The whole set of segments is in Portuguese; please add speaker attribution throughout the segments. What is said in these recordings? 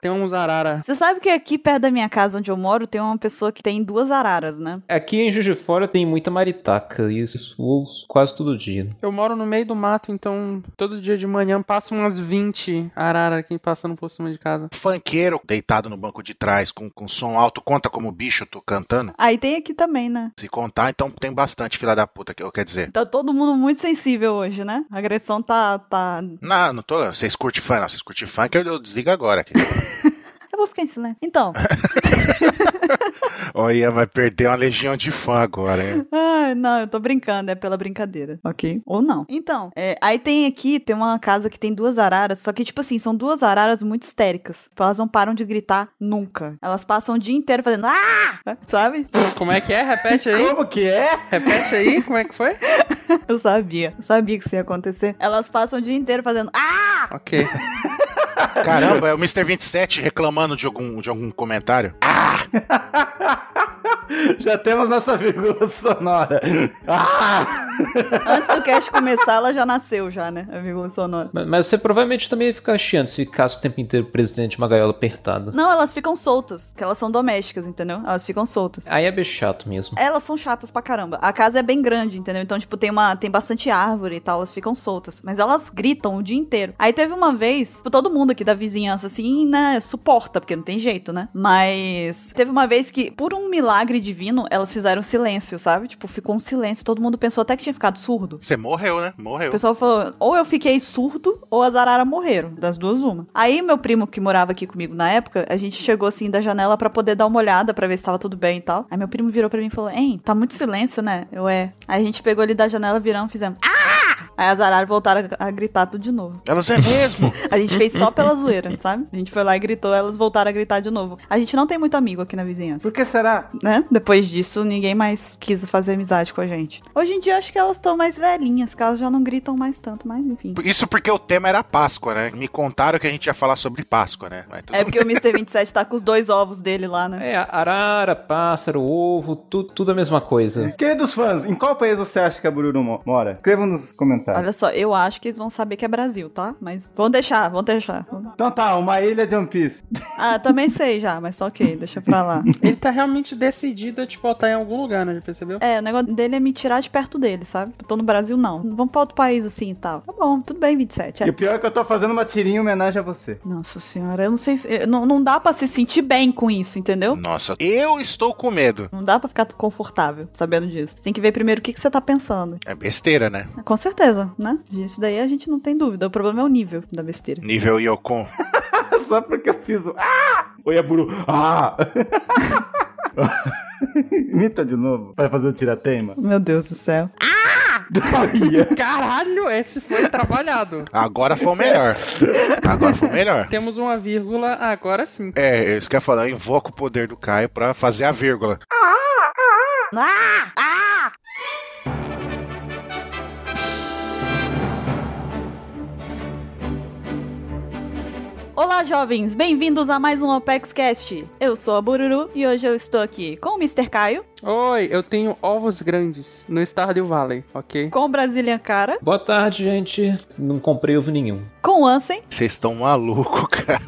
Speaker 1: Tem uns arara.
Speaker 2: Você sabe que aqui perto da minha casa onde eu moro tem uma pessoa que tem duas araras, né?
Speaker 3: Aqui em Juiz de Fora tem muita maritaca, e isso eu ouço quase todo dia.
Speaker 1: Eu moro no meio do mato, então todo dia de manhã passam umas 20 arara aqui passando por cima de casa.
Speaker 4: Funkeiro deitado no banco de trás com, com som alto, conta como bicho tô cantando?
Speaker 2: Aí tem aqui também, né?
Speaker 4: Se contar, então tem bastante filha da puta, que eu quero dizer.
Speaker 2: Tá todo mundo muito sensível hoje, né? A agressão tá. tá...
Speaker 4: Não, não tô. Vocês curtem fã, não. Vocês curtem fã que eu, eu desligo agora aqui.
Speaker 2: Eu vou ficar em silêncio. Então.
Speaker 4: Olha, vai perder uma legião de fã agora, hein?
Speaker 2: Ah, não, eu tô brincando, é pela brincadeira, ok? Ou não. Então, é, aí tem aqui, tem uma casa que tem duas araras, só que, tipo assim, são duas araras muito histéricas. Tipo, elas não param de gritar nunca. Elas passam o dia inteiro fazendo ah! Sabe?
Speaker 1: Como é que é? Repete aí.
Speaker 3: Como que é?
Speaker 1: Repete aí, como é que foi?
Speaker 2: Eu sabia, eu sabia que isso ia acontecer. Elas passam o dia inteiro fazendo ah!
Speaker 1: Ok.
Speaker 4: Caramba, é o Mr. 27 reclamando de algum, de algum comentário. Ah!
Speaker 3: já temos nossa vírgula sonora. Ah!
Speaker 2: Antes do cast começar, ela já nasceu, já, né? A vírgula sonora.
Speaker 3: Mas, mas você provavelmente também ia ficar chiando se ficasse o tempo inteiro preso dentro de uma gaiola apertada.
Speaker 2: Não, elas ficam soltas, porque elas são domésticas, entendeu? Elas ficam soltas.
Speaker 3: Aí é bem chato mesmo.
Speaker 2: Elas são chatas pra caramba. A casa é bem grande, entendeu? Então, tipo, tem uma tem bastante árvore e tal, elas ficam soltas. Mas elas gritam o dia inteiro. Aí teve uma vez, tipo, todo mundo aqui da vizinhança, assim, né, suporta, porque não tem jeito, né? Mas teve uma vez que, por um milagre divino, elas fizeram silêncio, sabe? Tipo, ficou um silêncio, todo mundo pensou até que tinha ficado surdo.
Speaker 4: Você morreu, né? Morreu.
Speaker 2: O pessoal falou, ou eu fiquei surdo, ou as araras morreram. Das duas, uma. Aí, meu primo que morava aqui comigo na época, a gente chegou, assim, da janela pra poder dar uma olhada, pra ver se tava tudo bem e tal. Aí meu primo virou pra mim e falou, hein, tá muito silêncio, né? Eu, é. Aí a gente pegou ele da janela, viramos e fizemos, ah! Aí as araras voltaram a gritar tudo de novo.
Speaker 4: Elas é mesmo?
Speaker 2: A gente fez só pela zoeira, sabe? A gente foi lá e gritou, elas voltaram a gritar de novo. A gente não tem muito amigo aqui na vizinhança.
Speaker 3: Por que será?
Speaker 2: Né? Depois disso, ninguém mais quis fazer amizade com a gente. Hoje em dia, acho que elas estão mais velhinhas, que elas já não gritam mais tanto, mas enfim.
Speaker 4: Isso porque o tema era Páscoa, né? Me contaram que a gente ia falar sobre Páscoa, né? Mas tudo
Speaker 2: É porque o Mr. 27 tá com os dois ovos dele lá, né?
Speaker 3: É, arara, pássaro, ovo, tu, tudo a mesma coisa.
Speaker 5: Queridos fãs, em qual país você acha que a Bururu mo- mora? Escrevam nos
Speaker 3: É.
Speaker 5: comentários.
Speaker 2: Olha só, eu acho que eles vão saber que é Brasil, tá? Mas vão deixar, vão deixar.
Speaker 5: Então tá, uma ilha de One Piece.
Speaker 2: Ah, também sei já, mas ok, deixa pra lá.
Speaker 1: Ele tá realmente decidido a te botar em algum lugar, né? Já percebeu?
Speaker 2: É, o negócio dele é me tirar de perto dele, sabe? Tô no Brasil, não. Vamos pra outro país assim e tal. Tá bom, tudo bem, 27.
Speaker 5: E
Speaker 2: É.
Speaker 5: o pior é que eu tô fazendo uma tirinha em homenagem a você.
Speaker 2: Nossa senhora, eu não sei se. eu- Não, não dá pra se sentir bem com isso, entendeu?
Speaker 4: Nossa, eu estou com medo.
Speaker 2: Não dá pra ficar confortável sabendo disso. Você tem que ver primeiro o que, que você tá pensando.
Speaker 4: É besteira, né?
Speaker 2: Com certeza, né? Isso daí a gente não tem dúvida. O problema é o nível da besteira.
Speaker 4: Nível Yokon.
Speaker 5: Só porque eu fiz o. Ah! Oi, a Buru. Ah! Imita de novo. Vai fazer o tirateima.
Speaker 2: Meu Deus do céu.
Speaker 5: Olha.
Speaker 1: Caralho, esse foi trabalhado.
Speaker 4: Agora foi o melhor. Agora foi o melhor.
Speaker 1: Temos uma vírgula agora sim.
Speaker 4: É, isso que eu ia falar, eu invoco o poder do Caio pra fazer a vírgula.
Speaker 2: Ah! Ah! Olá, jovens! Bem-vindos a mais um Opex Cast. Eu sou a Bururu e hoje eu estou aqui com o Mr. Caio,
Speaker 1: Oi, eu tenho ovos grandes no Stardew Valley, ok?
Speaker 2: com o Brazilian Cara,
Speaker 3: Boa tarde, gente. Não comprei ovo nenhum.
Speaker 2: com o Ansem
Speaker 4: Vocês estão malucos, cara.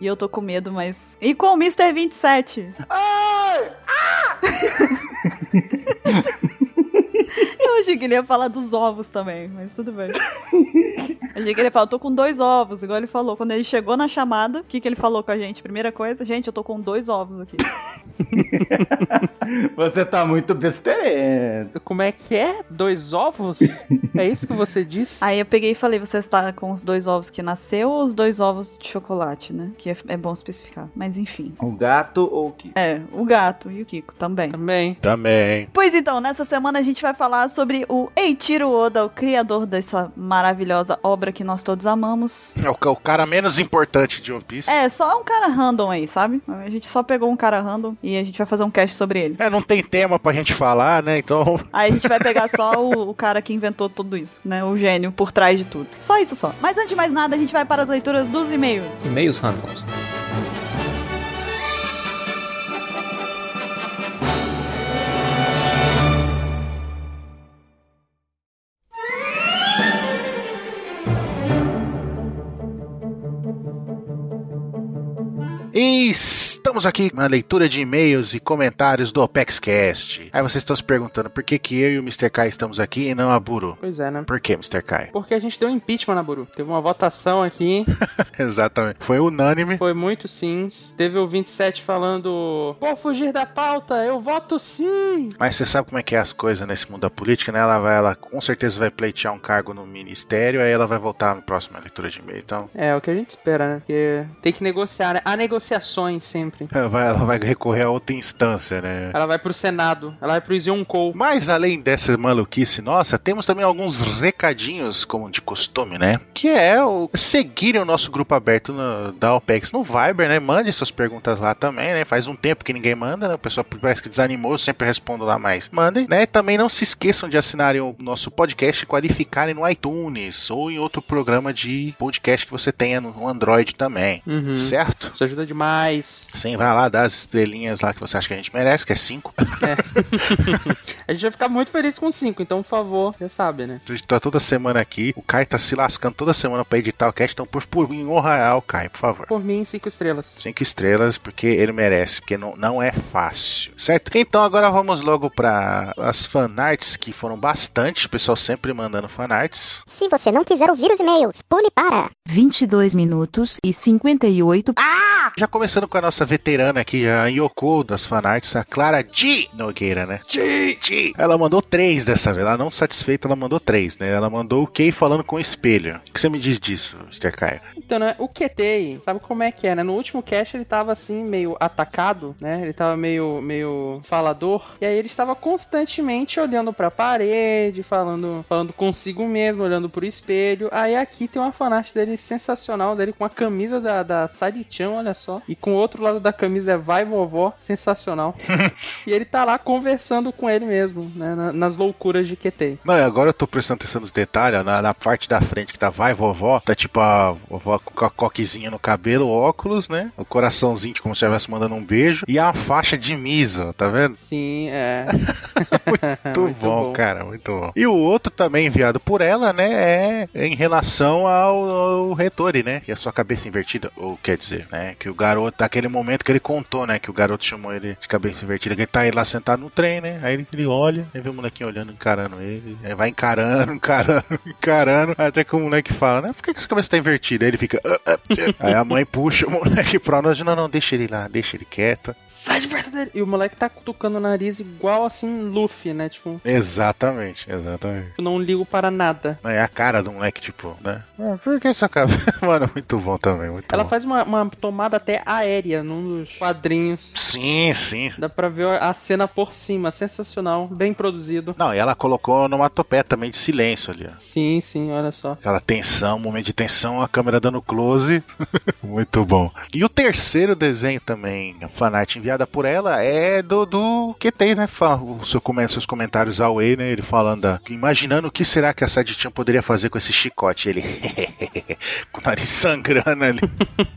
Speaker 2: e eu tô com medo, mas. E Ah! com o Mr. 27. Eu achei que ele ia falar dos ovos também, mas tudo bem. Eu achei que ele ia falar, tô com dois ovos, igual ele falou. Quando ele chegou na chamada, o que, que ele falou com a gente? Primeira coisa, gente, eu tô com dois ovos aqui.
Speaker 5: Você tá muito besteira.
Speaker 1: Como é que é? Dois ovos? É isso que você disse?
Speaker 2: Aí eu peguei e falei, você está com os dois ovos que nasceu ou os dois ovos de chocolate, né? Que é, é bom especificar. Mas enfim.
Speaker 5: O gato ou o que?
Speaker 2: É, o gato e o Kiko também.
Speaker 1: Também.
Speaker 4: Também.
Speaker 2: Pois então, nessa semana a gente vai falar sobre o Eiichiro Oda, o criador dessa maravilhosa obra que nós todos amamos.
Speaker 4: É o, ca- o cara menos importante de One Piece. É.
Speaker 2: É, só um cara random aí, sabe? A gente só pegou um cara random e a gente vai fazer um cast sobre ele.
Speaker 4: É, não tem tema pra gente falar, né? Então,
Speaker 2: Aí a gente vai pegar só o, o cara que inventou tudo isso, né? O gênio por trás de tudo. Só isso só. Mas antes de mais nada, a gente vai para as leituras dos e-mails.
Speaker 3: Meios randoms.
Speaker 4: E estamos aqui na leitura de e-mails e comentários do OpexCast. Aí vocês estão se perguntando por que, que eu e o Mr. Kai estamos aqui e não a Buru.
Speaker 1: Pois é, né?
Speaker 4: Por que, Mr. Kai?
Speaker 1: Porque a gente deu impeachment na Buru. Teve uma votação aqui,
Speaker 4: Exatamente. Foi unânime.
Speaker 1: foi muito sims. Teve o 27 falando: Vou fugir da pauta, eu voto sim!
Speaker 4: Mas você sabe como é que é as coisas nesse mundo da política, né? Ela vai, ela com certeza vai pleitear um cargo no ministério, aí ela vai voltar na próxima leitura de e-mail. Então,
Speaker 1: É, o que a gente espera, né? Porque tem que negociar, né? Há negociações sempre.
Speaker 4: ela vai, ela vai recorrer a outra instância, né?
Speaker 1: Ela vai pro Senado, ela vai pro Zionkou.
Speaker 4: Mas além dessa maluquice nossa, temos também alguns recadinhos, como de costume, né? Que é o seguir o nosso grupo aberto no- da OPEX no Viber, né? Mande suas perguntas lá também, né? Faz um tempo que ninguém manda, né? O pessoal parece que desanimou, eu sempre respondo lá mais. Mandem, né? E também não se esqueçam de assinarem o nosso podcast e qualificarem no iTunes ou em outro programa de podcast que você tenha no Android também,
Speaker 1: Uhum.
Speaker 4: certo?
Speaker 1: Isso ajuda demais.
Speaker 4: Sim, vai lá, dá as estrelinhas lá que você acha que a gente merece, que é 5.
Speaker 1: A gente vai ficar muito feliz com 5, então, por favor, já sabe, né?
Speaker 4: A gente tá toda semana aqui. O Kai tá se lascando toda semana pra editar o cast. Então, por, por em honra ao Kai, por favor.
Speaker 1: Por mim, 5 estrelas.
Speaker 4: Cinco estrelas, porque ele merece, porque não, não é fácil, certo? Então agora vamos logo pra as fanarts, que foram bastante, o pessoal sempre mandando fanarts.
Speaker 6: Se você não quiser ouvir os e-mails, pule para.
Speaker 7: 22 minutos e 58.
Speaker 4: Já começando com a nossa veterana aqui, a Yoko das fanarts, a Clara G. Nogueira, né? G, G. Ela mandou três dessa vez, ela não satisfeita, ela mandou três, né? Ela mandou o Kay falando com o espelho. O que você me diz disso, Mr. Caio?
Speaker 1: Então, né, o QTI, sabe como é que é, né? No último cast ele tava assim, meio atacado, né? Ele tava meio, meio falador. E aí ele estava constantemente olhando pra parede, falando, falando consigo mesmo, olhando pro espelho. Aí aqui tem uma fanart dele sensacional, dele com a camisa da, da Sadichan, olha só. E com o outro lado da camisa é Vai Vovó, sensacional. e ele tá lá conversando com ele mesmo, né? na- nas loucuras de QTI.
Speaker 4: Não, e agora eu tô prestando atenção nos detalhes. ó, Na, na parte da frente que tá vai vovó, tá tipo a vovó com a coquezinha no cabelo, óculos, né? O coraçãozinho de como se estivesse mandando um beijo. E a faixa de misa, ó, tá vendo?
Speaker 1: Sim, é.
Speaker 4: É Muito, bom, cara, muito bom. E o outro também enviado por ela, né? É em relação ao, ao Retori, né? E a sua cabeça invertida, ou quer dizer, né? Que o garoto, daquele momento que ele contou, né? Que o garoto chamou ele de cabeça invertida, que ele tá aí lá sentado no trem, né? Aí ele, ele olha, aí vê o molequinho olhando, encarando ele, aí vai encarando, encarando, encarando, até que o moleque fala, né? Por que, que sua cabeça tá invertida? Aí ele fica. "Ah, ah, tchê." aí a mãe puxa o moleque pra nós, não, não, deixa ele lá, deixa ele quieto.
Speaker 1: Sai de perto dele! E o moleque tá cutucando o nariz igual assim, Luffy, né? Tipo,
Speaker 4: Exatamente, exatamente.
Speaker 1: eu não ligo para nada.
Speaker 4: É a cara do moleque, tipo, né? Ah, por que essa cara? Mano, muito bom também, muito
Speaker 1: Ela
Speaker 4: bom.
Speaker 1: faz uma, uma tomada até aérea num dos quadrinhos.
Speaker 4: Sim, sim.
Speaker 1: Dá pra ver a cena por cima, sensacional, bem produzido.
Speaker 4: Não, e ela colocou numa topé também de silêncio ali, ó.
Speaker 1: Sim, sim, olha só.
Speaker 4: Aquela tensão, um momento de tensão, a câmera dando close. muito bom. E o terceiro desenho também, a fanart enviada por ela, é do, do QT, né? Fa- O seu, come- seus comentários ao Way, né? Ele falando, da- imaginando o que será que a Sadichan poderia fazer com esse chicote. Ele, com o nariz sangrando ali.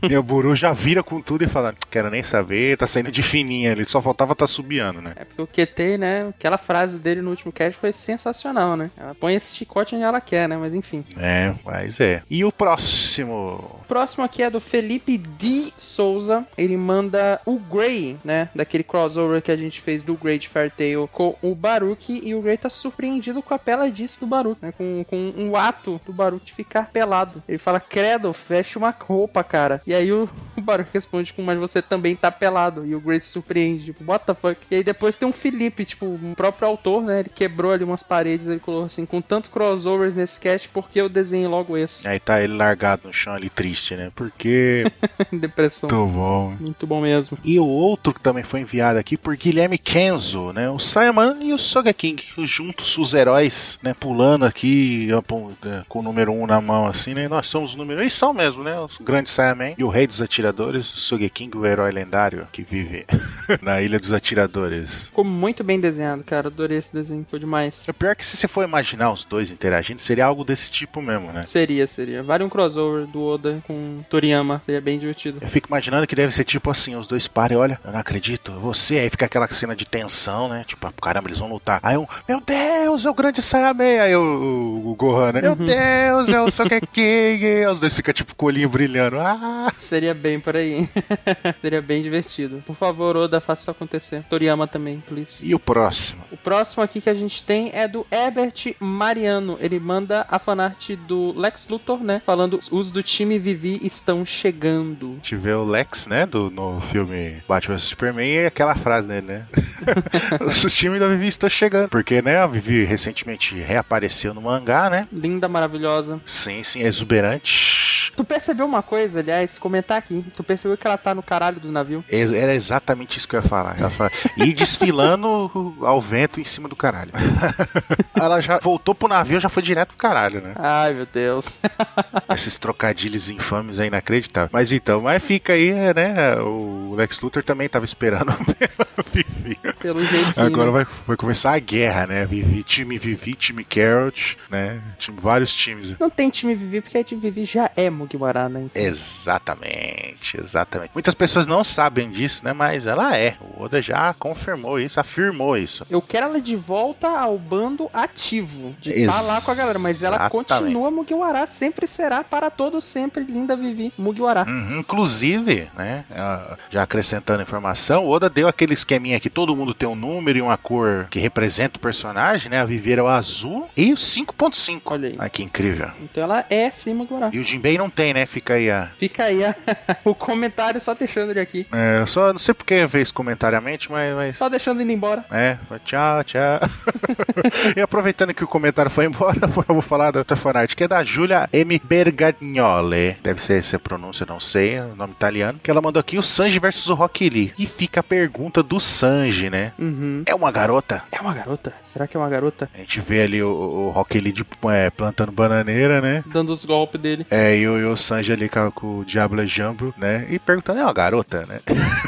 Speaker 4: E o Buru já vira com tudo e fala: Quero nem saber, tá saindo de fininha ali, só faltava tá subiando, né?
Speaker 1: É porque o QT, né? Aquela frase dele no último cast foi sensacional, né? Ela põe esse chicote onde ela quer, né? Mas enfim.
Speaker 4: É, mas é. E o próximo?
Speaker 1: O próximo aqui é do Felipe D. Souza. Ele manda o Grey, né? Daquele crossover que a gente fez do Grey de Fairtail com o Baruch. E o Grey tá surpreendido com a peladice do Baruch, né? Com, com um ato do Baruch de ficar pelado. Ele fala, credo, fecha uma roupa, cara. E aí o, o Baruch responde com, mas você também tá pelado. E o Grey se surpreende, tipo, what the fuck? E aí depois tem um Felipe, tipo, o próprio autor, né? Ele quebrou ali umas paredes, ele colocou assim, com tanto crossovers nesse cast, por que eu desenhei logo esse?
Speaker 4: Aí tá ele largado no chão ali, triste, né? Porque.
Speaker 1: Depressão.
Speaker 4: Muito bom.
Speaker 1: Muito bom mesmo.
Speaker 4: Então, E o outro que também foi enviado aqui por Guilherme Kenzo, né? O Simon e o Soga King, juntos os heróis, né? Pulando aqui ó, pô, né, com o número um na mão, assim, né? Nós somos o número. Eles são mesmo, né? Os grandes Saiyaman e o rei dos atiradores, o Soga King, o herói lendário que vive na Ilha dos Atiradores.
Speaker 1: Ficou muito bem desenhado, cara. Adorei esse desenho, foi demais.
Speaker 4: É pior que se você for imaginar os dois interagindo, seria algo desse tipo mesmo, né?
Speaker 1: Seria, seria. Vale um crossover do Oda com Toriyama. Seria bem divertido.
Speaker 4: Eu fico imaginando que deve ser tipo assim, os dois é param e olha, eu não acredito, você, aí fica aquela cena de tensão, né? Tipo, ah, caramba, eles vão lutar. Aí um, meu Deus, é o grande Saiyaman. Aí o, o, o Gohan, né? Meu Deus, é o Soka King. Os dois ficam tipo com o olhinho brilhando. Ah,
Speaker 1: Seria bem por aí. hein? Seria bem divertido. Por favor, Oda, faça isso acontecer. Toriyama também, please.
Speaker 4: e o próximo?
Speaker 1: O próximo aqui que a gente tem é do Herbert Mariano. Ele manda a fanart do Lex Luthor, né? Falando os do time Vivi estão chegando.
Speaker 4: Tiver o Lex, né, do, no filme Batman vs Superman, e aquela frase dele, né? Os times da Vivi estão chegando. Porque, né, a Vivi recentemente reapareceu no mangá, né?
Speaker 1: Linda, maravilhosa.
Speaker 4: Sim, sim, é exuberante.
Speaker 1: Tu percebeu uma coisa, aliás, comentar aqui. Tu percebeu que ela tá no caralho do navio?
Speaker 4: Ex- Era exatamente isso que eu ia falar. Ela fala, e desfilando ao vento em cima do caralho. Ela já voltou pro navio, já foi direto pro caralho, né?
Speaker 1: Ai, meu Deus.
Speaker 4: Esses trocadilhos infames é inacreditável. Mas então, mas fica aí, né? O Lex Luthor também tava esperando a Vivi.
Speaker 1: Pelo jeito sim. né?
Speaker 4: Agora vai, vai começar a guerra, né? Vivi, time Vivi, time Carrot, né? Time, vários times.
Speaker 1: Não tem time Vivi, porque a time Vivi já é Mugiwara, né? Então,
Speaker 4: Exatamente, exatamente. Muitas pessoas não sabem disso, né? Mas ela é. O Oda já confirmou isso, afirmou isso.
Speaker 1: Eu quero ela de volta ao bando ativo. De estar lá com a galera. Mas ela
Speaker 4: Exatamente.
Speaker 1: continua Mugiwara. Sempre será para todos, sempre linda Vivi Mugiwara.
Speaker 4: Uhum, Inclusive, né? ah, Já acrescentando informação, o Oda deu aquele esqueminha que todo mundo tem um número e uma cor que representa o personagem, né? A Vivi era o azul e o 5.5.
Speaker 1: Olha aí.
Speaker 4: Ai, que incrível.
Speaker 1: Então ela é sim Mugiwara.
Speaker 4: E o Jinbei não tem, né? Fica aí a,
Speaker 1: Fica aí a- o comentário só deixando ele aqui.
Speaker 4: É, eu só não sei porque fez comentariamente, mas. mas...
Speaker 1: Só deixando ele embora.
Speaker 4: É, tchau, tchau. e aproveitando que o comentário foi embora, eu vou falar da outra fanart, que é da Julia M. Bergagnole. Deve ser essa pronúncia, não sei, é um nome italiano. Que ela mandou aqui o Sanji versus o Rock Lee. E fica a pergunta do Sanji, né?
Speaker 1: Uhum.
Speaker 4: É uma garota?
Speaker 1: É uma garota? Será que é uma garota?
Speaker 4: A gente vê ali o, o Rock Lee de, é, plantando bananeira, né?
Speaker 1: Dando os golpes dele.
Speaker 4: É, e o, e o Sanji ali com, com o Diablo Jambo, né? E perguntando, é uma garota, né?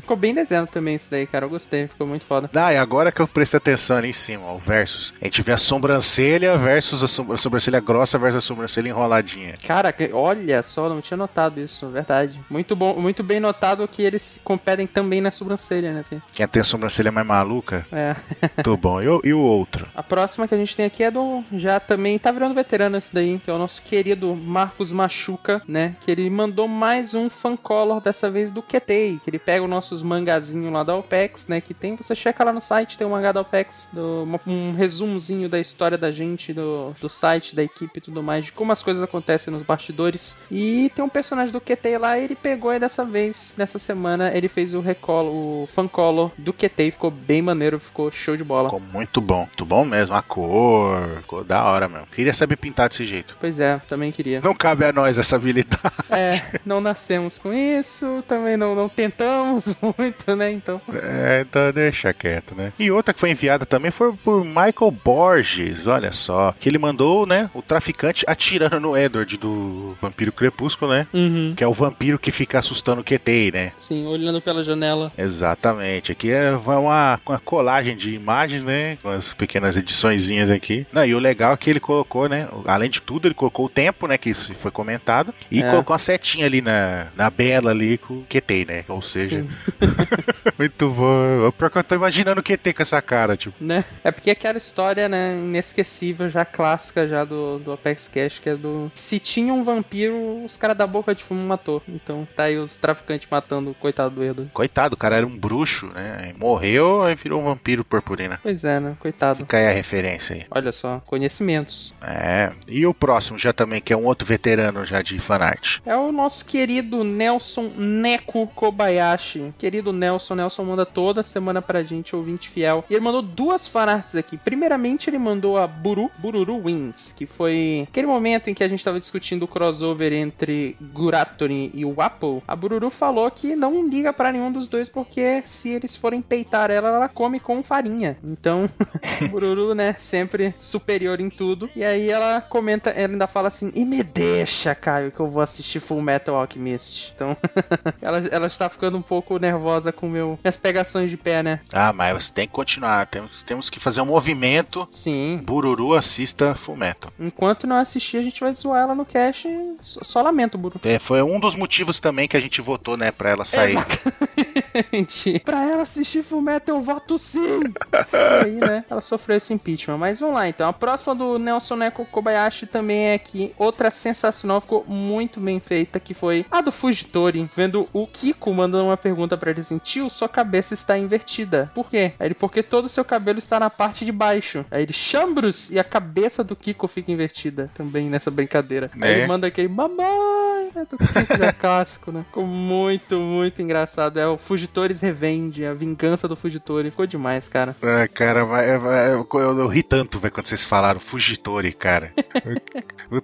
Speaker 1: Ficou bem desenho também isso daí, cara. Eu gostei, ficou muito foda.
Speaker 4: Ah, e agora que eu prestei atenção ali em cima, ó, o versus. A gente vê a sobrancelha versus a, sobra- a sobrancelha grossa versus a sobrancelha enroladinha.
Speaker 1: Cara, que- olha só, não tinha notado isso, verdade. Muito bom, muito bem notado que eles competem também na sobrancelha, né? Fê?
Speaker 4: Quem tem a sobrancelha mais maluca,
Speaker 1: É.
Speaker 4: tô bom. E, o- e o outro?
Speaker 1: A próxima que a gente tem aqui é do. Já também tá virando veterano esse daí, que é o nosso querido Marcos Machuca, né? Que ele mandou mais um fan color, dessa vez do QTEI. Que ele pega os nossos mangazinhos lá da OPEX, né? Que tem. Você checa lá no site, tem um mangá da OPEX, do, uma- um resumozinho da história da gente, do, do site, da equipe e tudo mais, de como as coisas acontecem nos bastidores. E tem um personagem do QTEI lá, ele pegou e dessa vez, nessa semana, ele fez o recolo, o fan color do QTEI. Ficou bem maneiro, ficou show de bola.
Speaker 4: Ficou muito bom. Muito bom mesmo. A cor. Ficou da hora mesmo. Queria saber pintar desse jeito.
Speaker 1: Pois é, também queria.
Speaker 4: Não cabe a nós essa habilidade.
Speaker 1: É, não nascemos com isso, também não, não tentamos muito, né? Então,
Speaker 4: É, então deixa quieto, né? E outra que foi enviada também foi por Michael Borges, olha só. Que ele mandou, né, o traficante atirando no Edward do Vampiro Crepúsculo, né? Que é o vampiro que fica assustando o Ketei, né?
Speaker 1: sim, olhando pela janela.
Speaker 4: Exatamente. Aqui é uma, uma colagem de imagens, né? Com as pequenas ediçõezinhas aqui. Não, e o legal é que ele colocou, né? Além de tudo, ele colocou o tempo, né? Que isso foi comentado. E
Speaker 1: É.
Speaker 4: colocou a setinha ali na, na bela ali com o Ketei, né? Ou seja,
Speaker 1: Sim,
Speaker 4: muito bom. Pior é que eu tô imaginando o Ketei com essa cara, tipo.
Speaker 1: né? É porque aquela história, né, inesquecível, já clássica já do, do Apex Cash, que é do. Se tinha um vampiro, os caras da boca de fumo matou. Então tá aí os traficantes matando o coitado do Edo.
Speaker 4: Coitado, o cara era um bruxo, né? Aí Morreu e virou um vampiro purpurina.
Speaker 1: Pois é, né? Coitado.
Speaker 4: Fica aí a referência aí.
Speaker 1: Olha só, conhecimentos.
Speaker 4: É. E o próximo já também, que é um outro veterano já de fanart.
Speaker 1: É o nosso querido Nelson Neko Kobayashi. Querido Nelson, Nelson manda toda semana pra gente, ouvinte fiel. E ele mandou duas fanarts aqui. Primeiramente, ele mandou a Buru, Bururu Wins, que foi aquele momento em que a gente tava discutindo o crossover entre Guratori e o Apple. A Bururu falou que não liga pra nenhum dos dois, porque se eles forem peitar ela, ela come com farinha. Então, Bururu, né? Sempre superior em tudo. E aí ela comenta, ela ainda fala assim: e me deixa, Caio, que eu vou assistir Full Metal Alchemist. Então, ela, ela está ficando um pouco nervosa com meu, minhas pegações de pé, né?
Speaker 4: Ah, mas você tem que continuar. Temos, temos que fazer um movimento.
Speaker 1: Sim.
Speaker 4: Bururu assista Fullmetal.
Speaker 1: Enquanto não assistir, a gente vai zoar ela no cast. Só, só lamento, Buru.
Speaker 4: É, foi um dos motivos também que a gente votou, né, pra ela sair.
Speaker 1: gente. Pra ela assistir Fullmetal, eu voto sim. e aí, né? Ela sofreu esse impeachment. Mas vamos lá, então. A próxima do Nelson Neko Kobayashi também é aqui. Outra sensacional, ficou muito bem feita, que foi a do Fujitori. Vendo o Kiko mandando uma pergunta pra ele assim, tio, sua cabeça está invertida. Por quê? Aí ele, porque todo o seu cabelo está na parte de baixo. Aí ele, chambros! E a cabeça do Kiko fica invertida também nessa brincadeira. Aí
Speaker 4: É.
Speaker 1: ele manda aquele, mamãe! Né, do Kiko já clássico, né? Ficou muito, muito engraçado. É o Fugitores Revende, a vingança do Fugitori. Ficou demais, cara.
Speaker 4: Ah, cara, vai- vai- eu, eu- eu ri tanto, velho, quando vocês falaram Fugitori, cara.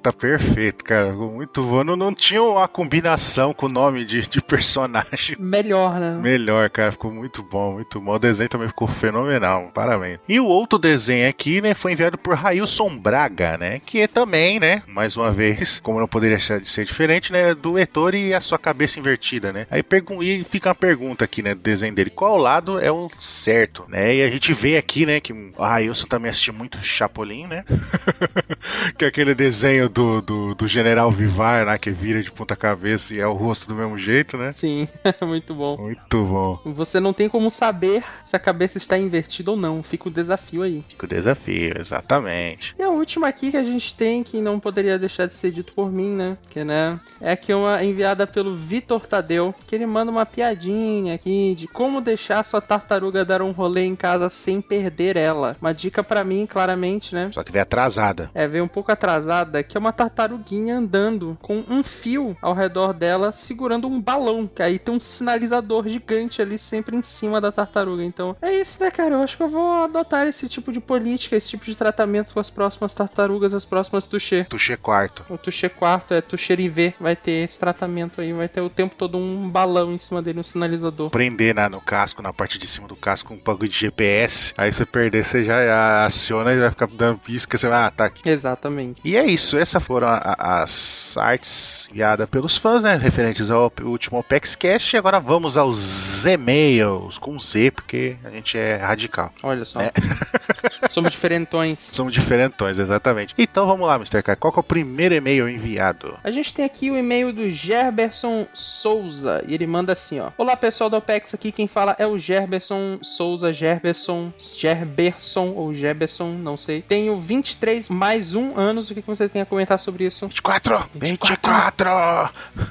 Speaker 4: Tá perfeito, cara. Ficou Muito bom. Não, não tinha uma combinação com o nome de, de personagem.
Speaker 1: Melhor, né?
Speaker 4: Melhor, cara, ficou muito bom, muito bom. O desenho também ficou fenomenal, parabéns. E o outro desenho aqui, né, foi enviado por Railson Braga, né, que é também, né, mais uma vez, como não poderia deixar de ser diferente, né, do Heitor e a sua cabeça invertida, né. Aí pergun- e fica uma pergunta aqui, né, do desenho dele, qual lado é o certo, né, e a gente vê aqui, né, que o Railson também assistiu muito Chapolin, né, que é aquele desenho do, do, do General Vivar, né, que vira de ponta cabeça e é o rosto do mesmo jeito, né.
Speaker 1: Sim, muito bom.
Speaker 4: Muito bom.
Speaker 1: Você não tem como saber se a cabeça está invertida ou não. Fica o desafio aí.
Speaker 4: Fica o desafio, exatamente.
Speaker 1: E a última aqui que a gente tem, que não poderia deixar de ser dito por mim, né? Que, né? É aqui uma enviada pelo Vitor Tadeu, que ele manda uma piadinha aqui de como deixar sua tartaruga dar um rolê em casa sem perder ela. Uma dica pra mim, claramente, né?
Speaker 4: Só que veio atrasada.
Speaker 1: É, veio um pouco atrasada, que é uma tartaruguinha andando com um fio ao redor dela, segurando um balão. Que aí tem um sinalizador gigante ali sempre em cima da tartaruga. Então, é isso, né, cara? Eu acho que eu vou adotar esse tipo de política, esse tipo de tratamento com as próximas tartarugas, as próximas Tuxê.
Speaker 4: Tuxê quarto.
Speaker 1: O Tuxê quarto é Tuxerivê, vai ter esse tratamento aí, vai ter o tempo todo um balão em cima dele, um sinalizador.
Speaker 4: Prender na, no casco, na parte de cima do casco, um bagulho de GPS. Aí se você perder, você já aciona e vai ficar dando pisca. Você vai, ah, tá aqui.
Speaker 1: Exatamente.
Speaker 4: E é isso, essas foram a- a- as artes guiadas pelos fãs, né? Referentes ao op- último Opex Cast. E agora vamos aos e-mails com Z, porque a gente é radical.
Speaker 1: Olha só. Somos diferentões.
Speaker 4: Somos diferentões, exatamente. Então vamos lá, Mr. Kai. Qual que é o primeiro e-mail enviado?
Speaker 1: A gente tem aqui o e-mail do Gerberson Souza e ele manda assim, ó. Olá pessoal do OPEX aqui, quem fala é o Gerberson Souza, Gerberson, Gerberson ou Gerberson, não sei. Tenho 23 mais um anos, o que que você tem a comentar sobre isso?
Speaker 4: 24! 24!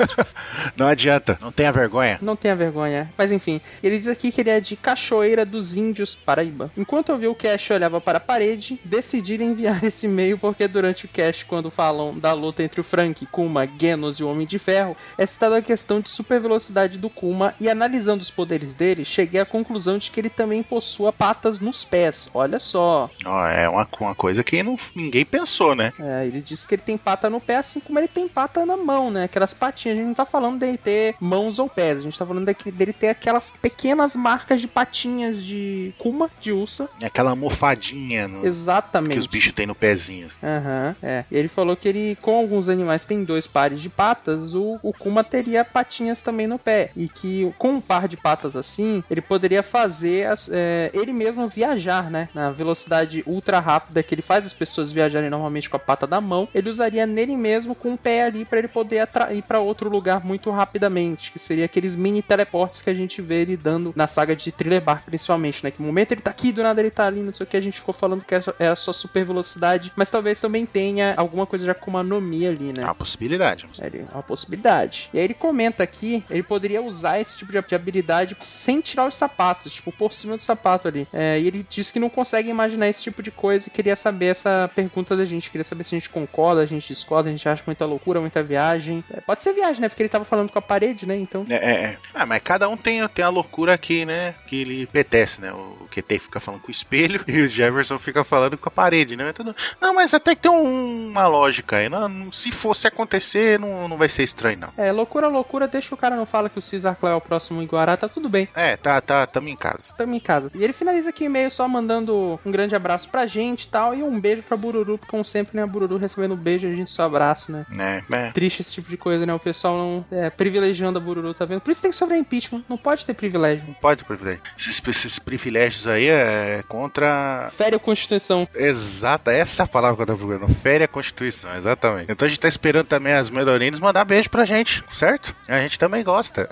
Speaker 4: não adianta, não tenha vergonha.
Speaker 1: Não tenha vergonha. Mas enfim, ele diz aqui que ele é de Cachoeira dos Índios, Paraíba. Enquanto eu vi o Cash e olhava para a parede, decidi enviar esse e-mail porque durante o Cash, quando falam da luta entre o Frank, Kuma, Genos e o Homem de Ferro, é citada a questão de super velocidade do Kuma e analisando os poderes dele, cheguei à conclusão de que ele também possua patas nos pés. Olha só.
Speaker 4: Ó, é uma, uma coisa que não, ninguém pensou, né?
Speaker 1: É, ele disse que ele tem pata no pé, assim como ele tem pata na mão, né? Aquelas patinhas. A gente não tá falando dele ter mãos ou pés. A gente tá falando daque- dele ter aquelas pequenas marcas de patinhas de Kuma, de ursa.
Speaker 4: É Aquela mofadinha no- que os
Speaker 1: Exatamente.
Speaker 4: Hum. bichos têm no pezinho. assim.
Speaker 1: Aham, é. Ele falou que ele, com alguns animais que tem dois pares de patas, o, o Kuma teria patinhas também no pé. E que com um par de patas assim, ele poderia fazer as- é, ele mesmo viajar, né? Na velocidade ultra rápida que ele faz as pessoas viajarem normalmente com a pata da mão, ele usaria nele mesmo com o pé ali pra ele poder atra- ir pra outro lugar muito rapidamente. Que seria aqueles mini teleportes que a gente vê ele dando na saga de Thriller Bark, principalmente, né? Que no momento ele tá aqui, do nada ele tá ali, não sei o que. A gente ficou falando que essa- era só super velocidade, mas talvez também tenha alguma coisa de Akuma no Mi ali, né?
Speaker 4: É uma possibilidade.
Speaker 1: É ele- uma possibilidade. E aí ele comenta aqui, ele poderia usar esse tipo de de habilidade sem tirar os sapatos, tipo, por cima do sapato ali. É, e ele diz que não consegue imaginar esse tipo de coisa e queria saber essa pergunta da gente. Queria saber se a gente concorda, a gente discorda, a gente acha muita loucura, muita viagem. É, pode ser viagem, né? Porque ele tava falando com a parede, né? Então.
Speaker 4: É, é, é. Ah, mas cada um tem, tem a loucura aqui, né? Que ele apetece, né? O QT fica falando com o espelho e o Jefferson fica falando com a parede, né? Mas tudo- Não, mas até que tem um- uma lógica aí. Não, não- se fosse acontecer, não, não vai ser estranho, não.
Speaker 1: É, loucura, loucura, deixa o cara não fala que o Cesar Clay é o próximo em Guará, tá tudo bem.
Speaker 4: É, tá, tá, tamo em casa.
Speaker 1: Tamo em casa. E ele finaliza aqui o e-mail só mandando um grande abraço pra gente e tal. E um beijo pra Bururu, porque como sempre, né? A Bururu recebendo um beijo, a gente só abraço, né?
Speaker 4: Né? É.
Speaker 1: Triste esse tipo de coisa, né? O pessoal não é, privilegiando a Bururu, tá vendo? Por isso tem que sobrar impeachment, não pode ter privilégio.
Speaker 4: Não pode privilégio. Esses, esses privilégios aí é contra.
Speaker 1: Fere a Constituição.
Speaker 4: Exata, essa é a palavra que eu tava procurando. Fere a Constituição, exatamente. Então a gente tá esperando também as melhorias eles mandar beijo pra gente, certo? A gente também gosta.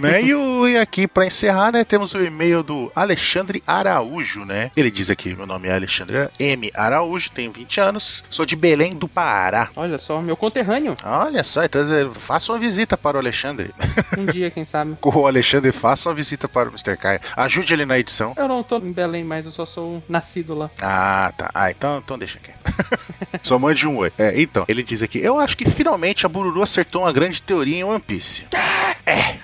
Speaker 4: né? E, o, e aqui, pra encerrar, né, temos o e-mail do Alexandre Araújo, né? Ele diz aqui: meu nome é Alexandre M. Araújo, tenho 20 anos, sou de Belém do Pará.
Speaker 1: Olha só, meu conterrâneo.
Speaker 4: Olha só, então, eh, faça uma visita para o Alexandre.
Speaker 1: Um dia, quem sabe.
Speaker 4: O Alexandre, faça uma visita para o Mr. Kai. Ajude ele na edição.
Speaker 1: Eu não tô em Belém, mas eu só sou um nascido lá.
Speaker 4: Ah, tá. Ah, então, então deixa aqui. Só mande um oi. É, então, ele diz aqui: Eu acho que finalmente a Bururu acertou uma grande teoria em One Piece. É. é.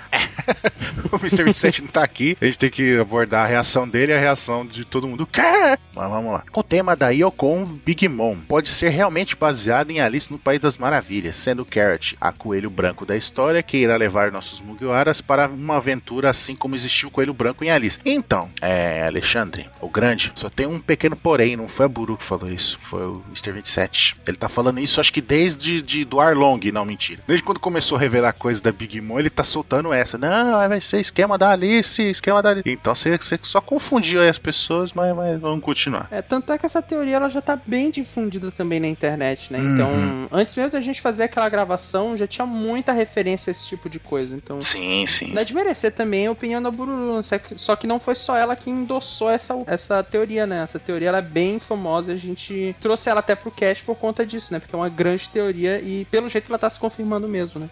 Speaker 4: o Mr. 27 não tá aqui. A gente tem que abordar a reação dele e a reação de todo mundo. Quê? Mas vamos lá. O tema da Yokon Big Mom pode ser realmente baseado em Alice no País das Maravilhas, sendo Carrot a coelho branco da história que irá levar nossos Mugiwaras para uma aventura assim como existiu o coelho branco em Alice. Então, é, Alexandre, o grande, só tem um pequeno porém, não foi a Buru que falou isso, foi o Mr. 27. Ele tá falando isso acho que desde de, do Arlong, não, mentira. Desde quando começou a revelar coisa da Big Mom, ele tá soltando essa. Não, vai ser esquema da Alice, esquema da Alice. Então você você só confundiu aí as pessoas, mas, mas vamos continuar.
Speaker 1: É, tanto é que essa teoria ela já tá bem difundida também na internet, né? Então, antes mesmo da gente fazer aquela gravação, já tinha muita referência a esse tipo de coisa. Então,
Speaker 4: Sim, sim.
Speaker 1: não é de merecer também a opinião da Bururu, né, só que- só que não foi só ela que endossou essa, essa teoria, né? Essa teoria ela é bem famosa, a gente trouxe ela até pro cast por conta disso, né? Porque é uma grande teoria e pelo jeito ela tá se confirmando mesmo, né?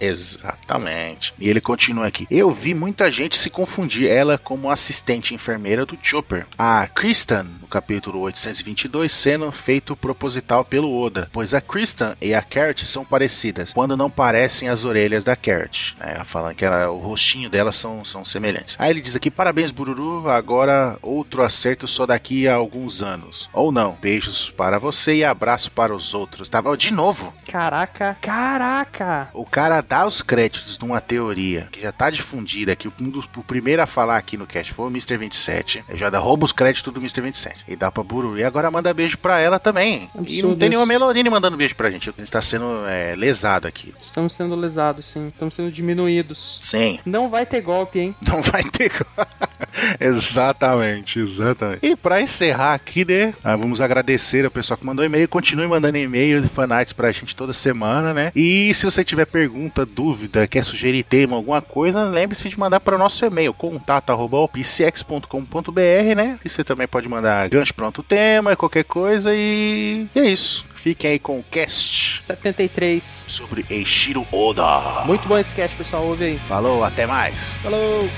Speaker 4: Exatamente. E ele continua aqui. Eu vi muita gente se confundir ela como assistente enfermeira do Chopper. A Kristen, no capítulo 822, sendo feito proposital pelo Oda, pois a Kristen e a Carrot são parecidas, quando não parecem as orelhas da Carrot. Né? Ela fala que ela- o rostinho delas são, são semelhantes. Aí ele diz aqui, parabéns Bururu, agora outro acerto só daqui a alguns anos. Ou não, beijos para você e abraço para os outros. Tá, Ó, de novo,
Speaker 1: Caraca, caraca!
Speaker 4: o cara dá os créditos de uma teoria que já tá difundida, que um dos, o primeiro a falar aqui no cast foi o Mr. 27. Ele já dá, rouba os créditos do Mr. 27. E dá pra Buru. E agora manda beijo pra ela também. e
Speaker 1: Absurdo
Speaker 4: não tem nenhuma
Speaker 1: isso.
Speaker 4: Melorine mandando beijo pra gente. A gente tá sendo é, lesado aqui.
Speaker 1: Estamos sendo lesados, sim. Estamos sendo diminuídos.
Speaker 4: Sim.
Speaker 1: Não vai ter golpe, hein?
Speaker 4: Não vai ter. como. exatamente, exatamente. E pra encerrar aqui, né? ah, Vamos agradecer ao pessoal que mandou e-mail. Continue mandando e-mail de fanarts pra gente toda semana, né? E se você tiver pergunta, dúvida, quer sugerir tema, alguma coisa, lembre-se de mandar para o nosso e-mail, contato.pcx.com.br, né? E você também pode mandar gancho pronto tema, qualquer coisa. E, e é isso. Fiquem aí com o cast
Speaker 1: 73.
Speaker 4: sobre Eiichiro Oda.
Speaker 1: Muito bom esse cast, pessoal. Ouve aí.
Speaker 4: Falou, até mais.
Speaker 1: Falou!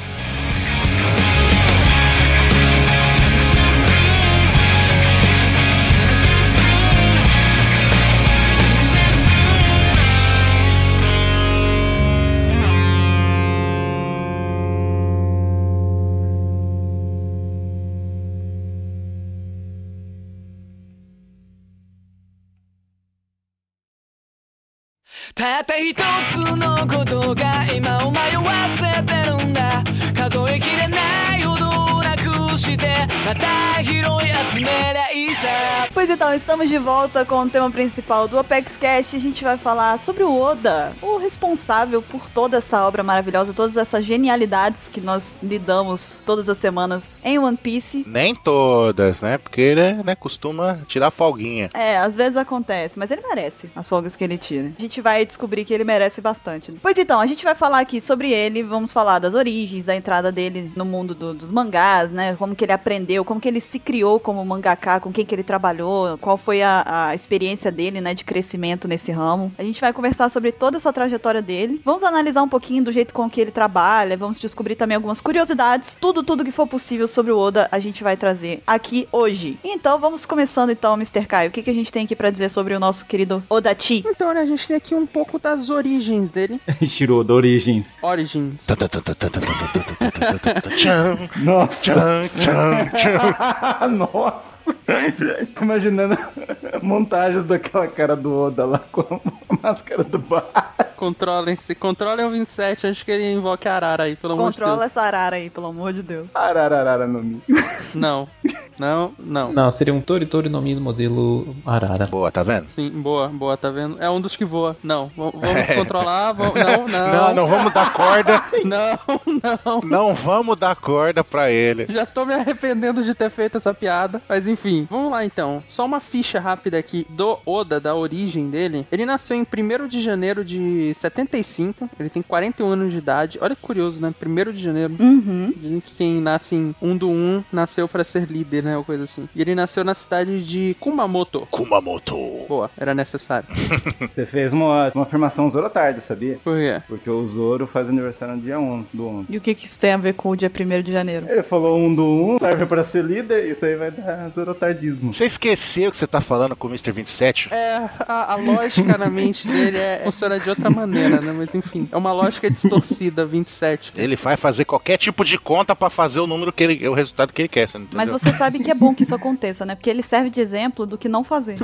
Speaker 8: たった一つのことが今を迷わせてるんだ数えきれないほどなくしてまた拾い集めりゃいいさ
Speaker 2: Pois então, estamos de volta com o tema principal do Apex Cash. A gente vai falar sobre o Oda, o responsável por toda essa obra maravilhosa, todas essas genialidades que nós lidamos todas as semanas em One Piece.
Speaker 4: Nem todas, né? Porque ele né, costuma tirar folguinha.
Speaker 2: É, às vezes acontece, mas ele merece as folgas que ele tira. A gente vai descobrir que ele merece bastante. Pois então, a gente vai falar aqui sobre ele, vamos falar das origens, da entrada dele no mundo do- dos mangás, né? Como que ele aprendeu, como que ele se criou como mangaka, com quem que ele trabalhou, qual foi a, a experiência dele, né, de crescimento nesse ramo. A gente vai conversar sobre toda essa trajetória dele. Vamos analisar um pouquinho do jeito com que ele trabalha, vamos descobrir também algumas curiosidades, tudo, tudo que for possível sobre o Oda, a gente vai trazer aqui hoje. Então, vamos começando então, Mr. Kai, o que, que a gente tem aqui pra dizer sobre o nosso querido Odachi?
Speaker 1: Então, né, a gente tem aqui um pouco das origens dele.
Speaker 5: Tirou da É. Origins.
Speaker 1: Origins.
Speaker 4: Tchan,
Speaker 5: Nossa.
Speaker 4: tchan, tchan, tchan. Tá
Speaker 5: Nossa. Imaginando montagens daquela cara do Oda lá com a máscara do bar.
Speaker 1: Controlem-se. Controlem o 27 antes que ele invoque a Arara aí, pelo amor de
Speaker 2: Controla
Speaker 1: Deus.
Speaker 2: essa arara aí, pelo amor de Deus.
Speaker 5: Arararara no Mi.
Speaker 1: Não. Não, não.
Speaker 3: Não, seria um Toritori no Mi no modelo Arara.
Speaker 4: Boa, tá vendo?
Speaker 1: Sim, boa, boa, tá vendo? É um dos que voa. Não, v- vamos controlar, vamos... Não, não.
Speaker 4: Não, não vamos dar corda.
Speaker 1: Não, não.
Speaker 4: Não vamos dar corda pra ele.
Speaker 1: Já tô me arrependendo de ter feito essa piada. Mas enfim, vamos lá então. Só uma ficha rápida aqui do Oda, da origem dele. Ele nasceu em 1 de janeiro de 75. Ele tem 41 anos de idade. Olha que curioso, né? 1 de janeiro.
Speaker 2: Uhum.
Speaker 1: Dizem que quem nasce em 1 do 1 nasceu pra ser líder, né? Ou coisa assim. E ele nasceu na cidade de Kumamoto.
Speaker 4: Kumamoto.
Speaker 1: Boa, era necessário.
Speaker 5: Você fez uma, uma afirmação Zorotardo, sabia?
Speaker 1: Por quê?
Speaker 5: Porque o Zoro faz aniversário no dia 1 do 1.
Speaker 2: E o que, que isso tem a ver com o dia 1 de janeiro?
Speaker 5: Ele falou um do 1, serve pra ser líder, isso aí vai dar Zorotardismo.
Speaker 4: Você esqueceu que você tá falando com o Mr. 27?
Speaker 1: É, a, a lógica na mente dele é, funciona de outra maneira, né? Mas enfim, é uma lógica distorcida, 27.
Speaker 4: Ele vai fazer qualquer tipo de conta pra fazer o número que ele. o resultado que ele quer, você não entendeu?
Speaker 2: Mas você sabe que é bom que isso aconteça, né? Porque ele serve de exemplo do que não fazer.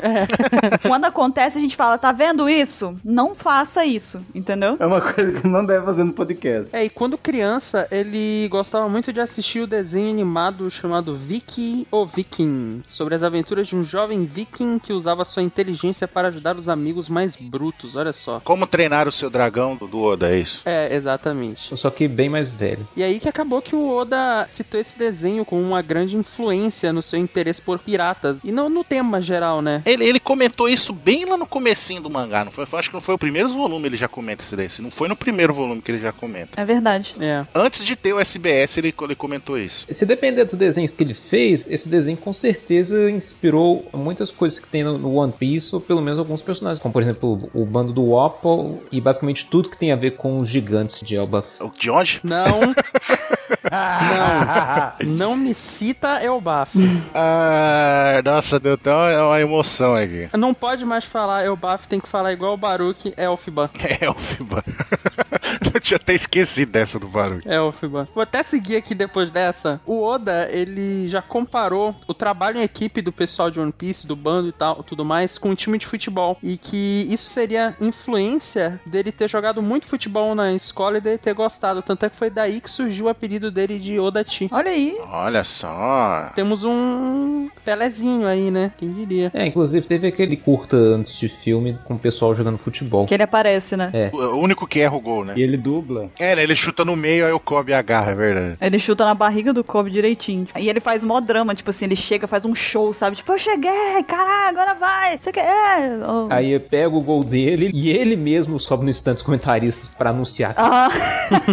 Speaker 2: Quando acontece, a gente fala, tá vendo isso? Não faça isso, entendeu?
Speaker 5: É uma coisa que não deve fazer no podcast.
Speaker 1: É, e quando criança, ele gostava muito de assistir o desenho animado chamado Vicky ou Viking, sobre as aventuras de um jovem viking que usava sua inteligência para ajudar os amigos mais brutos, olha só.
Speaker 4: Como treinar o seu dragão do Oda, é isso?
Speaker 1: É, exatamente.
Speaker 3: Só que bem mais velho.
Speaker 1: E aí que acabou que o Oda citou esse desenho como uma grande influência no seu interesse por piratas. E não no tema geral, né?
Speaker 4: Ele, ele comentou isso bem lá no comecinho do mangá, não foi? Foi- Acho que não foi o primeiro volume ele já comenta isso daí. Se não foi no primeiro volume que ele já comenta.
Speaker 2: É verdade.
Speaker 1: É.
Speaker 4: Antes de ter o SBS, ele, ele comentou isso.
Speaker 3: Se depender dos desenhos que ele fez, esse desenho com certeza inspirou muitas coisas que tem no- no One Piece, ou pelo menos alguns personagens, como por exemplo o bando do Opal e basicamente tudo que tem a ver com os gigantes de Elbaf.
Speaker 4: O de onde?
Speaker 1: Não.
Speaker 5: Ah.
Speaker 1: não. Não me cita Elbaf.
Speaker 4: Ah, nossa, deu até uma uma emoção aqui.
Speaker 1: Não pode mais falar Elbaf, tem que falar igual o Baruch, Elfban.
Speaker 4: É, Elfiba. Eu tinha até esquecido dessa do barulho.
Speaker 1: Elfban. Vou até seguir aqui depois dessa. O Oda, ele já comparou o trabalho em equipe do pessoal de One Piece, do bando e tal, tudo mais, com um time de futebol. E que isso seria influência dele ter jogado muito futebol na escola e dele ter gostado. Tanto é que foi daí que surgiu o apelido dele de Odachi.
Speaker 2: Olha aí.
Speaker 4: Olha só.
Speaker 1: Temos um Pelezinho aí, né? Quem diria?
Speaker 3: É, inclusive teve aquele curta antes de filme com o pessoal jogando futebol.
Speaker 2: Que ele aparece, né?
Speaker 4: O o único que erra o gol, né?
Speaker 5: E ele dubla.
Speaker 4: É, né? Ele chuta no meio, aí o Kobe agarra, é verdade.
Speaker 2: Ele chuta na barriga do Kobe direitinho. E ele faz mó drama, tipo assim, ele chega, faz um show, sabe? Tipo, eu cheguei, caralho, agora vai. Você quer? É. oh.
Speaker 3: Aí pega o gol dele e ele mesmo sobe no instante dos comentaristas pra anunciar
Speaker 2: Ah,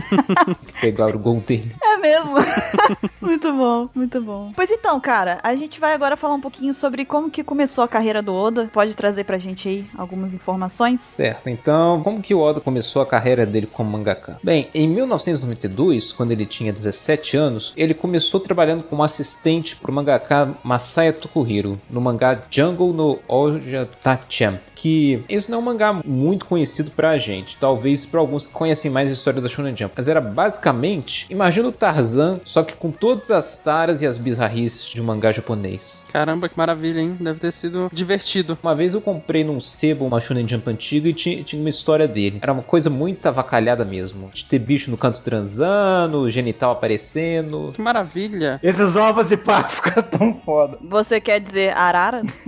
Speaker 3: que pegaram o gol dele.
Speaker 2: é mesmo. muito bom, muito bom. Pois então, cara, a gente vai agora falar um pouquinho sobre como que começou a carreira do Oda. Pode trazer pra gente aí algumas informações?
Speaker 3: Certo, então como que o Oda começou a carreira dele como mangaka? Bem, em 1992, quando ele tinha 17 anos, ele começou trabalhando como assistente para o mangaka Masaya Tokuhiro no mangá Jungle no Oja Tachan. Que esse não é um mangá muito conhecido pra gente, talvez pra alguns que conhecem mais a história da Shonen Jump, mas era basicamente, imagina o Tarzan, só que com todas as taras e as bizarrices de um mangá japonês.
Speaker 1: Caramba, que maravilha, hein? Deve ter sido divertido.
Speaker 3: Uma vez eu comprei num sebo uma Shonen Jump antiga e tinha, tinha uma história dele. Era uma coisa muito avacalhada mesmo. De ter bicho no canto transando, genital aparecendo.
Speaker 1: Que maravilha.
Speaker 5: Esses ovos de Páscoa tão foda.
Speaker 2: Você quer dizer araras?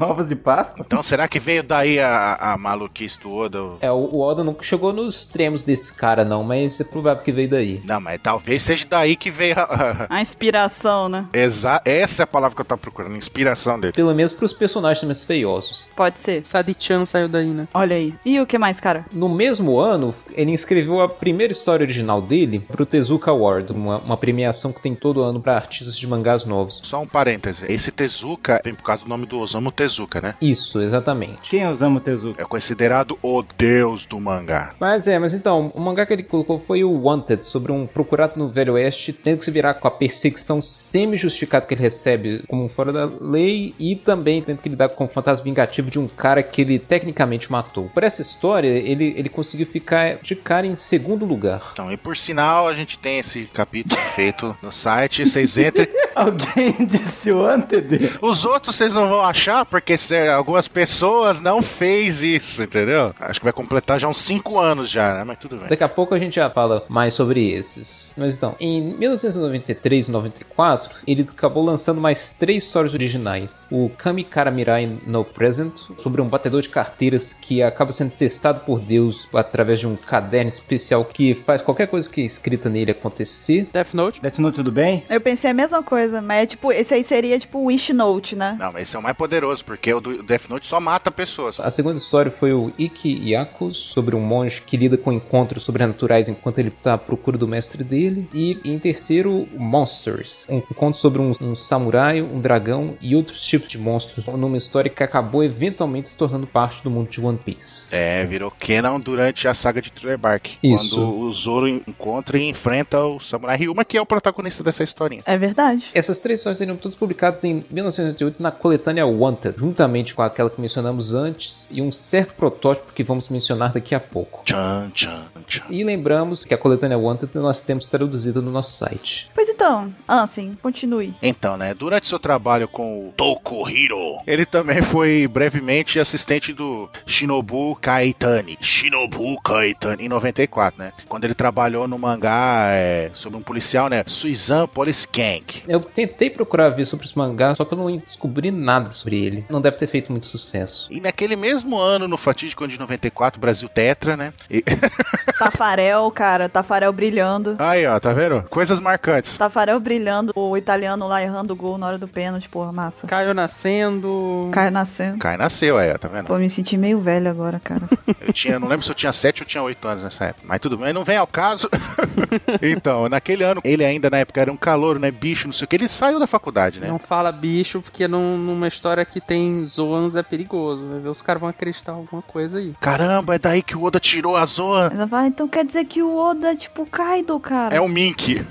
Speaker 5: ovos de Páscoa?
Speaker 4: Então será que veio daí a, a maluquice do Oda? O-
Speaker 3: É, o, o Oda nunca chegou nos extremos desse cara não, mas é provável que veio daí.
Speaker 4: Não, mas talvez seja daí que veio a. a-
Speaker 2: A inspiração, né?
Speaker 4: Exa essa é a palavra que eu tava procurando, inspiração dele.
Speaker 3: Pelo menos pros personagens mais feiosos.
Speaker 2: Pode ser.
Speaker 1: Sadichan saiu daí, né?
Speaker 2: Olha aí. E o que mais, cara?
Speaker 3: No mesmo ano, ele escreveu a primeira história original dele pro Tezuka Award, uma, uma premiação que tem todo ano pra artistas de mangás novos.
Speaker 4: Só um parêntese, esse Tezuka vem por causa do nome do Osamu Tezuka, né?
Speaker 3: Isso, exatamente.
Speaker 5: Quem é Osamu Tezuka?
Speaker 4: É considerado o deus do mangá.
Speaker 3: Mas é, mas então, o mangá que ele colocou foi o Wanted, sobre um procurado no Velho Oeste, tendo que se virar com a perseguição semi-justificada que ele recebe como um fora da lei, e também tendo que lidar com o fantasma vingativo de um cara que ele tecnicamente matou. Por essa história, ele, ele conseguiu ficar de cara em segundo lugar.
Speaker 4: Então, e por sinal, a gente tem esse capítulo feito no site. Vocês entrem.
Speaker 5: Alguém disse o antede.
Speaker 4: Os outros vocês não vão achar, porque cê- algumas pessoas não fez isso, entendeu? Acho que vai completar já uns 5 anos já, né? Mas tudo bem.
Speaker 3: Daqui a pouco a gente já fala mais sobre esses. Mas então, em 1993 e 94, ele acabou lançando mais três histórias originais. O Kamikara Mirai no Present, sobre um batedor de carteiras que acaba sendo testado por Deus através de um caderno especial que faz qualquer coisa que é escrita nele acontecer.
Speaker 1: Death Note?
Speaker 5: Death Note, tudo bem?
Speaker 2: Eu pensei a mesma coisa, mas é tipo, esse aí seria tipo o Wish Note, né?
Speaker 4: Não, mas esse é o mais poderoso, porque o do Death Note só mata pessoas.
Speaker 3: A segunda história foi o Iki Yaku, sobre um monge que lida com encontros sobrenaturais enquanto ele está à procura do mestre dele. E em terceiro, Monsters, um conto sobre um, um samurai, um dragão e outros tipos de monstros, numa história que acabou eventualmente se tornando parte do mundo de One Piece.
Speaker 4: É, virou Kenan durante a saga de Thriller Bark.
Speaker 3: Isso.
Speaker 4: Quando o Zoro encontra e enfrenta o Samurai Ryuma, que é o protagonista dessa historinha.
Speaker 2: É verdade.
Speaker 3: Essas três histórias seriam todas publicadas em 1988 na coletânea Wanted, juntamente com aquela que mencionamos antes e um certo protótipo que vamos mencionar daqui a pouco.
Speaker 4: Tchan, tchan, tchan.
Speaker 3: E lembramos que a coletânea Wanted nós temos traduzida no nosso site.
Speaker 2: Pois então, Ansem, continue.
Speaker 4: Então, né, durante seu trabalho com o Tokuhiro, ele também foi brevemente assistente do Shinobu Kaitani. Shinobu Kaitani, em 94, né? Quando ele trabalhou no mangá é, sobre um policial, né? Suizan Poliskank.
Speaker 3: Eu tentei procurar ver sobre esse mangá, só que eu não descobri nada sobre ele. Não deve ter feito muito sucesso.
Speaker 4: E naquele mesmo ano, no fatídico ano de 94, Brasil Tetra, né? E-
Speaker 2: Tafarel, cara, Tafarel brilhando.
Speaker 4: Aí, ó, tá vendo? Coisas marcantes.
Speaker 2: Tafarel brilhando, o italiano lá errando o gol na hora do pênalti, porra, massa.
Speaker 1: Caio nascendo.
Speaker 2: Caio nascendo.
Speaker 4: Cai nasceu, aí, ó, tá vendo?
Speaker 2: Pô, me senti meio velho agora, cara.
Speaker 4: Eu tinha, não lembro se eu tinha 7 ou tinha 8 anos nessa época. Mas tudo bem, não vem ao caso. então, naquele ano, ele ainda na época era um calor, né? Bicho, não sei o que. Ele saiu da faculdade, né?
Speaker 1: Não fala bicho, porque num- numa história que tem zoans é perigoso. Vai ver, os caras vão acreditar em alguma coisa aí.
Speaker 4: Caramba, é daí que o Oda tirou a zoa.
Speaker 2: Mas ela fala, ah, então quer dizer que o Oda é tipo Kaido, cara.
Speaker 4: É um Mink.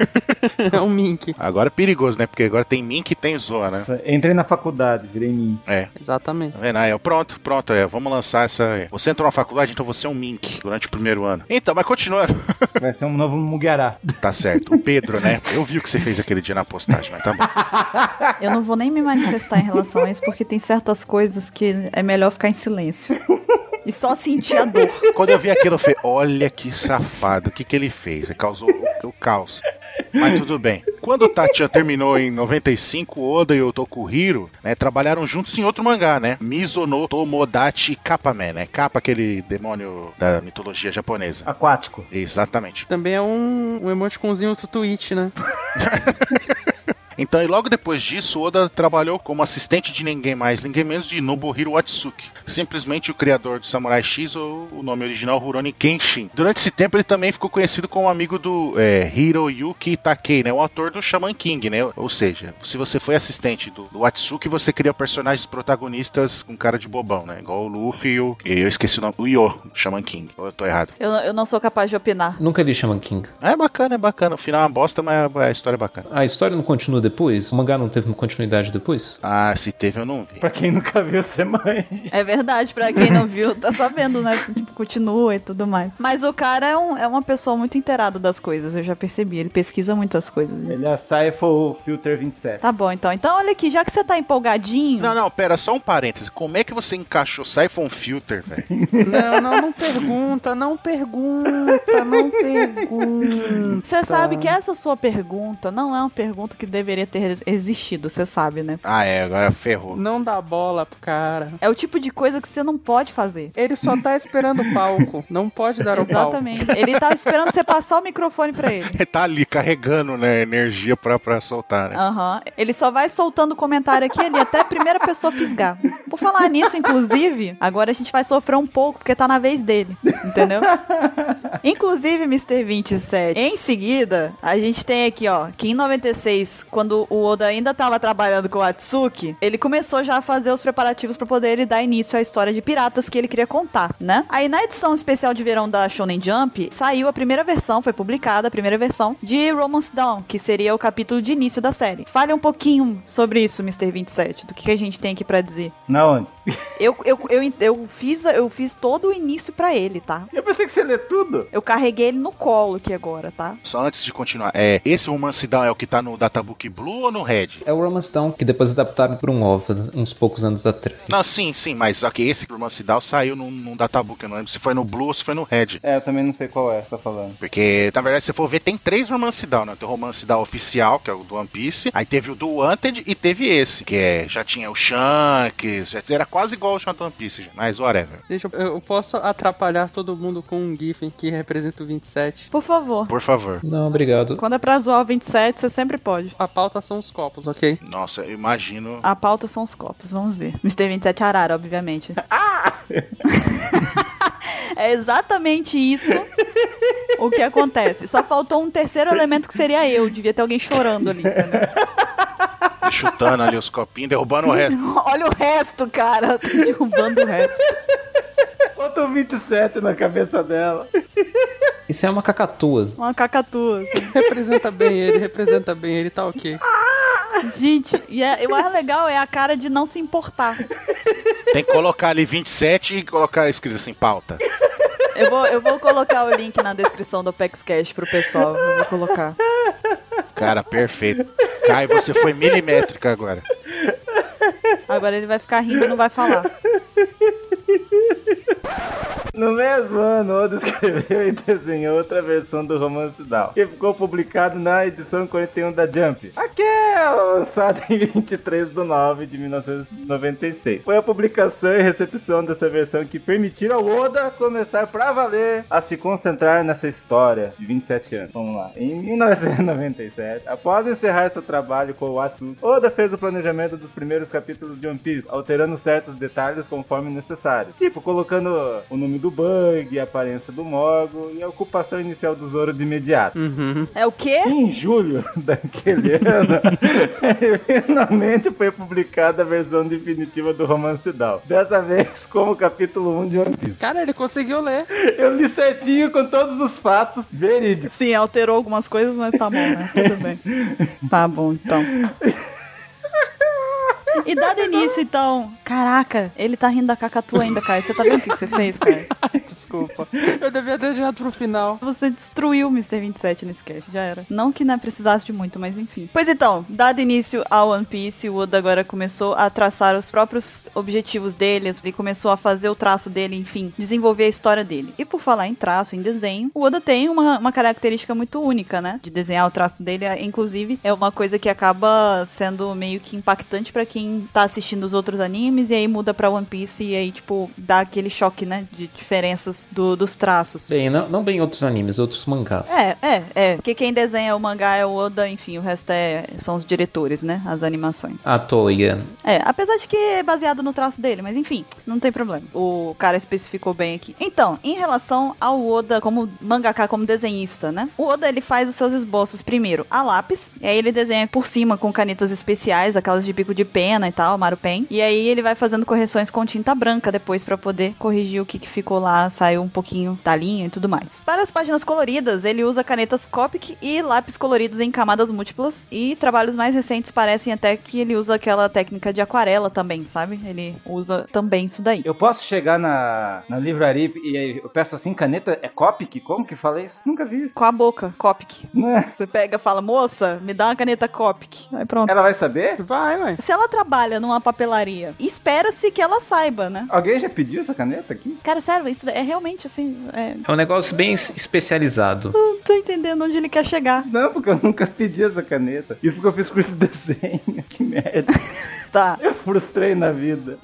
Speaker 1: é um mink.
Speaker 4: Agora é perigoso, né? Porque agora tem Mink e tem zoa, né?
Speaker 5: Entrei na faculdade, virei mim.
Speaker 4: É.
Speaker 1: Exatamente.
Speaker 4: Tá vendo? Aí, ó, pronto, pronto, aí, ó, vamos lançar essa. é. Você entrou na faculdade, então você é um Mink durante o primeiro ano. Então, mas continuando.
Speaker 5: Vai ser um novo Mugiará.
Speaker 4: Tá certo. O Pedro, né? Eu vi o que você fez aquele dia na postagem, mas tá bom.
Speaker 2: Eu não vou nem me manifestar em relação a isso, porque tem certas coisas que é melhor ficar em silêncio. E só sentir a dor.
Speaker 4: Quando eu vi aquilo, eu falei, olha que safado, o que, que ele fez? Ele causou o, o caos. Mas tudo bem. Quando o Tatian terminou em 95, o Oda e o Tokuhiro né, trabalharam juntos em outro mangá, né? Mizono Tomodachi Kappaman, né? Kappa, aquele demônio da mitologia japonesa.
Speaker 5: Aquático.
Speaker 4: Exatamente.
Speaker 1: Também é um, um emoticonzinho do tweet, né?
Speaker 4: Então, e logo depois disso, o Oda trabalhou como assistente de ninguém mais, ninguém menos de Nobuhiro Watsuki, simplesmente o criador do Samurai X, ou o nome original Rurouni Kenshin. Durante esse tempo, ele também ficou conhecido como amigo do é, Hiroyuki Takei, né, o autor do Shaman King, né? Ou seja, se você foi assistente do, do Watsuki, você cria personagens protagonistas com cara de bobão, né? Igual o Luffy e o... Eu esqueci o nome. O Yo, do Shaman King. Ou eu tô errado.
Speaker 2: Eu, eu não sou capaz de opinar.
Speaker 3: Nunca li Shaman King.
Speaker 4: É bacana, é bacana. O final é uma bosta, mas a história é bacana.
Speaker 3: A história não continua depois? O mangá não teve uma continuidade depois?
Speaker 4: Ah, se teve, eu não vi.
Speaker 5: Pra quem nunca viu, você mãe.
Speaker 2: É verdade, pra quem não viu, tá sabendo, né? Tipo, continua e tudo mais. Mas o cara é, um- é uma pessoa muito inteirada das coisas, eu já percebi. Ele pesquisa muitas coisas.
Speaker 5: Ele é Cypher Filter 27.
Speaker 2: Tá bom, então. Então, olha aqui, já que você tá empolgadinho.
Speaker 4: Não, não, pera, só um parêntese. Como é que você encaixou Siphon Filter, velho?
Speaker 1: Não, não, não pergunta, não pergunta, não pergunta.
Speaker 2: Você sabe que essa sua pergunta não é uma pergunta que deveria ter existido, você sabe, né?
Speaker 4: ah, é, agora ferrou.
Speaker 1: Não dá bola pro cara.
Speaker 2: É o tipo de coisa que você não pode fazer.
Speaker 1: Ele só tá esperando o palco. Não pode dar o palco.
Speaker 2: Exatamente. Ele tá esperando você passar o microfone pra ele.
Speaker 4: Tá ali carregando, né, energia pra, pra soltar, né?
Speaker 2: Aham. Ele só vai soltando comentário aqui e ali até a primeira pessoa fisgar. Por falar nisso, inclusive, agora a gente vai sofrer um pouco porque tá na vez dele, entendeu? Inclusive, Mr. 27, em seguida, a gente tem aqui, ó, que em 96, quando o Oda ainda tava trabalhando com o Atsuki, ele começou já a fazer os preparativos pra poder ele dar início à história de piratas que ele queria contar, né? Aí na edição especial de verão da Shonen Jump, saiu a primeira versão, foi publicada a primeira versão de Romance Dawn, que seria o capítulo de início da série. Fale um pouquinho sobre isso, Mr. 27, do que, que a gente tem aqui pra dizer.
Speaker 5: Na onde?
Speaker 2: Eu, eu, eu, eu, fiz, eu fiz todo o início pra ele, tá?
Speaker 5: Eu pensei que você lê tudo.
Speaker 2: Eu carreguei ele no colo aqui agora, tá?
Speaker 4: Só antes de continuar, é esse Romance Down é o que tá no Databook Blue ou no Red?
Speaker 3: É o Romance Down que depois adaptaram para um OVA uns poucos anos atrás.
Speaker 4: Não, sim, sim, mas só que esse Romance Down saiu num, num Databook, eu não lembro se foi no Blue ou se foi no Red.
Speaker 5: É, eu também não sei qual é que tá falando.
Speaker 4: Porque, na verdade, se for ver, tem três Romance Down, né? Tem o Romance Down oficial, que é o do One Piece, aí teve o do Wanted e teve esse, que é, já tinha o Shanks, já era quase igual o Shot One Piece, já, mas whatever.
Speaker 1: Gente, eu, eu posso atrapalhar todo mundo com um GIF que representa o 27.
Speaker 2: Por favor.
Speaker 4: Por favor.
Speaker 3: Não, obrigado.
Speaker 2: Quando é pra zoar o 27, você sempre pode.
Speaker 1: A pauta são os copos, ok?
Speaker 4: Nossa, eu imagino.
Speaker 2: A pauta são os copos, vamos ver. Mr. 27 Arara, obviamente. É exatamente isso o que acontece. Só faltou um terceiro elemento que seria eu. Devia ter alguém chorando ali, entendeu?
Speaker 4: Chutando ali os copinhos, derrubando o resto.
Speaker 2: Olha o resto, cara. Tô derrubando o resto.
Speaker 5: Bota o 27 na cabeça dela.
Speaker 3: Isso é uma cacatua.
Speaker 2: Uma cacatua. assim.
Speaker 1: Representa bem ele, representa bem ele, tá ok.
Speaker 2: Gente, e é- e o mais legal é a cara de não se importar.
Speaker 4: Tem que colocar ali 27 e colocar escrito assim, pauta.
Speaker 2: Eu vou, eu vou colocar o link na descrição do Pex Cash pro pessoal. Eu vou colocar.
Speaker 4: Cara, perfeito. Caio, você foi milimétrica agora.
Speaker 2: Agora ele vai ficar rindo e não vai falar.
Speaker 5: No mesmo ano, Oda escreveu e desenhou outra versão do Romance Down, que ficou publicado na edição 41 da Jump. Aquela lançada em 23 de 9 de 1996. Foi a publicação e recepção dessa versão que permitiram ao Oda começar pra valer a se concentrar nessa história de 27 anos. Vamos lá. Em 1997, após encerrar seu trabalho com o Atsu, Oda fez o planejamento dos primeiros capítulos de One Piece, alterando certos detalhes conforme necessário. Tipo, colocando o nome do bug, a aparência do Morgo e a ocupação inicial do Zoro de imediato.
Speaker 1: Uhum.
Speaker 2: É o quê?
Speaker 5: Em julho daquele ano, finalmente foi publicada a versão definitiva do Romance Down. Dessa vez como capítulo 1 de One Piece.
Speaker 1: Cara, ele conseguiu ler.
Speaker 5: Eu li certinho com todos os fatos verídicos.
Speaker 2: Sim, alterou algumas coisas, mas tá bom, né? Tudo bem. Tá bom, então. E dado início, então. Caraca, ele tá rindo da cacatua ainda, Caio. Você tá vendo o que, que você fez, Caio?
Speaker 1: Ai, desculpa. Eu devia ter deixado pro final.
Speaker 2: Você destruiu o Mr. 27 nesse cast, já era. Não que não precisasse de muito, mas enfim. Pois então, dado início ao One Piece, o Oda agora começou a traçar os próprios objetivos dele, ele começou a fazer o traço dele, enfim, desenvolver a história dele. E por falar em traço, em desenho, o Oda tem uma, uma característica muito única, né? De desenhar o traço dele, é, inclusive, é uma coisa que acaba sendo meio que impactante pra quem tá assistindo os outros animes e aí muda pra One Piece e aí, tipo, dá aquele choque, né? De diferenças do- dos traços.
Speaker 3: Bem, não, não bem outros animes, outros mangás.
Speaker 2: É, é, é. Porque quem desenha o mangá é o Oda, enfim, o resto é, são os diretores, né? As animações.
Speaker 3: A Toya.
Speaker 2: É, apesar de que é baseado no traço dele, mas enfim, não tem problema. O cara especificou bem aqui. Então, em relação ao Oda como mangaka, como desenhista, né? O Oda, ele faz os seus esboços primeiro a lápis, e aí ele desenha por cima com canetas especiais, aquelas de bico de pena e tal, Maru Pen. E aí ele vai fazendo correções com tinta branca depois pra poder corrigir o que, que ficou lá, saiu um pouquinho da linha e tudo mais. Para as páginas coloridas, ele usa canetas Copic e lápis coloridos em camadas múltiplas. E trabalhos mais recentes parecem até que ele usa aquela técnica de aquarela também, sabe? Ele usa também isso daí.
Speaker 5: Eu posso chegar na, na livraria e aí eu peço assim, caneta é Copic? Como que fala isso? Nunca vi isso.
Speaker 2: Com a boca, Copic.
Speaker 5: Né?
Speaker 2: Você pega e fala, moça, me dá uma caneta Copic. Aí pronto.
Speaker 5: Ela vai saber?
Speaker 1: Vai, ué.
Speaker 2: Se ela trabalha numa papelaria, espera-se que ela saiba, né?
Speaker 5: Alguém já pediu essa caneta aqui?
Speaker 2: Cara, sério, isso é realmente assim. é,
Speaker 3: É um negócio bem es- especializado.
Speaker 2: não tô entendendo onde ele quer chegar.
Speaker 5: Não, porque eu nunca pedi essa caneta. Isso porque eu fiz curso de desenho. Que merda.
Speaker 2: Tá.
Speaker 5: Eu frustrei na vida.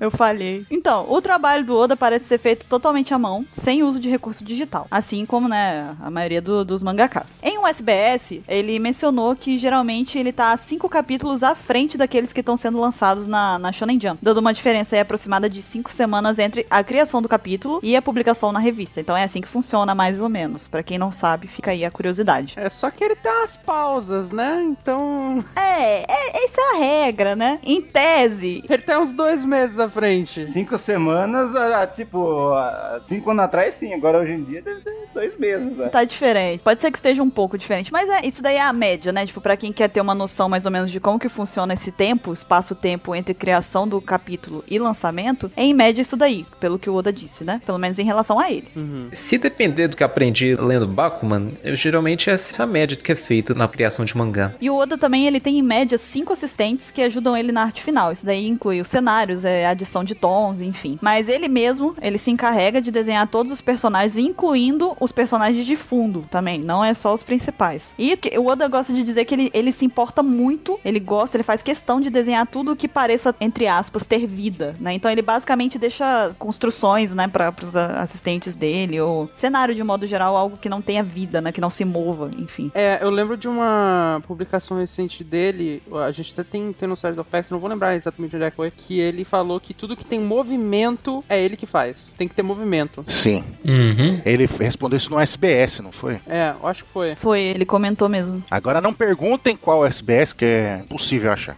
Speaker 2: Eu falhei. Então, o trabalho do Oda parece ser feito totalmente à mão, sem uso de recurso digital. Assim como, né, a maioria do- dos mangakas. Em um SBS, ele mencionou que geralmente ele tá cinco capítulos à frente daqueles que estão sendo lançados na, na Shonen Jump, dando uma diferença aí aproximada de cinco semanas entre a criação do capítulo e a publicação na revista. Então é assim que funciona, mais ou menos, pra quem não sabe sabe? Fica aí a curiosidade.
Speaker 1: É só que ele tem umas pausas, né? Então.
Speaker 2: É, é, essa é a regra, né? Em tese,
Speaker 1: Ele tem uns dois meses à frente.
Speaker 5: Cinco semanas, ah, ah, tipo, ah, cinco anos atrás sim, agora hoje em dia deve ser dois meses. né?
Speaker 2: Tá diferente. Pode ser que esteja um pouco diferente, mas é, isso daí é a média, né? Tipo, pra quem quer ter uma noção mais ou menos de como que funciona esse tempo, espaço-tempo entre criação do capítulo e lançamento, é em média isso daí, pelo que o Oda disse, né? Pelo menos em relação a ele.
Speaker 3: Se depender do que aprendi lendo Bakuman, eu, geralmente é essa média que é feita na criação de mangá.
Speaker 2: E o Oda também, ele tem em média cinco assistentes que ajudam ele na arte final. Isso daí inclui os cenários, é, a adição de tons, enfim. Mas ele mesmo, ele se encarrega de desenhar todos os personagens, incluindo os personagens de fundo também, não é só os principais. E que- o Oda gosta de dizer que ele, ele se importa muito, ele gosta, ele faz questão de desenhar tudo que pareça, entre aspas, ter vida, né? Então ele basicamente deixa construções, né, para os assistentes dele, ou cenário de modo geral, algo que não tenha vida, né, que não se mova, enfim.
Speaker 1: É, eu lembro de uma publicação recente dele, a gente até tem, tem no site do Apex, não vou lembrar exatamente onde é que foi, que ele falou que tudo que tem movimento é ele que faz. Tem que ter movimento.
Speaker 4: Sim.
Speaker 3: Uhum.
Speaker 4: Ele respondeu isso no SBS, não foi?
Speaker 1: É, eu acho que foi.
Speaker 2: Foi, ele comentou mesmo.
Speaker 4: Agora não perguntem qual SBS, que é impossível achar.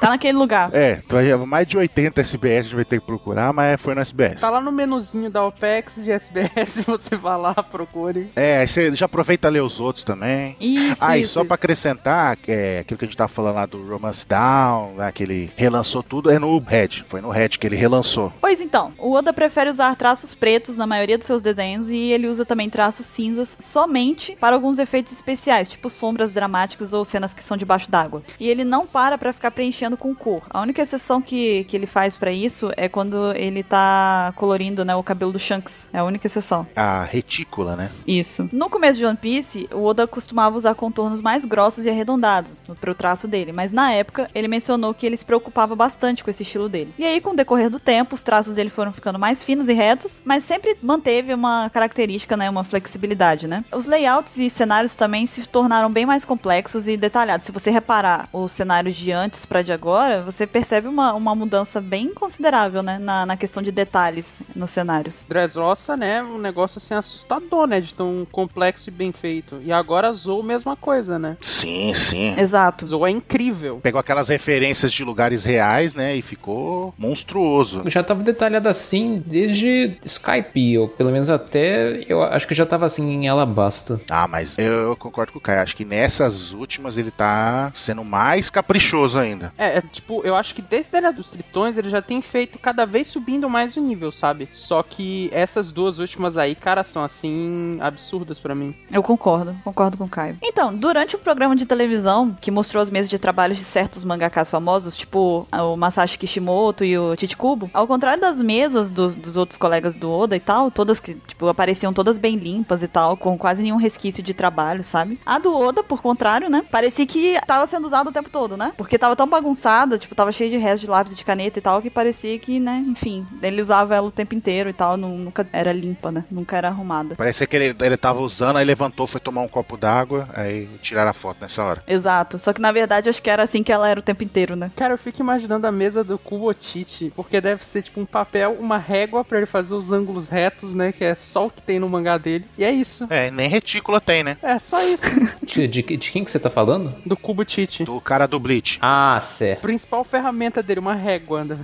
Speaker 2: Tá naquele lugar.
Speaker 4: É, tu vai- mais de 80 SBS a gente vai ter que procurar, mas foi no SBS.
Speaker 1: Tá lá no menuzinho da OPEX de SBS, você vai lá, procure.
Speaker 4: É, aí você já aproveita ler os outros também.
Speaker 2: Isso,
Speaker 4: ah, e
Speaker 2: isso,
Speaker 4: só pra
Speaker 2: isso.
Speaker 4: acrescentar, é, aquilo que a gente tava falando lá do Romance Down, né, que ele relançou tudo, é no Red. Foi no Red que ele relançou.
Speaker 2: Pois então, o Oda prefere usar traços pretos na maioria dos seus desenhos e ele usa também traços cinzas somente para alguns efeitos especiais, tipo sombras dramáticas ou cenas que são debaixo d'água. E ele não para pra ficar preenchendo com cor. A única exceção que, que ele faz pra isso é quando ele tá colorindo, né, o cabelo do Shanks. É a única exceção.
Speaker 4: A retícula, né?
Speaker 2: Isso. No começo de One Piece, o Oda costumava usar contornos mais grossos e arredondados pro traço dele, mas na época ele mencionou que ele se preocupava bastante com esse estilo dele. E aí, com o decorrer do tempo, os traços dele foram ficando mais finos e retos, mas sempre manteve uma característica, né, uma flexibilidade, né? Os layouts e cenários também se tornaram bem mais complexos e detalhados. Se você reparar os cenários de antes pra de agora, você percebe uma, uma mudança bem considerável, né, na, na questão de detalhes nos cenários.
Speaker 1: Dressrosa, né? Um negócio assim assustador, né? De tão complexo e bem feito. E agora Zou, mesma coisa, né?
Speaker 4: Sim, sim.
Speaker 2: Exato.
Speaker 1: Zou é incrível.
Speaker 4: Pegou aquelas referências de lugares reais, né? E ficou monstruoso.
Speaker 3: Eu já tava detalhado assim desde Skype, ou pelo menos até eu acho que já tava assim em Alabasta.
Speaker 4: Ah, mas eu concordo com o Caio. Acho que nessas últimas ele tá sendo mais caprichoso ainda.
Speaker 1: É, é, tipo, eu acho que desde a Era dos Tritões ele já tem feito cada vez subindo mais o nível, sabe? Só que essas duas últimas aí, cara, são assim absurdas pra mim.
Speaker 2: Eu concordo, concordo com o Caio. Então, durante um programa de televisão que mostrou os meses de trabalhos de certos mangakas famosos, tipo o Masashi Kishimoto e o Chichikubo, ao contrário das mesas dos, dos outros colegas do Oda e tal, todas que, tipo, apareciam todas bem limpas e tal, com quase nenhum resquício de trabalho, sabe? A do Oda, por contrário, né? Parecia que tava sendo usada o tempo todo, né? Porque tava tão bagunçada, tipo, tava cheio de restos de lápis, de caneta e tal, que parecia que, né, enfim, ele usava ela o tempo inteiro e tal, nu- nunca era limpa, né? Nunca era arrumada.
Speaker 4: Parecia que ele, ele tava usando, aí levantou, foi tomar um copo d'água, aí tiraram a foto nessa hora.
Speaker 2: Exato. Só que na verdade acho que era assim que ela era o tempo inteiro, né?
Speaker 1: Cara, eu fico imaginando a mesa do Kubotiti, porque deve ser tipo um papel, uma régua pra ele fazer os ângulos retos, né? Que é só o que tem no mangá dele. E é isso.
Speaker 4: É, nem retícula tem, né?
Speaker 1: É só isso
Speaker 3: De, de- de quem que você tá falando?
Speaker 1: do Kubotiti.
Speaker 4: Do cara do Bleach.
Speaker 3: Ah,
Speaker 1: A
Speaker 3: certo.
Speaker 1: principal ferramenta dele, uma régua. né?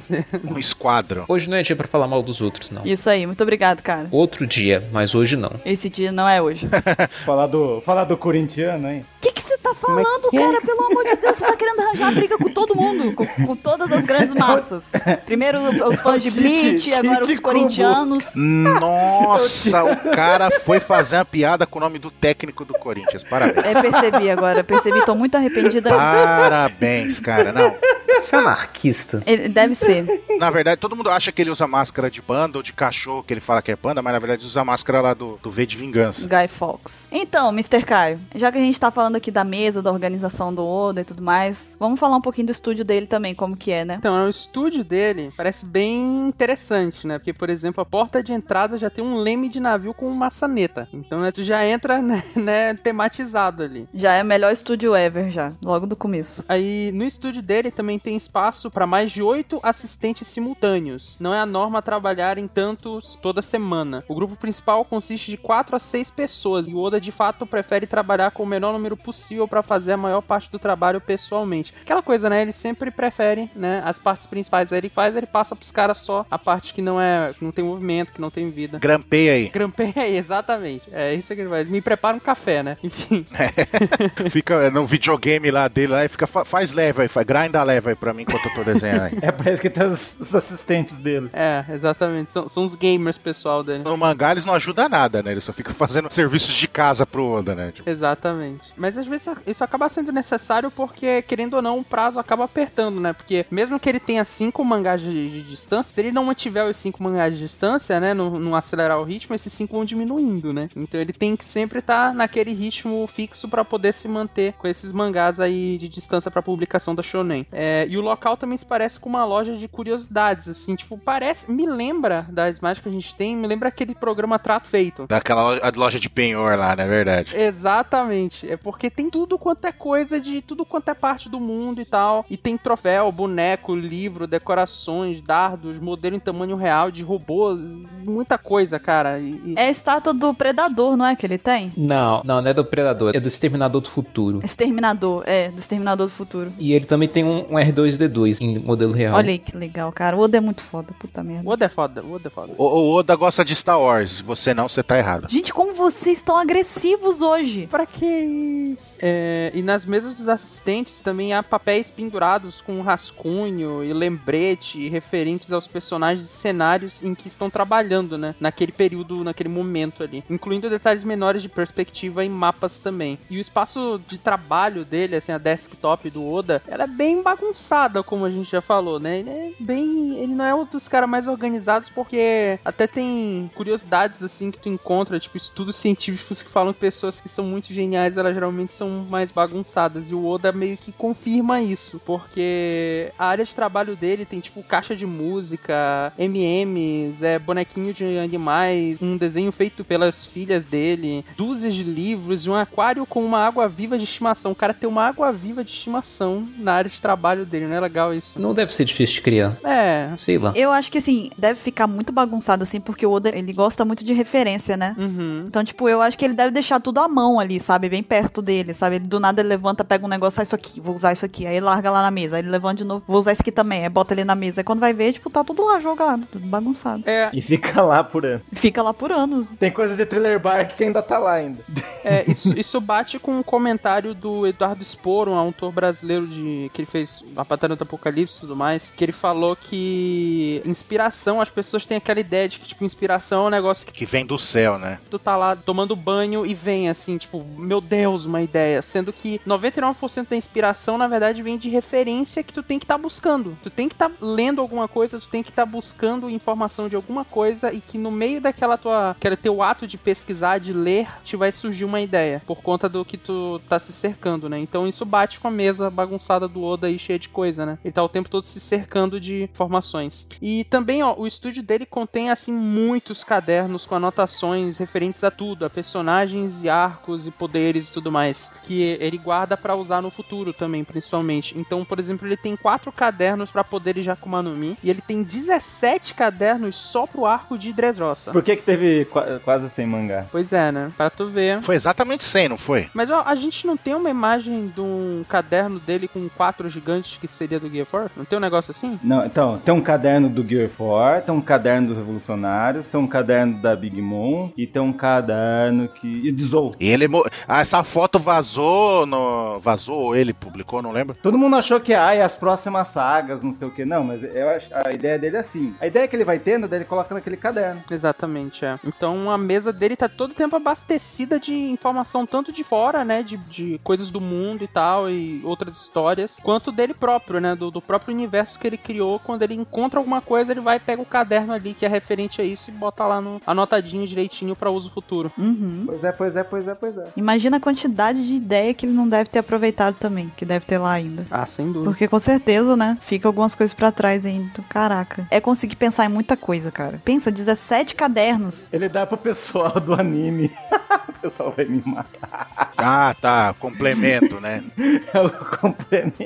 Speaker 4: Um esquadro.
Speaker 3: Hoje não é dia pra falar mal dos outros, não.
Speaker 2: Isso aí, muito obrigado, cara.
Speaker 3: Outro dia, mas hoje não.
Speaker 2: Esse dia não é hoje. O
Speaker 5: Falar do, falar do corintiano, hein?
Speaker 2: que que você tá
Speaker 1: Como é que
Speaker 2: falando,
Speaker 1: é?
Speaker 2: cara? Pelo amor de Deus, você tá querendo arranjar briga com todo mundo, com, com todas as grandes massas. Primeiro os fãs de
Speaker 5: Tite,
Speaker 2: Bleach, agora os
Speaker 5: Tite
Speaker 2: corintianos.
Speaker 4: Nossa, o cara foi fazer uma piada com o nome do técnico do Corinthians. Parabéns.
Speaker 2: É, percebi agora, percebi, tô muito
Speaker 1: Ah.
Speaker 2: arrependida.
Speaker 4: Parabéns, cara. Não,
Speaker 3: Você é anarquista.
Speaker 2: Ele- Deve ser.
Speaker 4: na verdade, todo mundo acha que ele usa máscara de panda ou de cachorro, que ele fala que é panda, mas na verdade usa a máscara lá do, do V de Vingança.
Speaker 2: Guy Fawkes. Então, Mr. Caio, já que a gente tá falando aqui da mesa da organização do Oda e tudo mais. Vamos falar um pouquinho do estúdio dele também, como que é, né?
Speaker 1: Então, o estúdio dele parece bem interessante, né? Porque, por exemplo, a porta de entrada já tem um leme de navio com maçaneta. Então, né, tu já entra, né, né, tematizado ali.
Speaker 2: Já é o melhor estúdio ever, já, logo do começo.
Speaker 1: Aí, no estúdio dele também tem espaço para mais de oito assistentes simultâneos. Não é a norma trabalhar em tantos toda semana. O grupo principal consiste de quatro a seis pessoas e o Oda, de fato, prefere trabalhar com o menor número possível para fazer a maior parte do trabalho pessoalmente. Aquela coisa, né? Ele sempre prefere, né? As partes principais ele faz, ele passa pros caras só a parte que não é, que não tem movimento, que não tem vida.
Speaker 4: Grampeia aí.
Speaker 1: Grampeia aí, exatamente. É isso que ele faz. Me prepara um café, né? Enfim.
Speaker 4: Fica é, no videogame lá dele lá e fica, fa- faz leve aí, faz, grinda leve aí pra mim enquanto eu tô desenhando aí.
Speaker 5: É, parece que tem os, os assistentes dele.
Speaker 1: É, exatamente. São, são os gamers pessoal dele.
Speaker 4: No mangá eles não ajudam nada, né? Ele só fica fazendo serviços de casa pro Oda, né? Tipo,
Speaker 1: Exatamente. Mas às vezes isso acaba sendo necessário porque, querendo ou não, o prazo acaba apertando, né? Porque mesmo que ele tenha cinco mangás de, de distância, se ele não mantiver os cinco mangás de distância, né? Não, não acelerar o ritmo, esses cinco vão diminuindo, né? Então ele tem que sempre estar naquele ritmo fixo pra poder se manter com esses mangás aí de distância pra publicação da Shonen. É, e o local também se parece com uma loja de curiosidades, assim, tipo, parece. Me lembra das imagens que a gente tem, me lembra aquele programa Trato Feito.
Speaker 4: daquela loja, a loja de penhor lá, né? Verdade.
Speaker 1: Exatamente. É porque tem tudo quanto é coisa de tudo quanto é parte do mundo e tal. E tem troféu, boneco, livro, decorações, dardos, modelo em tamanho real de robôs, muita coisa, cara. E, e-
Speaker 2: É a estátua do Predador, não é que ele tem?
Speaker 3: Não, não, não é do Predador, é do Exterminador do Futuro.
Speaker 2: Exterminador, é, do Exterminador do Futuro.
Speaker 3: E ele também tem um, um R2D2 em modelo real.
Speaker 2: Olha aí que legal, cara. O Oda é muito foda, puta merda.
Speaker 1: O Oda é foda, o Oda é foda.
Speaker 4: O, o Oda gosta de Star Wars. Se Você não, você tá errado.
Speaker 2: Gente, como vocês estão agressivos hoje?
Speaker 1: Pra que isso? É, e nas mesas dos assistentes também há papéis pendurados com rascunho e lembrete referentes aos personagens e cenários em que estão trabalhando, né? Naquele período, naquele momento ali. Incluindo detalhes menores de perspectiva em mapas também. E o espaço de trabalho dele, assim, a desktop do Oda, ela é bem bagunçada, como a gente já falou, né? Ele é bem. Ele não é um dos caras mais organizados, porque até tem curiosidades, assim, que tu encontra, tipo, estudos científicos que falam que pessoas que são muito geniais, elas geralmente são mais bagunçadas. E o Oda meio que confirma isso, porque a área de trabalho dele tem, tipo, caixa de música, MMs, é, bonequinho de animais, um desenho feito pelas filhas dele, dúzias de livros e um aquário com uma água viva de estimação. O cara tem uma água viva de estimação na área de trabalho dele, não é legal isso?
Speaker 3: Não deve ser difícil de criar.
Speaker 1: É.
Speaker 3: Sei lá.
Speaker 2: Eu acho que assim, deve ficar muito bagunçado assim, porque o Oda, ele gosta muito de referência, né?
Speaker 1: Uhum.
Speaker 2: Então, tipo, eu acho que ele deve deixar tudo à mão ali, sabe? Bem perto dele, sabe? Ele do nada ele levanta, pega um negócio, ah, isso aqui, vou usar isso aqui. Aí larga lá na mesa. Aí ele levanta de novo, vou usar isso aqui também. Aí bota ele na mesa. Aí quando vai ver, tipo, tá tudo lá jogado, tudo bagunçado.
Speaker 1: É,
Speaker 5: E fica lá por ano.
Speaker 2: Fica lá por anos.
Speaker 5: Tem coisas de Thriller Bark que ainda tá lá ainda.
Speaker 1: É, isso, isso bate com um comentário do Eduardo Spor, um autor brasileiro de que ele fez A Batalha do Apocalipse e tudo mais, que ele falou que inspiração, as pessoas têm aquela ideia de que, tipo, inspiração é um negócio que
Speaker 4: Que vem do céu, né?
Speaker 1: tu tá lá tomando banho e vem assim, tipo, meu Deus, uma ideia. Sendo que 99% da inspiração, na verdade, vem de referência que tu tem que estar buscando. Tu tem que estar lendo alguma coisa, tu tem que estar buscando informação de alguma coisa e que no meio daquela tua, aquele teu ato de pesquisar, de ler, te vai surgir uma ideia por conta do que tu tá se cercando, né? Então isso bate com a mesa bagunçada do Oda aí cheia de coisa, né? Ele tá o tempo todo se cercando de informações. E também, ó, o estúdio dele contém, assim, muitos cadernos com anotações referentes a tudo, a personagens e arcos e poderes e tudo mais, que ele guarda pra usar no futuro também, principalmente. Então, por exemplo, ele tem quatro cadernos pra poderes de Akuma no Mi, e ele tem 17 cadernos só pro arco de Dressrosa.
Speaker 5: Por que que teve qua- quase sem mangá?
Speaker 1: Pois é, né? Pra tu ver.
Speaker 4: Foi exatamente 100, não foi?
Speaker 1: Mas ó, a gente não tem uma imagem de um caderno dele com quatro gigantes que seria do Gear Force? Não tem um negócio assim?
Speaker 5: Não, então, tem um caderno do Gear 4, tem um caderno dos Revolucionários, tem um caderno da Big Mom e tem um caderno que. E de Zou.
Speaker 4: E ele. mo- Ah, essa foto vazou no. Vazou, ou ele publicou, não lembro.
Speaker 5: Todo mundo achou que, ai, as próximas sagas, não sei o que. Não, mas eu acho, a ideia dele é assim. A ideia que ele vai tendo, daí ele coloca naquele caderno.
Speaker 1: Exatamente, é. Então a mesa dele tá todo tempo abastecida de informação tanto de fora, né, de, de coisas do mundo e tal, e outras histórias, quanto dele próprio, né, do, do próprio universo que ele criou. Quando ele encontra alguma coisa, ele vai, pega o caderno ali que é referente a isso e bota lá no anotadinho direitinho pra uso futuro.
Speaker 2: Uhum.
Speaker 5: Pois é, pois é, pois é, pois é.
Speaker 2: Imagina a quantidade de ideia que ele não deve ter aproveitado também, que deve ter lá ainda.
Speaker 1: Ah, sem dúvida.
Speaker 2: Porque com certeza, né? Fica algumas coisas pra trás ainda. Então, Caraca. É conseguir pensar em muita coisa, cara. Pensa, 17 cadernos.
Speaker 5: Ele dá pro pessoal do anime. o pessoal vai me matar.
Speaker 4: Ah, tá. Complemento, né?
Speaker 5: É o complemento.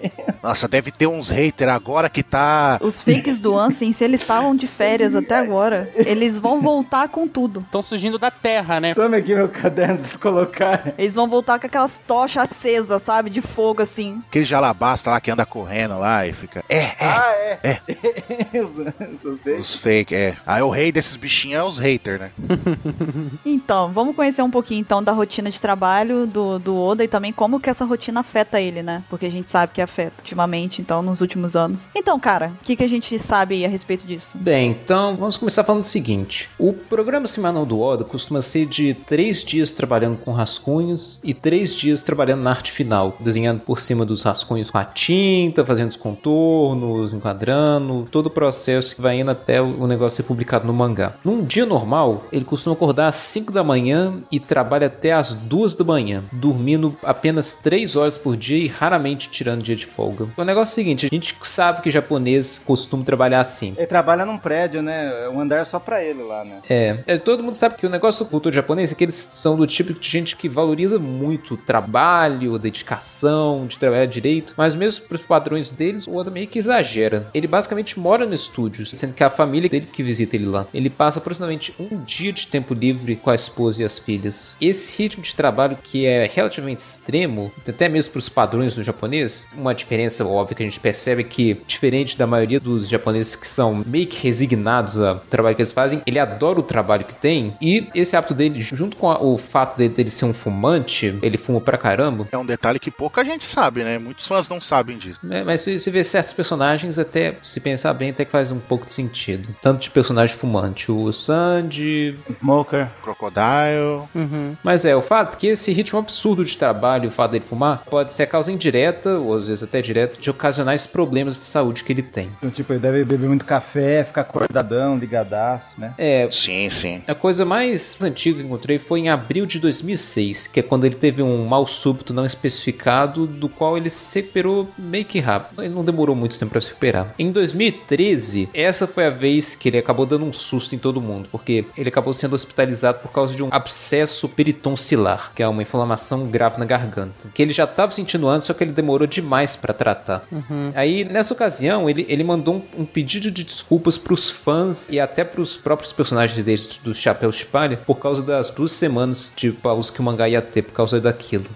Speaker 4: Nossa, deve ter uns hater agora que tá.
Speaker 2: Os fakes do Ansem, se eles estavam de férias até agora, eles vão voltar com tudo.
Speaker 1: Estão surgindo da terra, né?
Speaker 5: Tome aqui meu caderno descolocar.
Speaker 2: Eles vão voltar com aquelas tochas acesas, sabe? De fogo, assim.
Speaker 4: Aquele jalabasta lá que anda correndo lá e fica. É, é.
Speaker 5: Ah, é. Eu sei.
Speaker 4: Os fake, é. Aí o rei desses bichinhos é os hater, né?
Speaker 2: Então, vamos conhecer um pouquinho então da rotina de trabalho do, do Oda e também como que essa rotina afeta ele, né? Porque a gente sabe que afeta ultimamente, então, nos últimos anos. Então, cara, o que, que a gente sabe aí a respeito disso?
Speaker 3: Bem, então vamos começar falando o seguinte: o programa semanal do Oda costuma ser de três dias trabalhando com rascunhos e três dias trabalhando na arte final, desenhando por cima dos rascunhos com a tinta, fazendo os contornos, enquadrando, todo o processo que vai indo até o negócio ser publicado no mangá. Num dia normal, ele costuma acordar às 5 da manhã e trabalha até às 2 da manhã, dormindo apenas 3 horas por dia e raramente tirando dia de folga. O negócio é o seguinte, a gente sabe que japonês costuma trabalhar assim.
Speaker 5: Ele trabalha num prédio, né? É Um andar só pra ele lá, né?
Speaker 3: É, é, todo mundo sabe que o negócio do cultura japonês é que eles são do tipo de gente que valoriza muito o trabalho, a dedicação, de trabalhar direito, mas mesmo pros padrões deles, o Oda meio que exagera. Ele basicamente mora no estúdio, sendo que a família dele que visita ele lá. Ele passa aproximadamente um dia de tempo livre com a esposa e as filhas. Esse ritmo de trabalho que é relativamente extremo, até mesmo pros padrões do japonês, uma diferença óbvia que a gente percebe é que, diferente da maioria dos japoneses que são meio que resignados ao trabalho que eles fazem, ele adora o trabalho que tem e esse hábito dele, junto com a- o fato de- dele ser um fumante, ele fuma pra caramba,
Speaker 4: É um detalhe que pouca gente sabe, né? Muitos fãs não sabem disso.
Speaker 3: É, mas se você vê certos personagens, até se pensar bem, até que faz um pouco de sentido. Tanto de personagem fumante, o Sandy.
Speaker 5: Smoker.
Speaker 4: Crocodile.
Speaker 1: Uhum.
Speaker 3: Mas é, o fato que esse ritmo absurdo de trabalho, o fato dele fumar, pode ser a causa indireta, ou às vezes até direta, de ocasionais problemas de saúde que ele tem.
Speaker 5: Então, tipo, ele deve beber muito café, ficar acordadão, ligadaço, né?
Speaker 3: É,
Speaker 4: Sim, sim.
Speaker 3: A coisa mais antiga que encontrei foi em abril de 2006, que é quando ele teve um mal súbito não especificado, do qual ele se recuperou meio que rápido. Ele não demorou muito tempo para se recuperar. Em 2013, essa foi a vez que ele acabou dando um susto em todo mundo, porque ele acabou sendo hospitalizado por causa de um abscesso peritoncilar, que é uma inflamação grave na garganta, que ele já estava sentindo antes, só que ele demorou demais para tratar. Aí, nessa ocasião, ele, ele mandou um, um pedido de desculpas pros fãs e até pros próprios personagens dele, do Chapéu de Palha, por causa das duas semanas de pausa que o mangá ia ter por causa daquilo.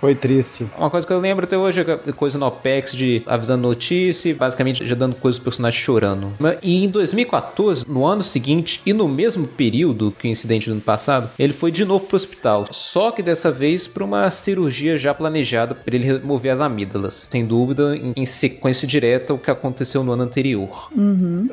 Speaker 5: Foi triste.
Speaker 3: Uma coisa que eu lembro até hoje é coisa no OPEX de avisando notícia, e basicamente já dando coisa do personagem chorando. Mas- E em 2014, no ano seguinte e no mesmo período que o incidente do ano passado, ele foi de novo pro hospital. Só que dessa vez para uma cirurgia já planejada para ele remover as amígdalas. Sem dúvida, em- em sequência direta ao que aconteceu no ano anterior.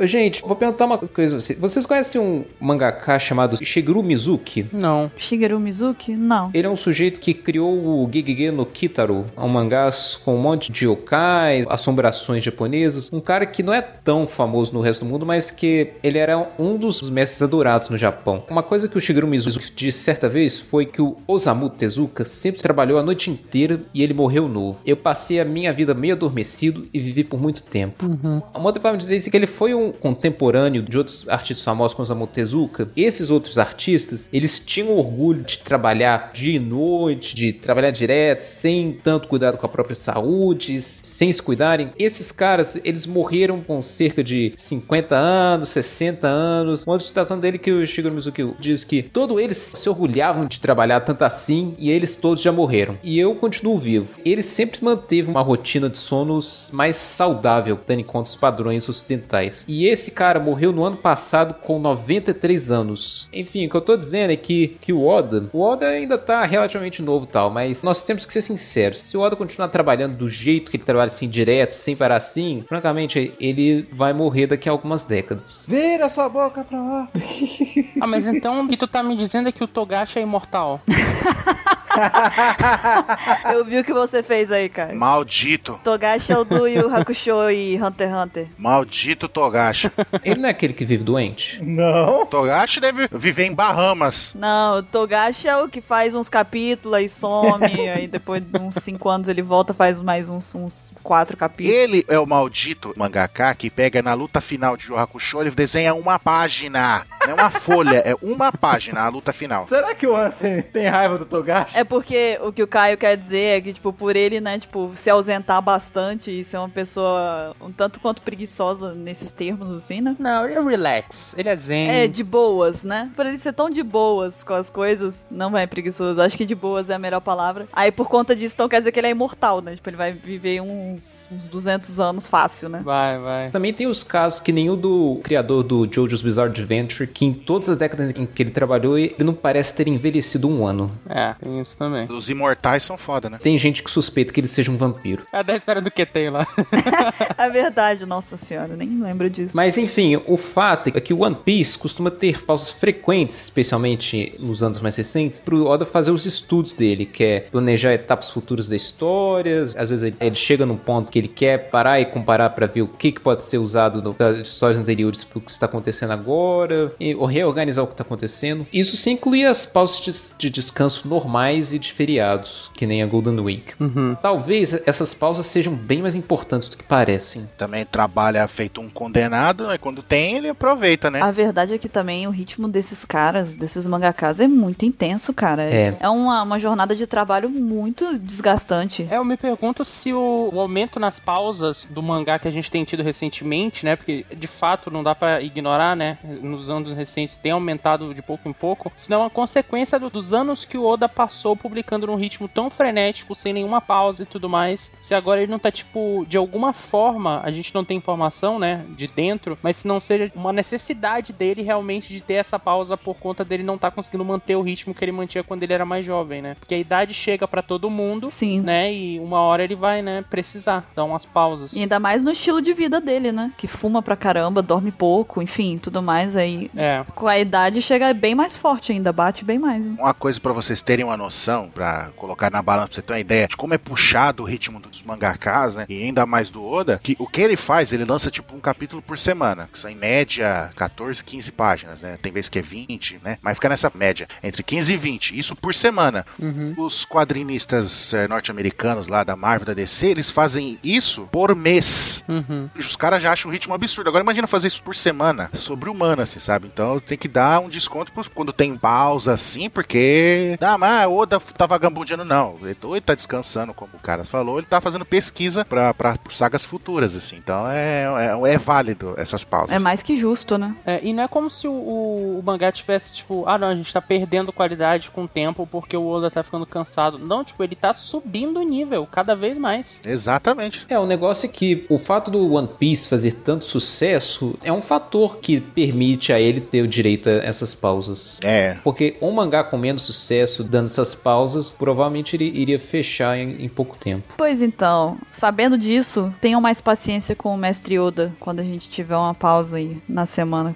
Speaker 3: Ô, Gente, vou perguntar uma coisa. a vocês. Vocês conhecem um mangaka chamado Shigeru Mizuki?
Speaker 1: Não.
Speaker 2: Shigeru Mizuki? Não.
Speaker 3: Ele é um sujeito que criou o Gigige no Kitaro, um mangá com um monte de yokais, assombrações japonesas. Um cara que não é tão famoso no resto do mundo, mas que ele era um dos mestres adorados no Japão. Uma coisa que o Shigeru Mizuki disse certa vez foi que o Osamu Tezuka sempre trabalhou a noite inteira e ele morreu novo. Eu passei a minha vida meio adormecido e vivi por muito tempo. Uma outra forma de dizer isso é que ele foi um contemporâneo de outros artistas famosos como Osamu Tezuka. Esses outros artistas, eles tinham orgulho de trabalhar dia e noite, de trabalhar direto, sem tanto cuidado com a própria saúde, s- sem se cuidarem. Esses caras, eles morreram com cerca de 50 anos, 60 anos. Uma outra citação dele que o Shigeru Mizuki diz que todos eles se orgulhavam de trabalhar tanto assim e eles todos já morreram. E eu continuo vivo. Ele sempre manteve uma rotina de sonos mais saudável, tendo em conta os padrões ocidentais. E esse cara morreu no ano passado com 93 anos. Enfim, o que eu tô dizendo é que, que o Oda, o Oda ainda tá relativamente novo e tal, mas nós temos que ser sinceros. Se o Oda continuar trabalhando do jeito que ele trabalha assim, direto, sem parar assim, francamente, ele vai morrer daqui a algumas décadas.
Speaker 5: Vira sua boca pra lá.
Speaker 1: Ah, mas então o que tu tá me dizendo é que o Togashi é imortal.
Speaker 2: Eu vi o que você fez aí, cara.
Speaker 4: Maldito.
Speaker 2: Togashi é o do Yu Hakusho e Hunter x Hunter.
Speaker 4: Maldito Togashi.
Speaker 3: Ele não é aquele que vive doente?
Speaker 5: Não.
Speaker 4: Togashi deve viver em Bahamas.
Speaker 2: Não, o Togashi é o que faz uns capítulos e some, aí depois de uns 5 anos ele volta faz mais uns, uns quatro capítulos.
Speaker 4: Ele é o maldito mangaka que pega na luta final de Yu Hakusho, ele desenha uma página. Não é uma folha, é uma página a luta final.
Speaker 5: Será que o Ansem tem raiva do Togashi?
Speaker 2: É porque o que o Caio quer dizer é que, tipo, por ele, né, tipo, se ausentar bastante e ser uma pessoa um tanto quanto preguiçosa nesses termos, assim, né?
Speaker 1: Não, ele é relax. Ele é zen.
Speaker 2: É, de boas, né? Por ele ser tão de boas com as coisas, não é preguiçoso. Acho que de boas é a melhor palavra. Aí, por conta disso, então quer dizer que ele é imortal, né? Tipo, ele vai viver uns, uns 200 anos fácil, né?
Speaker 1: Vai, vai.
Speaker 3: Também tem os casos que nenhum do criador do JoJo's Bizarre Adventure, que em todas as décadas em que ele trabalhou, ele não parece ter envelhecido um ano.
Speaker 1: É, tem isso também.
Speaker 4: Os imortais são foda, né?
Speaker 3: Tem gente que suspeita que ele seja um vampiro.
Speaker 1: É da história do QT lá.
Speaker 2: É verdade, nossa senhora, nem lembro disso.
Speaker 3: Mas enfim, o fato é que One Piece costuma ter pausas frequentes, especialmente nos anos mais recentes, pro Oda fazer os estudos dele, que é planejar etapas futuras da história. Às vezes ele, ele chega num ponto que ele quer parar e comparar para ver o que, que pode ser usado no- das histórias anteriores pro que está acontecendo agora, e, ou reorganizar o que está acontecendo. Isso sim inclui as pausas de, de descanso normais e de feriados, que nem a Golden Week. Talvez essas pausas sejam bem mais importantes do que parecem.
Speaker 4: Também trabalha feito um condenado, né? Quando tem, ele aproveita, né?
Speaker 2: A verdade é que também o ritmo desses caras, desses mangakas, é muito intenso, cara.
Speaker 3: É.
Speaker 2: uma, uma jornada de trabalho muito desgastante.
Speaker 1: É, eu me pergunto se o, o aumento nas pausas do mangá que a gente tem tido recentemente, né? Porque de fato não dá pra ignorar, né? Nos anos recentes tem aumentado de pouco em pouco. Se não é uma consequência do- dos anos que o Oda passou publicando num ritmo tão frenético, sem nenhuma pausa e tudo mais. Se agora ele não tá, tipo, de alguma forma, a gente não tem informação, né? De dentro, mas se não seja uma necessidade dele realmente de ter essa pausa por conta dele não tá conseguindo manter o ritmo que ele mantinha quando ele era mais jovem, né? Porque a idade chega pra todo mundo
Speaker 2: Sim.
Speaker 1: né? E uma hora ele vai, né, precisar dar umas pausas.
Speaker 2: E ainda mais no estilo de vida dele, né? Que fuma pra caramba, dorme pouco, enfim, tudo mais aí.
Speaker 1: É.
Speaker 2: Com a idade chega bem mais forte ainda, bate bem mais. né?
Speaker 4: Uma coisa pra vocês terem uma noção, pra colocar na balança, pra você ter uma ideia de como é puxado o ritmo dos mangakas, né? E ainda mais do Oda, que o que ele faz, ele lança tipo um capítulo por semana, que são em média 14, 15 páginas, né? Tem vezes que é 20, né? Mas fica nessa média, entre 15 e 20, isso por semana.
Speaker 1: Uhum.
Speaker 4: Os quadrinistas eh, norte-americanos lá da Marvel, da DC, eles fazem isso por mês.
Speaker 1: Uhum.
Speaker 4: Os caras já acham o ritmo absurdo. Agora imagina fazer isso por semana, sobre humana, assim, sabe? Então tem que dar um desconto pros- quando tem pausa, assim, porque. Ah, mas o Oda tá vagabundando, não. Ele- Ou ele tá descansando, como o cara falou, ele tá fazendo pesquisa pra, pra sagas futuras, assim. Então é, é, é válido essas pausas.
Speaker 2: É mais que justo, né?
Speaker 1: É, e não é como se o, o- o mangá tivesse, tipo, ah não, a gente tá perdendo qualidade com o tempo porque o Oda tá ficando cansado. Não, tipo, ele tá subindo o nível cada vez mais.
Speaker 4: Exatamente.
Speaker 3: É, o negócio é que o fato do One Piece fazer tanto sucesso é um fator que permite a ele ter o direito a essas pausas.
Speaker 4: É.
Speaker 3: Porque um mangá com menos sucesso, dando essas pausas, provavelmente ele iria fechar em, em pouco tempo.
Speaker 2: Pois então, sabendo disso, tenham mais paciência com o mestre Oda quando a gente tiver uma pausa aí na semana.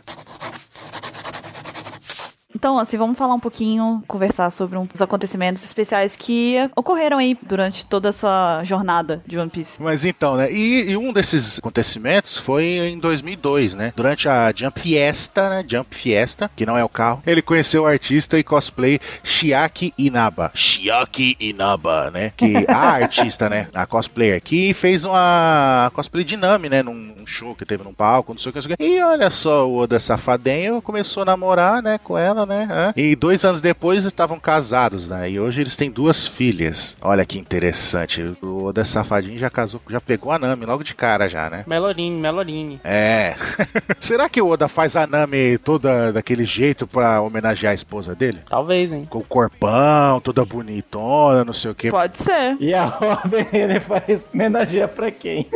Speaker 2: Então, assim, vamos falar um pouquinho, conversar sobre um- os acontecimentos especiais que ocorreram aí durante toda essa jornada de One Piece.
Speaker 4: Mas então, né? E, e um desses acontecimentos foi em 2002, né? Durante a Jump Fiesta, né? Jump Fiesta, que não é o carro, ele conheceu o artista e cosplay Shiaki Inaba. Shiaki Inaba, né? Que a artista, né? A cosplayer que fez uma cosplay de Nami, né? Num num show que teve num palco, não sei o que, não sei o que. E olha só, o Oda Safadinho começou a namorar, né? Com ela, né? hã? E dois anos depois estavam casados, né? E hoje eles têm duas filhas. Olha que interessante. O Oda Safadinho já casou, já pegou a Nami logo de cara, já, né?
Speaker 1: Meloline, Meloline.
Speaker 4: É. Será que o Oda faz a Nami toda daquele jeito pra homenagear a esposa dele?
Speaker 1: Talvez, hein?
Speaker 4: Com o corpão, toda bonitona, não sei o que.
Speaker 2: Pode ser.
Speaker 5: E a Robin, ele faz homenageia pra quem?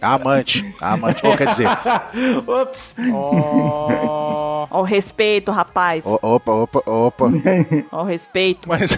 Speaker 4: A amante. A amante. Ou quer dizer.
Speaker 5: Ops.
Speaker 1: Oh,
Speaker 2: Ó, o respeito, rapaz.
Speaker 4: o- Opa, opa, opa.
Speaker 2: Ó, o respeito.
Speaker 4: Mas.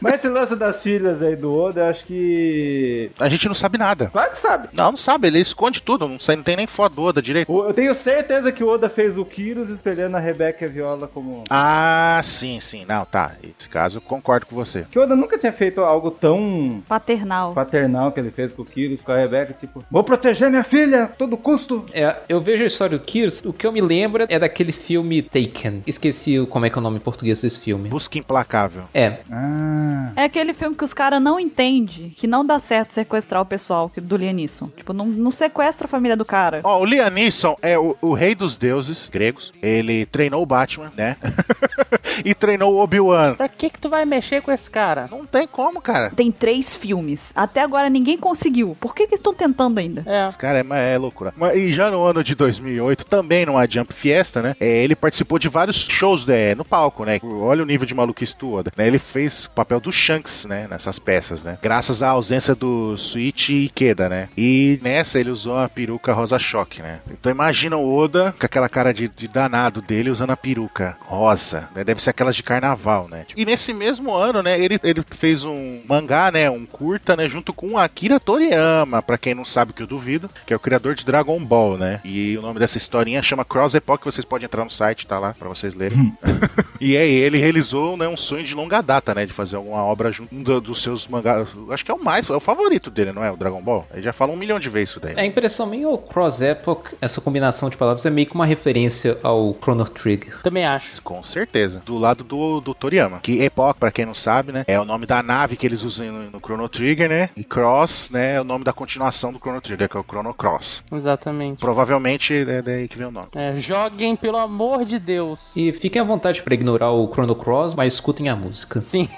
Speaker 5: Mas esse lance das filhas aí do Oda, eu acho que.
Speaker 4: A gente não sabe nada.
Speaker 5: Claro que sabe.
Speaker 4: Não, não sabe, ele esconde tudo, não, sai, não tem nem foto do Oda direito.
Speaker 5: O- Eu tenho certeza que o Oda fez o Kyrus espelhando a Rebeca e a Viola como.
Speaker 4: Ah, sim, sim. Não, tá. Nesse caso, eu concordo com você.
Speaker 5: Que o Oda nunca tinha feito algo tão
Speaker 2: Paternal.
Speaker 5: paternal que ele fez com o Kyrus, com a Rebeca, tipo, vou proteger minha filha a todo custo.
Speaker 3: É, eu vejo a história do Kirs, o que eu me lembro é daquele filme Taken. Esqueci o- como é que é o nome em português desse filme.
Speaker 4: Busca implacável.
Speaker 3: É,
Speaker 5: Ah.
Speaker 2: É aquele filme que os caras não entendem que não dá certo sequestrar o pessoal que- do Lianisson. Tipo, não, não sequestra a família do cara.
Speaker 4: Ó, o Liam Neeson é o, o rei dos deuses gregos. Ele treinou o Batman, né? e treinou o Obi-Wan.
Speaker 1: Pra que que tu vai mexer com esse cara?
Speaker 4: Não tem como, cara.
Speaker 2: Tem três filmes. Até agora ninguém conseguiu. Por que, que eles estão tentando ainda?
Speaker 1: É.
Speaker 4: Esse cara é, mas é loucura. Mas- E já no ano de 2008, também numa Jump Fiesta, né? é, ele participou de vários shows né, no palco, né? Olha o nível de maluquice do Oda. Né, ele fez o papel do Shanks, né? Nessas peças, né? Graças à ausência do Switch e Ikeda, né? E nessa ele usou a peruca rosa-choque, né? Então imagina o Oda com aquela cara de, de danado dele usando a peruca rosa. né, Deve ser aquelas de carnaval, né? E nesse mesmo ano, né? Ele, ele fez um mangá, né? Um curta, né? Junto com Akira Toriyama. Pra quem não sabe, que eu duvido, que é o criador de Dragon Ball, né? E o nome dessa historinha chama Cross Epoch. Vocês podem entrar no site, tá lá pra vocês lerem. e aí ele realizou né, um sonho de longa data, né? De fazer alguma obra junto um do- dos seus mangás. Acho que é o mais, é o favorito dele, não é? O Dragon Ball. Ele já fala um milhão de vezes isso daí.
Speaker 3: a impressão minha ou Cross Epoch, essa combinação de palavras é meio que uma referência ao Chrono Trigger.
Speaker 1: Também acho.
Speaker 4: Com certeza. Do lado do, do Toriyama. Que Epoch, pra quem não sabe, né? É o nome da nave que eles usam no, no Chrono Trigger, né? E Cross, né? É o nome da continuação do Chrono Trigger, que é o Chrono Cross.
Speaker 1: Exatamente.
Speaker 4: Provavelmente é daí que vem o nome.
Speaker 1: É, joguem, pelo amor de Deus.
Speaker 3: E fiquem à vontade pra ignorar o Chrono Cross, mas escutem a música.
Speaker 1: Sim.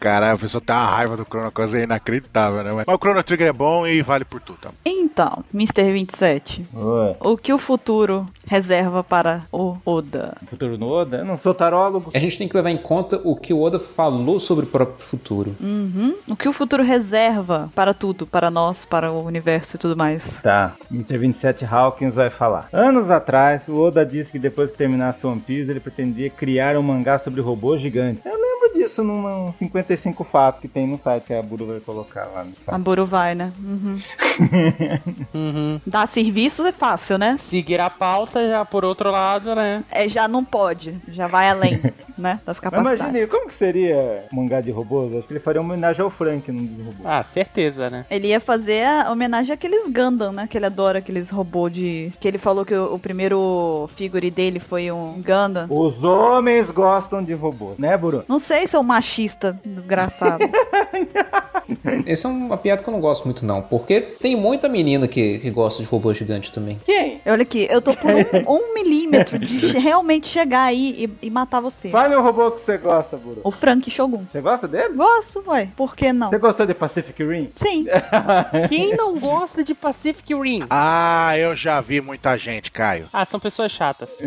Speaker 4: Caralho, a pessoa tá uma raiva do Chrono Cross, é inacreditável, né? Mas o Chrono Trigger é bom e vale por tudo, tá?
Speaker 2: Então, Mr. 27,
Speaker 5: Ué,
Speaker 2: o que o futuro reserva para o Oda?
Speaker 5: futuro no Oda? Eu não sou tarólogo.
Speaker 3: A gente tem que levar em conta o que o Oda falou sobre o próprio futuro.
Speaker 2: Uhum. O que o futuro reserva para tudo, para nós, para o universo e tudo mais?
Speaker 5: Tá, Mr. 27 Hawkins vai falar. Anos atrás, o Oda disse que depois que terminasse One Piece, ele pretendia criar um mangá sobre robôs gigantes. Eu lembro disso num 55 fato que tem no site que a Buru vai colocar lá no
Speaker 2: A
Speaker 5: site.
Speaker 2: Buru vai, né? Uhum.
Speaker 1: Uhum.
Speaker 2: Dar serviços é fácil, né?
Speaker 1: Seguir a pauta já por outro lado, né?
Speaker 2: É, já não pode, já vai além, né? Das
Speaker 5: Mas imagine,
Speaker 2: capacidades.
Speaker 5: como que seria um mangá de robôs? Acho que ele faria uma homenagem ao Frank num dos robôs.
Speaker 1: Ah, certeza, né?
Speaker 2: Ele ia fazer a homenagem àqueles Gundam, né? Que ele adora aqueles robôs de. Que ele falou que o, o primeiro figure dele foi um Gundam.
Speaker 5: Os homens gostam de robôs, né, Buru?
Speaker 2: Não sei se é um machista, desgraçado.
Speaker 3: Essa é uma piada que eu não gosto muito, não, porque tem muita menina que, que gosta de robô gigante também.
Speaker 2: Olha aqui, eu tô por um, um milímetro de che- realmente chegar aí e, e matar você.
Speaker 5: Fale meu robô que você gosta, Buru.
Speaker 2: O Frank Shogun.
Speaker 5: Você gosta dele?
Speaker 2: Gosto, ué. Por que não?
Speaker 5: Você É. gostou de Pacific Rim?
Speaker 2: Sim.
Speaker 1: Quem não gosta de Pacific Rim?
Speaker 4: Ah, eu já vi muita gente, Caio.
Speaker 1: Ah, são pessoas chatas.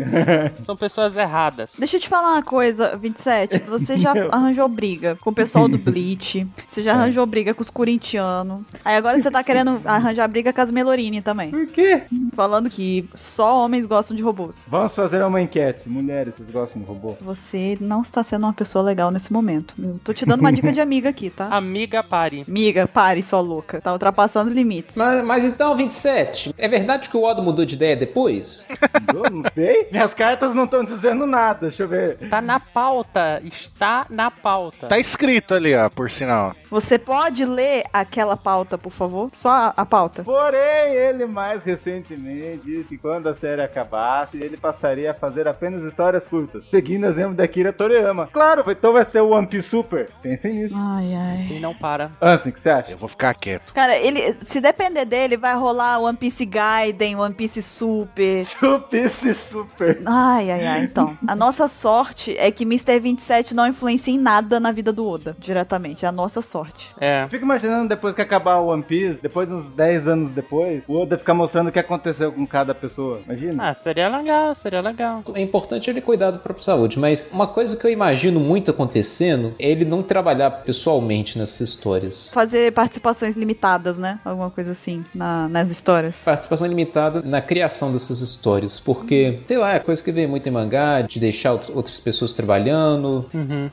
Speaker 1: São pessoas erradas.
Speaker 2: Deixa eu te falar uma coisa, 27. Você já arranjou briga com o pessoal do Bleach. Você já arranjou briga com os corintianos. Aí agora você tá querendo arranjar briga com as Melorini também.
Speaker 5: Por quê?
Speaker 2: Falando que só homens gostam de robôs.
Speaker 5: Vamos fazer uma enquete. Mulheres, vocês gostam de robô?
Speaker 2: Você não está sendo uma pessoa legal nesse momento. Eu tô te dando uma dica de amiga aqui, tá?
Speaker 1: Amiga pare.
Speaker 2: Amiga, pare, só louca. Tá ultrapassando limites.
Speaker 3: Mas, mas então, 27, é verdade que o Oda mudou de ideia depois?
Speaker 5: Eu não sei. Minhas cartas não estão dizendo nada. Deixa eu ver.
Speaker 1: Tá na pauta. Está na pauta.
Speaker 4: Tá escrito ali, ó, por sinal.
Speaker 2: Você pode ler aquela pauta, por favor? Só a, a pauta.
Speaker 5: Porém, ele mais recentemente disse que quando a série acabasse, ele passaria a fazer apenas histórias curtas, seguindo o exemplo da Kira Toriyama. Claro, então vai ser o One Piece Super. Pensem nisso.
Speaker 2: Ai, ai.
Speaker 1: E não para.
Speaker 5: Ansem, o que você acha?
Speaker 4: Eu vou ficar quieto.
Speaker 2: Cara, ele, se depender dele, vai rolar One Piece Gaiden, One Piece Super.
Speaker 5: One Piece Super.
Speaker 2: Ai, ai, ai, então. A nossa sorte é que Mr. 27 não influencia em nada na vida do Oda, diretamente. É a nossa sorte.
Speaker 1: É.
Speaker 5: Fico imaginando depois que acabar o One Piece, depois uns 10 anos depois, o Oda ficar mostrando o que aconteceu com cada da pessoa. Imagina.
Speaker 1: Ah, seria legal, seria legal.
Speaker 3: É importante ele cuidar da própria saúde, mas uma coisa que eu imagino muito acontecendo é ele não trabalhar pessoalmente nessas histórias.
Speaker 2: Fazer participações limitadas, né? Alguma coisa assim na- nas histórias.
Speaker 3: Participação limitada na criação dessas histórias, porque, sei lá, é coisa que vem muito em mangá, de deixar out- outras pessoas trabalhando.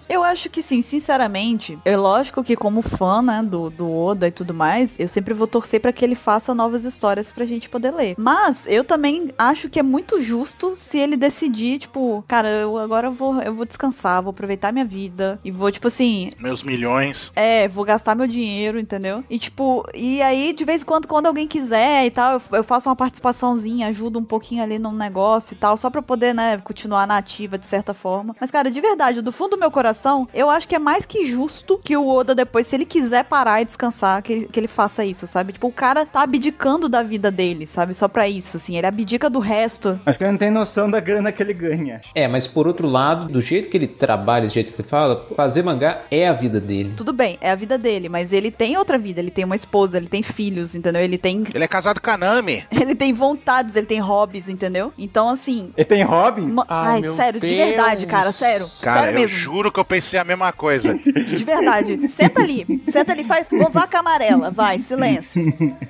Speaker 2: Eu acho que sim, sinceramente. É lógico que, como fã, né, do, do Oda e tudo mais, eu sempre vou torcer pra que ele faça novas histórias pra gente poder ler. Mas eu também acho que é muito justo se ele decidir, tipo, cara, eu agora vou, eu vou descansar, vou aproveitar minha vida e vou, tipo assim.
Speaker 4: Meus milhões.
Speaker 2: É, vou gastar meu dinheiro, entendeu? E tipo, e aí de vez em quando, quando alguém quiser e tal, eu, eu faço uma participaçãozinha, ajudo um pouquinho ali num negócio e tal, só pra eu poder, né, continuar na ativa de certa forma. Mas cara, de verdade, do fundo do meu coração, eu acho que é mais que justo que o Oda depois, se ele quiser parar e descansar, que ele, que ele faça isso, sabe? Tipo, o cara tá abdicando da vida dele, sabe? Só pra isso, assim, ele abdica do resto.
Speaker 5: Acho que ele não tem noção da grana que ele ganha.
Speaker 3: É, mas por outro lado, do jeito que ele trabalha, do jeito que ele fala, fazer mangá é a vida dele.
Speaker 2: Tudo bem, é a vida dele, mas ele tem outra vida, ele tem uma esposa, ele tem filhos, entendeu? Ele tem
Speaker 4: Ele é casado com a Nami.
Speaker 2: Ele tem vontades, ele tem hobbies, entendeu? Então, assim.
Speaker 5: Ele tem hobby?
Speaker 2: ma-
Speaker 1: Ai,
Speaker 2: Ai,
Speaker 1: Ah, meu
Speaker 2: sério, de
Speaker 1: Deus.
Speaker 2: verdade, cara, sério.
Speaker 4: Cara,
Speaker 2: sério
Speaker 4: eu
Speaker 2: mesmo.
Speaker 4: juro que eu pensei a mesma coisa.
Speaker 2: De verdade. Senta ali. Senta ali, faz. Vou vaca amarela, vai, silêncio.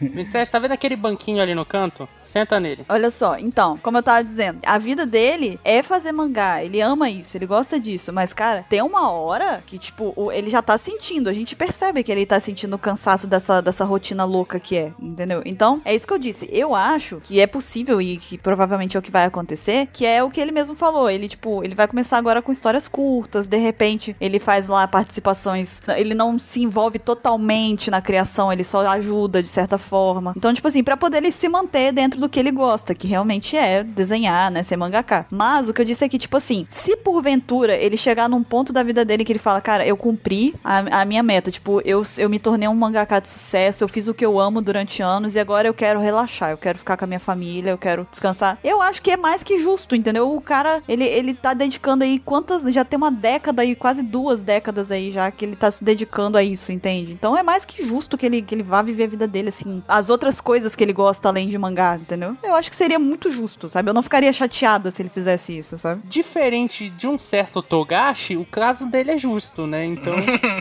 Speaker 1: 27, tá vendo aquele banquinho ali no canto? Senta nele.
Speaker 2: Olha só, então, como eu tava dizendo, a vida dele é fazer mangá. Ele ama isso, ele gosta disso. Mas, cara, tem uma hora que, tipo, o- ele já tá sentindo. A gente percebe que ele tá sentindo o cansaço dessa, dessa rotina louca que é, entendeu? Então, é isso que eu disse. Eu acho que é possível e que provavelmente é o que vai acontecer, que é o que ele mesmo falou. Ele, tipo, ele vai começar agora com histórias curtas, de repente ele faz lá participações. Ele não se envolve totalmente na criação, ele só ajuda de certa forma. Então, tipo assim, pra poder ele se manter dentro do que ele gosta, que realmente é desenhar, né, ser mangaká. Mas o que eu disse é que, tipo assim, se porventura ele chegar num ponto da vida dele que ele fala, cara, eu cumpri a, a minha meta, tipo, eu, eu me tornei um mangaká de sucesso, eu fiz o que eu amo durante anos e agora eu quero relaxar, eu quero ficar com a minha família, eu quero descansar. Eu acho que é mais que justo, entendeu? O cara, ele, ele tá dedicando aí quantas, já tem uma década aí, quase duas décadas aí já que ele tá se dedicando a isso, entende? Então é mais que justo que ele, que ele vá viver a vida dele, assim, as outras coisas que ele gosta além de mangá, entendeu? Eu acho que seria muito justo, sabe? Eu não ficaria chateada se ele fizesse isso, sabe?
Speaker 1: Diferente de um certo Togashi, o caso dele é justo, né? Então,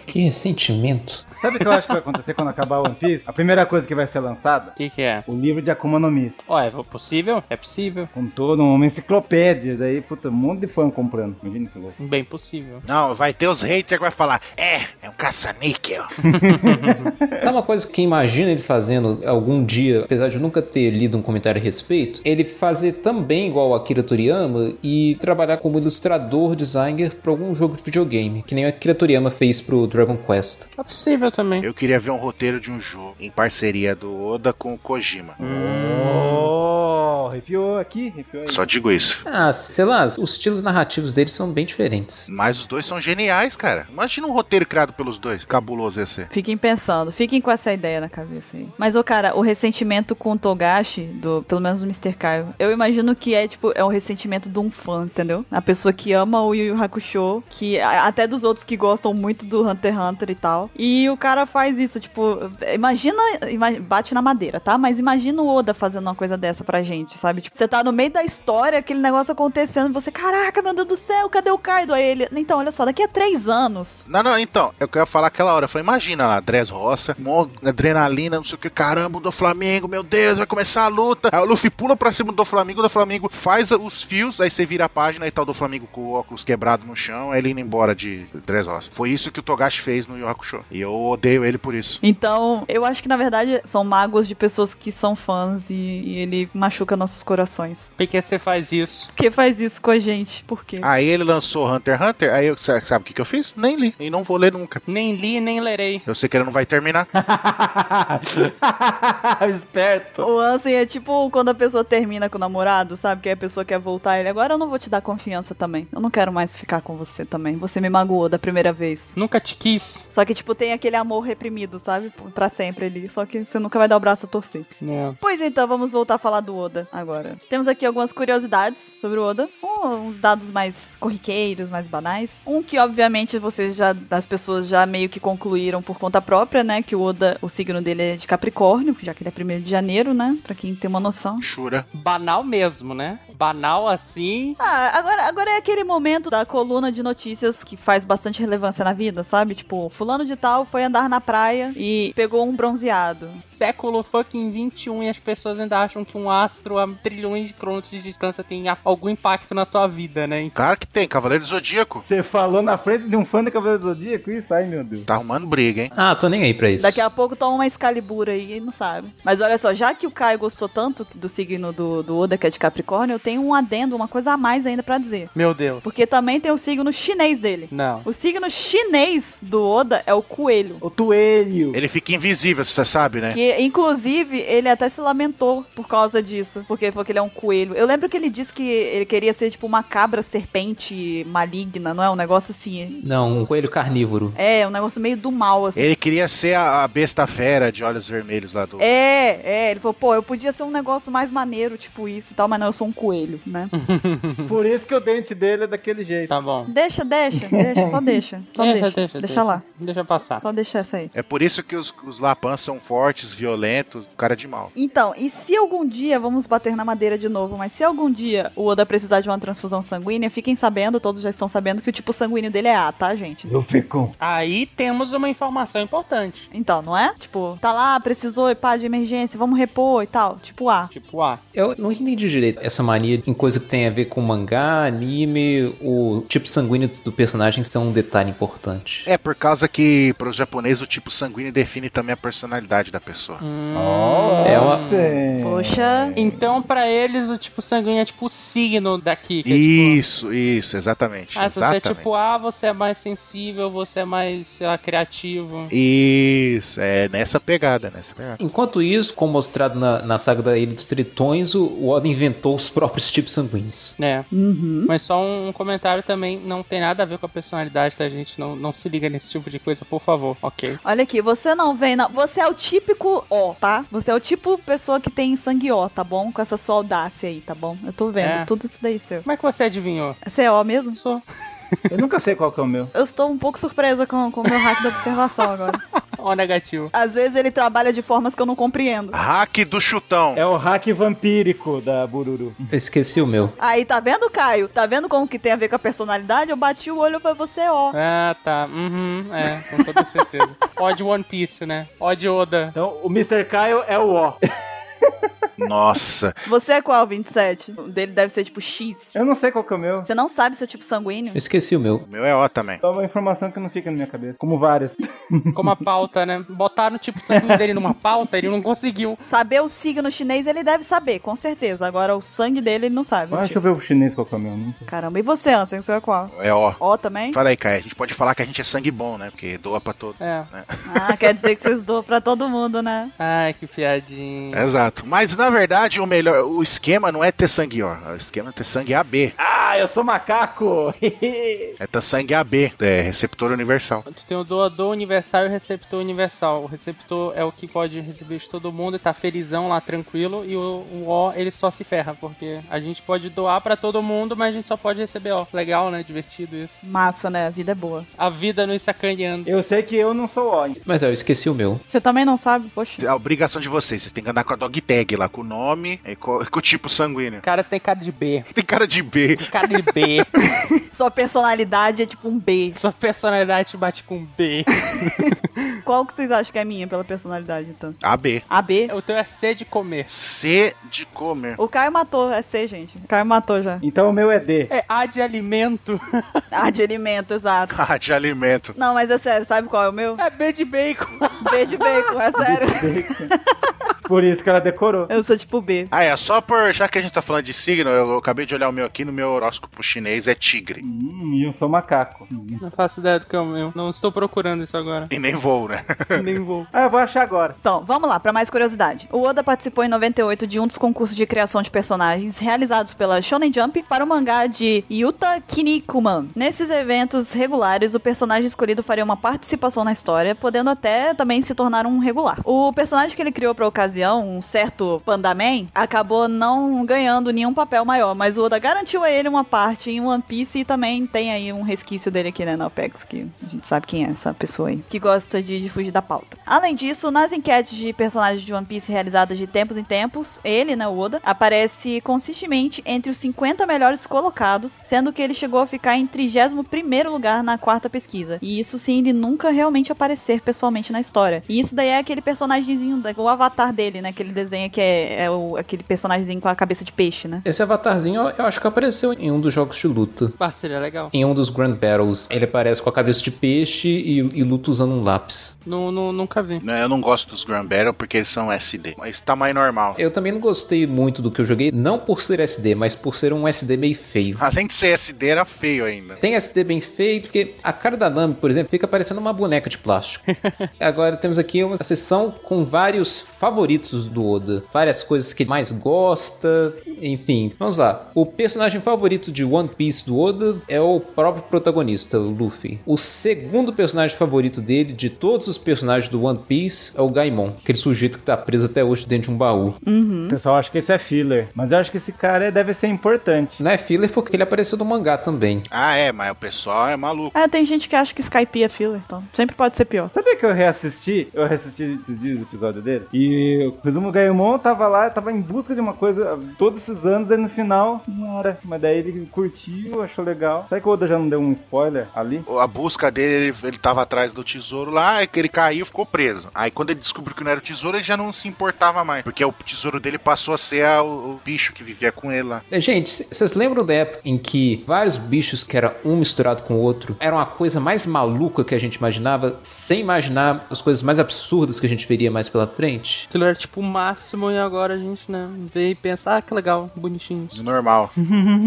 Speaker 3: Que ressentimento.
Speaker 5: Sabe o que eu acho que vai acontecer quando acabar o One Piece? A primeira coisa que vai ser lançada?
Speaker 1: o que, que é?
Speaker 5: O livro de Akuma no Mi.
Speaker 1: Ó, é possível? É possível.
Speaker 5: Com todo uma enciclopédia. Daí, puta, um monte de fã comprando. Imagina que louco.
Speaker 1: Bem possível.
Speaker 4: Não, vai ter os haters que vai falar, é, é um caça-níquel.
Speaker 3: Sabe Tá uma coisa que imagina ele fazendo algum dia, apesar de eu nunca ter lido um comentário a respeito? Ele fazer também igual o Akira Toriyama e trabalhar como ilustrador, designer para algum jogo de videogame, que nem o Akira Toriyama fez pro Dragon Quest.
Speaker 1: É possível também.
Speaker 4: Eu queria ver um roteiro de um jogo em parceria do Oda com o Kojima.
Speaker 5: Oh, arrepiou aqui, arrepiou aí.
Speaker 4: Só digo isso.
Speaker 3: Ah, sei lá, os estilos narrativos deles são bem diferentes.
Speaker 4: Mas os dois são geniais, cara. Imagina um roteiro criado pelos dois. Cabuloso ia ser.
Speaker 2: Fiquem pensando, fiquem com essa ideia na cabeça aí. Mas, ô cara, o ressentimento com o Togashi, do, pelo menos do Mr. Caio, eu imagino que é, tipo, é um ressentimento de um fã, entendeu? A pessoa que ama o Yu Yu Hakusho, que a- até dos outros que gostam muito do Hunter x Hunter e tal. E o cara faz isso, tipo, imagina, ima- bate na madeira, tá? Mas imagina o Oda fazendo uma coisa dessa pra gente, sabe? Tipo, você tá no meio da história, aquele negócio acontecendo, e você, caraca, meu Deus do céu, cadê o Kaido? Aí ele, então, olha só, daqui a três anos,
Speaker 4: Não, não, então, eu queria falar aquela hora. Eu falei, imagina lá, Dres Roça, mó adrenalina, não sei o que, caramba, o do Flamengo, meu Deus, vai começar a luta. Aí o Luffy pula pra cima do Flamengo, o do Flamengo faz os fios, aí você vira a página e tal do Flamengo com o óculos quebrado no chão, aí ele indo embora de Dres Roça. Foi isso que o Togashi fez no Yu Yu Hakusho. E eu odeio ele por isso.
Speaker 2: Então, eu acho que na verdade são mágoas de pessoas que são fãs e, e ele machuca nossos corações.
Speaker 1: Por que você faz isso?
Speaker 2: Por que faz isso com a gente? Por quê?
Speaker 4: Aí ele lançou Hunter x Hunter, aí eu, sa- sabe o que, que eu fiz? Nem li, e não vou ler nunca.
Speaker 1: Nem li, nem lerei.
Speaker 4: Eu sei que ele não vai terminar.
Speaker 5: Esperto.
Speaker 2: O Ansem é tipo quando a pessoa termina com o namorado, sabe? Que aí a pessoa quer voltar ele. Agora eu não vou te dar confiança também. Eu não quero mais ficar com você também. Você me magoou da primeira vez.
Speaker 1: Nunca te quis.
Speaker 2: Só que, tipo, tem aquele amor reprimido, sabe? Pra sempre ali. Só que você nunca vai dar o braço a torcer.
Speaker 1: Não.
Speaker 2: Pois então, vamos voltar a falar do Oda. agora. Temos aqui algumas curiosidades sobre o Oda, um- uns dados mais corriqueiros, mais banais. Um que obviamente vocês já as pessoas já meio que concluíram por conta própria, né, que o Oda, o signo dele é de Capricórnio, já que ele é 1 de janeiro, né, Pra quem tem uma noção.
Speaker 4: Shura.
Speaker 1: Banal mesmo, né? Banal assim.
Speaker 2: Ah, agora, agora é aquele momento da coluna de notícias que faz bastante relevância na vida, sabe? Tipo, fulano de tal foi andar na praia e pegou um bronzeado.
Speaker 1: Século fucking 21 e as pessoas ainda acham que um astro a trilhões de quilômetros de distância tem a- algum impacto na sua vida, né?
Speaker 4: Claro que tem, Cavaleiro do Zodíaco.
Speaker 5: Você falou na frente de um fã do Cavaleiro do Zodíaco isso? Ai, meu Deus.
Speaker 4: Tá arrumando briga, hein?
Speaker 3: Ah, tô nem aí pra isso.
Speaker 2: Daqui a pouco toma uma Excalibur aí e não sabe. Mas olha só, já que o Caio gostou tanto do signo do, do Oda, que é de Capricórnio, eu tenho um adendo, uma coisa a mais ainda pra dizer.
Speaker 1: Meu Deus.
Speaker 2: Porque também tem o signo chinês dele.
Speaker 1: Não.
Speaker 2: O signo chinês do Oda é o coelho.
Speaker 5: O Toelho.
Speaker 4: Ele fica invisível, você sabe, né?
Speaker 2: Que, inclusive, ele até se lamentou por causa disso. Porque ele falou que ele é um coelho. Eu lembro que ele disse que ele queria ser, tipo, uma cabra serpente maligna, não é? Um negócio assim.
Speaker 3: Não, um coelho carnívoro.
Speaker 2: É, um negócio meio do mal, assim.
Speaker 4: Ele queria ser a, a besta fera de olhos vermelhos lá do.
Speaker 2: É, é, ele falou, pô, eu podia ser um negócio mais maneiro, tipo isso e tal, mas não, eu sou um coelho, né?
Speaker 5: Por isso que o dente dele é daquele jeito.
Speaker 1: Tá bom.
Speaker 2: deixa, deixa, deixa, só deixa. Só deixa, deixa, lá.
Speaker 1: Deixa passar.
Speaker 2: Só deixa essa aí.
Speaker 4: É por isso que os, os Lapãs são fortes, violentos, cara de mal.
Speaker 2: Então, e se algum dia, vamos bater na madeira de novo, mas se algum dia o Oda precisar de uma transfusão sanguínea, fiquem sabendo, todos já estão sabendo que o tipo sanguíneo dele é A, tá, gente?
Speaker 5: Eu pecou.
Speaker 1: Aí temos uma informação importante.
Speaker 2: Então, não é? Tipo, tá lá, precisou, e pá, de emergência, vamos repor e tal. Tipo A.
Speaker 1: Tipo, ah,
Speaker 3: Eu não entendi direito essa mania em coisa que tem a ver com mangá, anime, o tipo sanguíneo do personagem são um detalhe importante.
Speaker 4: É por causa que, para os japoneses, o tipo sanguíneo define também a personalidade da pessoa.
Speaker 1: Hum,
Speaker 5: Oh.
Speaker 3: É uma-
Speaker 2: Poxa.
Speaker 1: Então, pra eles, o tipo sanguíneo é tipo o signo daqui. que é
Speaker 4: Isso, isso, exatamente.
Speaker 1: tipo, ah, se você é
Speaker 4: exatamente.
Speaker 1: tipo A, você é mais sensível, você é mais, sei lá, criativo.
Speaker 4: Isso, é nessa pegada, nessa pegada.
Speaker 3: Enquanto isso, como mostrado na, na saga da Ilha dos Tritões, o, o Oda inventou os próprios tipos sanguíneos.
Speaker 1: né?
Speaker 2: Uhum.
Speaker 1: Mas só um comentário também, não tem nada a ver com a personalidade, tá, gente? Não, não se liga nesse tipo de coisa, por favor, ok?
Speaker 2: Olha aqui, você não vem, não. Você é o típico O, tá? Você é o tipo pessoa que tem sangue O, tá bom? Com essa sua audácia aí, tá bom? Eu tô vendo
Speaker 1: É.
Speaker 2: tudo isso daí seu.
Speaker 1: Como é que você adivinhou?
Speaker 2: Você é O mesmo?
Speaker 1: Sou.
Speaker 5: Eu nunca sei qual que é o meu.
Speaker 2: Eu estou um pouco surpresa com com o meu hack da observação agora.
Speaker 1: Ó, negativo.
Speaker 2: Às vezes ele trabalha de formas que eu não compreendo.
Speaker 4: Hack do chutão.
Speaker 5: É o hack vampírico da Bururu.
Speaker 3: Eu esqueci o meu.
Speaker 2: Aí, tá vendo, Caio? Tá vendo como que tem a ver com a personalidade? Eu bati o olho pra você, ó.
Speaker 1: Ah, tá. Uhum, é, com toda certeza. Ó de One Piece, né? Ó de Oda.
Speaker 5: Então, o Mr. Kyle é o O.
Speaker 4: Nossa,
Speaker 2: Você é qual, 27? O dele deve ser tipo X.
Speaker 5: Eu não sei qual que é o meu.
Speaker 2: Você não sabe seu tipo sanguíneo?
Speaker 3: Eu esqueci o meu.
Speaker 4: o meu é O também.
Speaker 5: É uma informação que não fica na minha cabeça. Como várias.
Speaker 1: Como a pauta, né? Botaram o tipo de sangue dele numa pauta, ele não conseguiu.
Speaker 2: Saber o signo chinês ele deve saber, com certeza. Agora o sangue dele ele não sabe.
Speaker 5: Ah,
Speaker 2: o
Speaker 5: deixa
Speaker 2: tipo.
Speaker 5: eu ver o chinês qual que é o meu. Não sei.
Speaker 2: Caramba, e você, Ansem? Você é qual?
Speaker 4: É O.
Speaker 2: Ó também?
Speaker 4: Fala aí, Kai, a gente pode falar que a gente é sangue bom, né? Porque doa pra todo. né?
Speaker 1: É.
Speaker 2: Ah, quer dizer que vocês doam pra todo mundo, né?
Speaker 1: Ai, que piadinha.
Speaker 4: Exato. Mas na verdade, o melhor, o esquema não é ter sangue O, o esquema é ter sangue AB.
Speaker 5: Ah, eu sou macaco!
Speaker 4: É ter sangue AB, é receptor universal.
Speaker 1: Tu tem o doador universal e o receptor universal. O receptor é o que pode receber de todo mundo e tá felizão lá, tranquilo. E o, o O, ele só se ferra, porque a gente pode doar pra todo mundo, mas a gente só pode receber O. Legal, né? Divertido isso.
Speaker 2: Massa, né? A vida é boa.
Speaker 1: A vida nos sacaneando.
Speaker 5: eu sei que eu não sou O. hein?
Speaker 3: Mas é, eu esqueci o meu.
Speaker 2: Você também não sabe? Poxa.
Speaker 4: É A obrigação de vocês, vocês têm que andar com a dog tag lá, com o nome e co- com, o tipo sanguíneo.
Speaker 1: Cara, você tem cara de B.
Speaker 4: Tem cara de B.
Speaker 1: Cara de B.
Speaker 2: Sua personalidade é tipo um B.
Speaker 1: Sua personalidade bate com B.
Speaker 2: Qual que vocês acham que é a minha pela personalidade, então?
Speaker 4: AB.
Speaker 2: A, B?
Speaker 1: O teu é C de comer.
Speaker 4: C de comer.
Speaker 2: O Caio matou, é C, gente. O Caio matou já.
Speaker 5: Então o meu é D.
Speaker 1: É A de alimento.
Speaker 2: Ah, de alimento, exato.
Speaker 4: Ah, de alimento.
Speaker 2: Não, mas é sério, sabe qual é o meu?
Speaker 1: É B de bacon.
Speaker 2: B de bacon, é sério.
Speaker 5: Por isso que ela decorou.
Speaker 2: Eu sou tipo B.
Speaker 4: Ah, é, só por. Já que a gente tá falando de signo, eu, eu acabei de olhar o meu aqui, no meu horóscopo chinês é tigre.
Speaker 5: Hum, e eu sou macaco. Hum.
Speaker 1: Não faço ideia do que é o meu. Não estou procurando isso agora.
Speaker 4: E nem vou, né?
Speaker 1: Nem vou.
Speaker 5: Ah, eu vou achar agora.
Speaker 2: Então, vamos lá, pra mais curiosidade. O Oda participou em 98 de um dos concursos de criação de personagens realizados pela Shonen Jump para o mangá de Yuta Kinnikuman. Nesses eventos regulares, o personagem escolhido faria uma participação na história, podendo até também se tornar um regular. O personagem que ele criou pra ocasião ocasião, um certo Pandaman, acabou não ganhando nenhum papel maior, mas o Oda garantiu a ele uma parte em One Piece e também tem aí um resquício dele aqui, né, na OPEX, que a gente sabe quem é essa pessoa aí, que gosta de, de fugir da pauta. Além disso, nas enquetes de personagens de One Piece realizadas de tempos em tempos, ele, né, o Oda, aparece consistentemente entre os 50 melhores colocados, sendo que ele chegou a ficar em 31º lugar na quarta pesquisa. E isso sim, ele nunca realmente aparecer pessoalmente na história. E isso daí é aquele personagemzinho, o avatar dele, né, aquele desenho que é, é o, aquele personagemzinho com a cabeça de peixe, né?
Speaker 3: Esse avatarzinho, eu acho que apareceu em um dos jogos de luta.
Speaker 1: Ah, seria legal.
Speaker 3: Em um dos Grand Battles. Ele aparece com a cabeça de peixe e, e luta usando um lápis.
Speaker 1: Nu- nu- nunca vi.
Speaker 4: Né, Eu não gosto dos Grand Battle porque eles são SD. Mas tamanho normal.
Speaker 3: Eu também não gostei muito do que eu joguei, não por ser SD, mas por ser um SD meio feio.
Speaker 4: Além de ser SD, era feio ainda.
Speaker 3: Tem SD bem feito, porque a cara da Nami, por exemplo, fica parecendo uma boneca de plástico. Agora temos aqui uma sessão com vários favoritos do Oda. Várias coisas que ele mais gosta, enfim. Vamos lá. O personagem favorito de One Piece do Oda é o próprio protagonista, o Luffy. O segundo personagem favorito dele, de todos os personagens do One Piece, é o Gaimon. Aquele sujeito que tá preso até hoje dentro de um baú.
Speaker 5: O pessoal acha que isso é filler, mas eu acho que esse cara é- deve ser importante.
Speaker 3: Não é filler porque ele apareceu no mangá também.
Speaker 4: Ah, é, mas o pessoal é maluco.
Speaker 2: É, tem gente que acha que Skype é filler, então sempre pode ser pior.
Speaker 5: Sabia que eu reassisti? Eu reassisti esses dias o episódio dele. E eu presumo o Gaimon tava lá, tava em busca de uma coisa todos esses anos, aí no final, não era. Mas daí ele curtiu, achou legal. Será que o Oda já não deu um spoiler ali?
Speaker 4: A busca dele, ele, ele tava atrás do tesouro lá, é que ele caiu ficou preso. Aí quando ele descobriu que não era o tesouro, ele já não se importava mais. Porque o tesouro dele passou a ser a- o, o bicho que vivia com ele lá.
Speaker 3: É, Gente, c- vocês lembram da época em que vários bichos que era um misturado com o outro eram a coisa mais maluca que a gente imaginava, sem imaginar as coisas mais absurdas que a gente veria mais pela frente?
Speaker 1: Aquilo era tipo o máximo e agora a gente, né, vê e pensa, ah, que legal, bonitinho.
Speaker 4: Normal.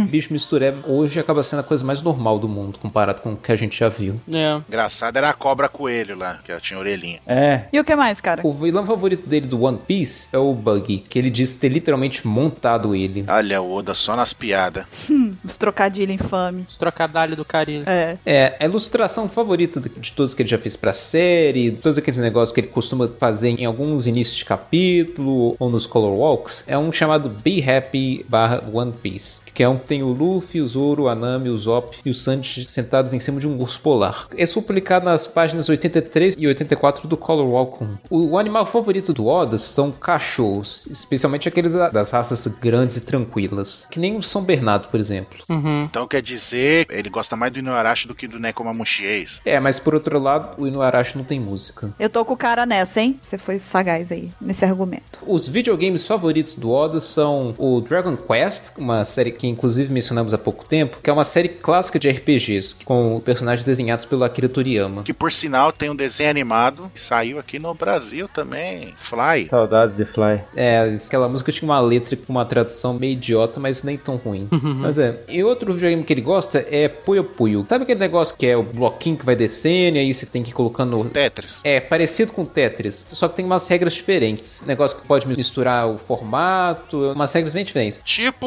Speaker 3: Bicho mistureba hoje acaba sendo a coisa mais normal do mundo comparado com o que a gente já viu.
Speaker 1: É.
Speaker 4: Engraçado era a cobra coelho lá, que ela tinha orelhinha.
Speaker 5: É.
Speaker 2: E o que mais, cara?
Speaker 3: O vilão favorito dele do One Piece é o Buggy, que ele diz ter literalmente montado ele.
Speaker 4: Olha o Oda só nas piadas.
Speaker 2: Os trocadilhos infame.
Speaker 1: Os trocadalhos do carinho.
Speaker 2: É.
Speaker 3: É, a ilustração favorita de- de todos que ele já fez pra série, todos aqueles negócios que ele costuma fazer em alguns inícios de capítulo ou nos color walks, é um chamado Be Happy barra One Piece, que é um que tem o Luffy, o Zoro, a Nami, o Zop e o Sanji sentados em cima de um urso polar. Esse foi publicado nas páginas 83 e 84 do Color Walk 1. O animal favorito do Oda são cachorros, especialmente aqueles da- das raças grandes e tranquilas, que nem o São Bernardo, por exemplo.
Speaker 1: Uhum.
Speaker 4: Então quer dizer, ele gosta mais do Inuarashi do que do Nekomamushi, é isso?
Speaker 3: É, mas por outro lado, o Inuarashi não tem música.
Speaker 2: Eu tô com o cara nessa, hein? Você foi sagaz aí, nesse argumento.
Speaker 3: Os videogames favoritos do Oda são o Dragon Quest, uma série que inclusive mencionamos há pouco tempo, que é uma série clássica de RPGs, com personagens desenhados pelo Akira Toriyama.
Speaker 4: Que por sinal tem um desenho animado que saiu aqui no Brasil também. Fly.
Speaker 5: Saudades de Fly.
Speaker 3: É, aquela música tinha uma letra com uma tradução meio idiota, mas nem tão ruim. mas é. E outro videogame que ele gosta é Puyo Puyo. Sabe aquele negócio que é o bloquinho que vai descendo e aí você tem que ir colocando
Speaker 4: Tetris.
Speaker 3: É, parecido com Tetris, só que tem umas regras diferentes. Negócio que pode misturar o formato, umas regras bem diferentes.
Speaker 4: Tipo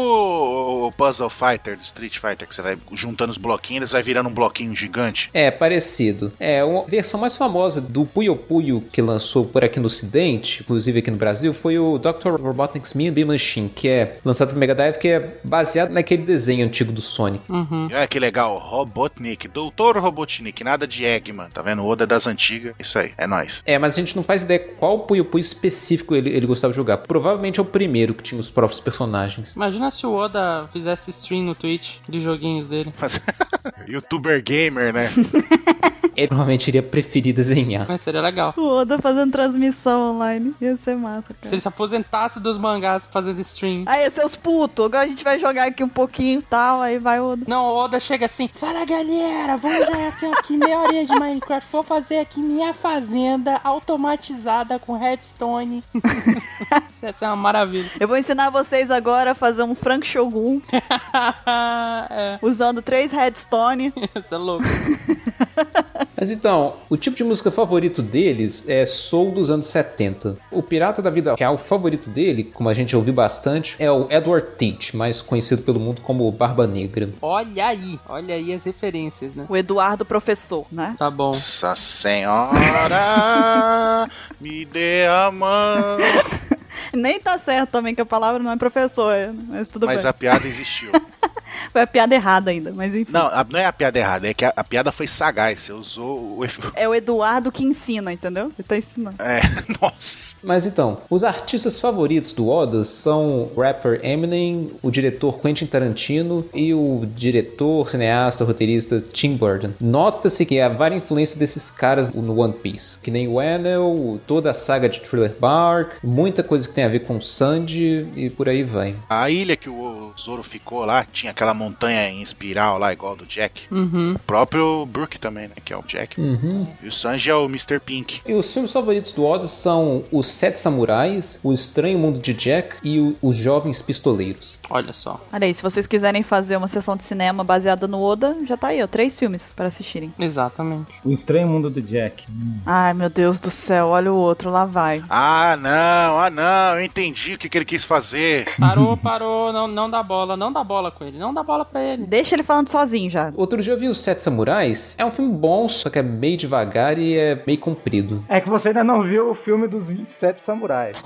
Speaker 4: o Puzzle Fighter do Street Fighter, que você vai juntando os bloquinhos, eles vai virando um bloquinho gigante.
Speaker 3: É, parecido. É, uma versão mais famosa do Puyo Puyo que lançou por aqui no ocidente, inclusive aqui no Brasil, foi o Dr. Robotnik's Minibi Machine, que é lançado pro Mega Drive, que é baseado naquele desenho antigo do Sonic.
Speaker 2: Hum.
Speaker 4: E olha que legal, Robotnik, Doutor Robotnik, nada de Eggman, tá vendo? Oda das antigas, isso aí, é nóis.
Speaker 3: É, mas a gente não faz ideia qual Puyo Puyo específico ele, ele gostava de jogar. Provavelmente é o primeiro que tinha os próprios personagens.
Speaker 1: Imagina se o Oda fizesse stream no Twitch de joguinhos dele.
Speaker 4: Mas- Youtuber gamer, né?
Speaker 3: Ele provavelmente iria preferir desenhar.
Speaker 1: Mas Né, seria legal.
Speaker 2: O Oda fazendo transmissão online. Ia ser massa,
Speaker 1: Se
Speaker 2: cara.
Speaker 1: ele se aposentasse dos mangás fazendo stream.
Speaker 2: Aí, seus putos, agora a gente vai jogar aqui um pouquinho e tal, aí vai o Oda.
Speaker 1: Não, o Oda chega assim, fala galera, vamos já ter aqui meia horinha de Minecraft, vou fazer aqui minha fazenda automatizada com redstone. Isso ia ser uma maravilha.
Speaker 2: Eu vou ensinar vocês agora a fazer um Frank Shogun
Speaker 1: é,
Speaker 2: usando três redstone.
Speaker 1: isso é louco.
Speaker 3: Mas então, o tipo de música favorito deles é soul dos anos 70. O pirata da vida real favorito dele, como a gente ouviu bastante, é o Edward Teach, mais conhecido pelo mundo como Barba Negra.
Speaker 1: Olha aí, olha aí as referências, né?
Speaker 2: O Eduardo Professor, né?
Speaker 1: Tá bom.
Speaker 4: Nossa senhora, me dê a mão.
Speaker 2: Nem tá certo também que a palavra não é professor, mas tudo
Speaker 4: Mas
Speaker 2: bem.
Speaker 4: a piada existiu.
Speaker 2: Foi a piada errada ainda, mas enfim.
Speaker 4: Não, a- não é a piada errada, é que a, a piada foi sagaz. Você usou o. efe-
Speaker 2: É o Eduardo que ensina, entendeu? Ele tá ensinando.
Speaker 4: É, nossa.
Speaker 3: Mas então, os artistas favoritos do Oda são o rapper Eminem, o diretor Quentin Tarantino e o diretor, cineasta, roteirista Tim Burton. Nota-se que há várias influências desses caras no One Piece, que nem o Enel, toda a saga de Thriller Bark, muita coisa que tem a ver com o Sandy e por aí vai.
Speaker 4: A ilha que o Zoro ficou lá tinha aquela montanha em espiral lá, igual do Jack.
Speaker 1: Uhum.
Speaker 4: O próprio Brook também, né? Que é o Jack. E o Sanji é o Mr. Pink.
Speaker 3: E os filmes favoritos do Oda são Os Sete Samurais, O Estranho Mundo de Jack e o- Os Jovens Pistoleiros.
Speaker 1: Olha só.
Speaker 2: Olha aí, se vocês quiserem fazer uma sessão de cinema baseada no Oda, já tá aí, ó. Três filmes pra assistirem.
Speaker 1: Exatamente.
Speaker 5: O estranho mundo do Jack. Hum.
Speaker 2: Ai, meu Deus do céu, olha o outro, lá vai.
Speaker 4: Ah, não, ah, não, eu entendi o que, que ele quis fazer.
Speaker 1: Parou, parou. Não, não dá bola. Não dá bola com ele. Não dá bola pra ele.
Speaker 2: Deixa ele falando sozinho já.
Speaker 3: Outro dia eu vi Os Sete Samurais. É um filme bom, só que é meio devagar e é meio comprido.
Speaker 5: É que você ainda não viu o filme dos 27 samurais.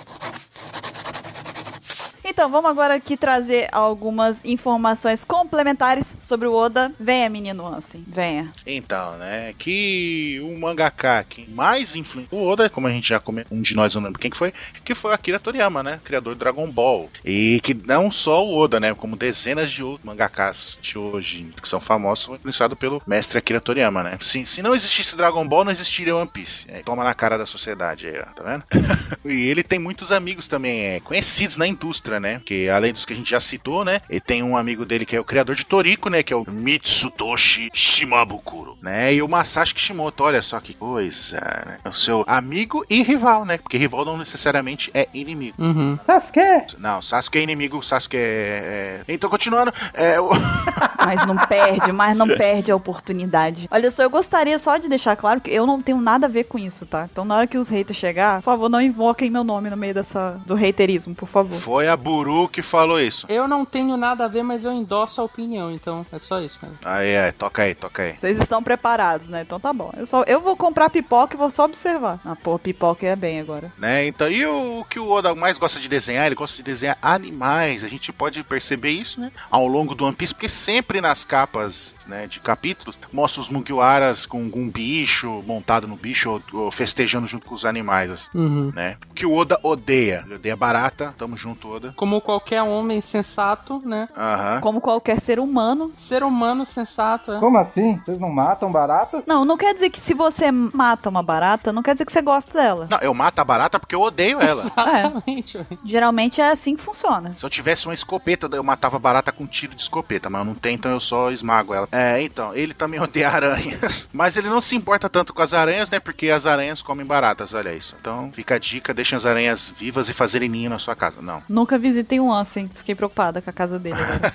Speaker 2: Então, vamos agora aqui trazer algumas informações complementares sobre o Oda. Venha, menino Ansem, venha.
Speaker 4: Então, né? Que o mangaka que mais influenciou o Oda, como a gente já comentou, um de nós não lembro quem que foi, que foi o Akira Toriyama, né? Criador do Dragon Ball. E que não só o Oda, né? Como dezenas de outros mangakas de hoje que são famosos, foi influenciado pelo mestre Akira Toriyama, né? Sim, se não existisse Dragon Ball, não existiria One Piece. É, toma na cara da sociedade aí, ó, tá vendo? E ele tem muitos amigos também é, conhecidos na indústria, né? Que além dos que a gente já citou, né? Ele tem um amigo dele que é o criador de Toriko, né? Que é o Mitsutoshi Shimabukuro, né? E o Masashi Kishimoto, olha só que coisa, né? É o seu amigo e rival, né? Porque rival não necessariamente é inimigo.
Speaker 1: Uhum.
Speaker 5: Sasuke!
Speaker 4: Não, Sasuke é inimigo, Sasuke é... é- Então, continuando, é, o-
Speaker 2: Mas não perde, mas não perde a oportunidade. Olha só, eu gostaria só de deixar claro que eu não tenho nada a ver com isso, tá? Então, na hora que os haters chegar, por favor, não invoquem meu nome no meio dessa do haterismo, por favor.
Speaker 4: foi a Buru que falou isso.
Speaker 1: Eu não tenho nada a ver, mas eu endosso a opinião. Então, é só isso, cara.
Speaker 4: Aí, aí, toca aí, toca aí.
Speaker 2: Vocês estão preparados, né? Então tá bom. Eu, só, eu vou comprar pipoca e vou só observar. Ah, pô, pipoca é bem agora.
Speaker 4: né? Então, e o, o que o Oda mais gosta de desenhar? Ele gosta de desenhar animais. A gente pode perceber isso, né? Ao longo do One Piece, porque sempre nas capas, né, de capítulos, mostra os Mugiwaras com um bicho, montado no bicho, ou, ou festejando junto com os animais, assim,
Speaker 1: Uhum.
Speaker 4: né? O que o Oda odeia. Ele odeia barata. Tamo junto, Oda.
Speaker 1: Como qualquer homem sensato, né?
Speaker 4: Aham.
Speaker 2: Como qualquer ser humano,
Speaker 1: Ser humano sensato, é.
Speaker 5: Como assim? Vocês não matam baratas?
Speaker 2: Não, não quer dizer que se você mata uma barata, não quer dizer que você gosta dela.
Speaker 4: Não, eu mato a barata porque eu odeio ela.
Speaker 1: Exatamente, velho.
Speaker 2: Geralmente é assim que funciona.
Speaker 4: Se eu tivesse uma escopeta, eu matava a barata com um tiro de escopeta, mas eu não tenho, então eu só esmago ela. É, então, ele também odeia aranhas. Mas ele não se importa tanto com as aranhas, né? Porque as aranhas comem baratas, olha isso. Então, fica a dica, deixem as aranhas vivas e fazerem ninho na sua casa. Não.
Speaker 2: Nunca visitei um Ansem, fiquei preocupada com a casa dele. agora.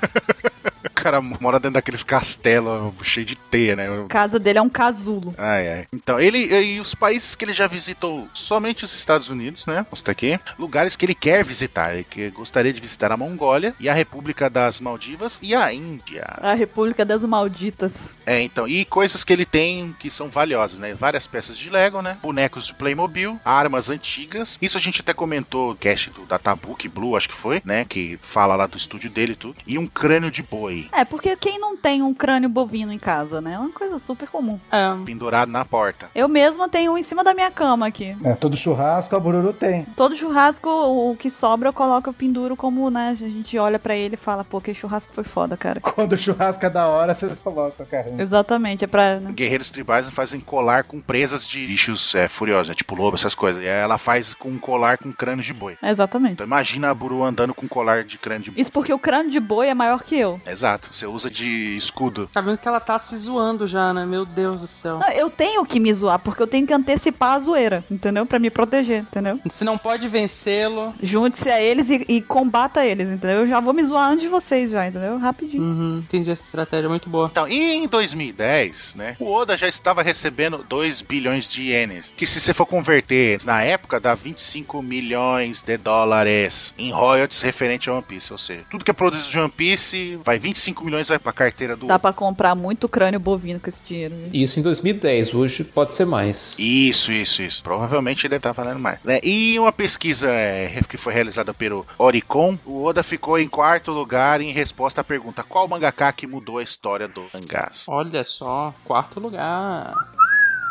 Speaker 4: O cara mora dentro daqueles castelos cheio de teia, né?
Speaker 2: a casa dele é um casulo.
Speaker 4: Ai, ai. Então, ele e os países que ele já visitou, somente os Estados Unidos, né? Mostra aqui. Lugares que ele quer visitar. Ele que gostaria de visitar a Mongólia e a República das Maldivas e a Índia.
Speaker 2: A República das Malditas.
Speaker 4: É, então, e coisas que ele tem que são valiosas, né? Várias peças de Lego, né? Bonecos de Playmobil, armas antigas. Isso a gente até comentou no cast do da Tabuki Blue, acho que foi, né? Que fala lá do estúdio dele e tudo. E um crânio de boi
Speaker 2: É, porque quem não tem um crânio bovino em casa, né? É uma coisa super comum.
Speaker 1: É.
Speaker 4: pendurado na porta.
Speaker 2: Eu mesma tenho um em cima da minha cama aqui.
Speaker 5: É, todo churrasco a bururu tem.
Speaker 2: Todo churrasco, o que sobra, eu coloco, eu penduro como, né? A gente olha pra ele e fala, pô, que churrasco foi foda, cara.
Speaker 5: Quando o churrasco é da hora, vocês colocam o carrinho.
Speaker 2: Exatamente, é pra. né?
Speaker 4: Guerreiros tribais fazem colar com presas de bichos é, furiosos, né? Tipo lobo, essas coisas. E ela faz com um colar com crânio de boi.
Speaker 2: é Exatamente.
Speaker 4: Então imagina a Buru andando com um colar de crânio de boi.
Speaker 2: Isso porque o crânio de boi é maior que eu.
Speaker 4: Exato, você usa de escudo.
Speaker 1: Tá vendo que ela tá se zoando já, né? Meu Deus do céu.
Speaker 2: Não, eu tenho que me zoar, porque eu tenho que antecipar a zoeira, entendeu? Pra me proteger, entendeu?
Speaker 1: Se não pode vencê-lo.
Speaker 2: Junte-se a eles e, e combata eles, entendeu? Eu já vou me zoar antes de vocês já, entendeu? Rapidinho.
Speaker 1: Uhum, entendi essa estratégia, muito boa.
Speaker 4: Então, e em 2010, né, o Oda já estava recebendo 2 bilhões de ienes, que se você for converter na época dá 25 milhões de dólares em royalties referente a One Piece, ou seja, tudo que é produzido de One Piece vai 25 5 milhões vai pra carteira do.
Speaker 2: Dá pra comprar muito crânio bovino com esse dinheiro. né? viu?
Speaker 3: Isso em 2010, hoje pode ser mais.
Speaker 4: Isso, isso, isso. Provavelmente ele tá valendo mais. né? E uma pesquisa é, que foi realizada pelo Oricon, o Oda ficou em quarto lugar em resposta à pergunta qual mangaka que mudou a história do mangás.
Speaker 1: Olha só, quarto lugar.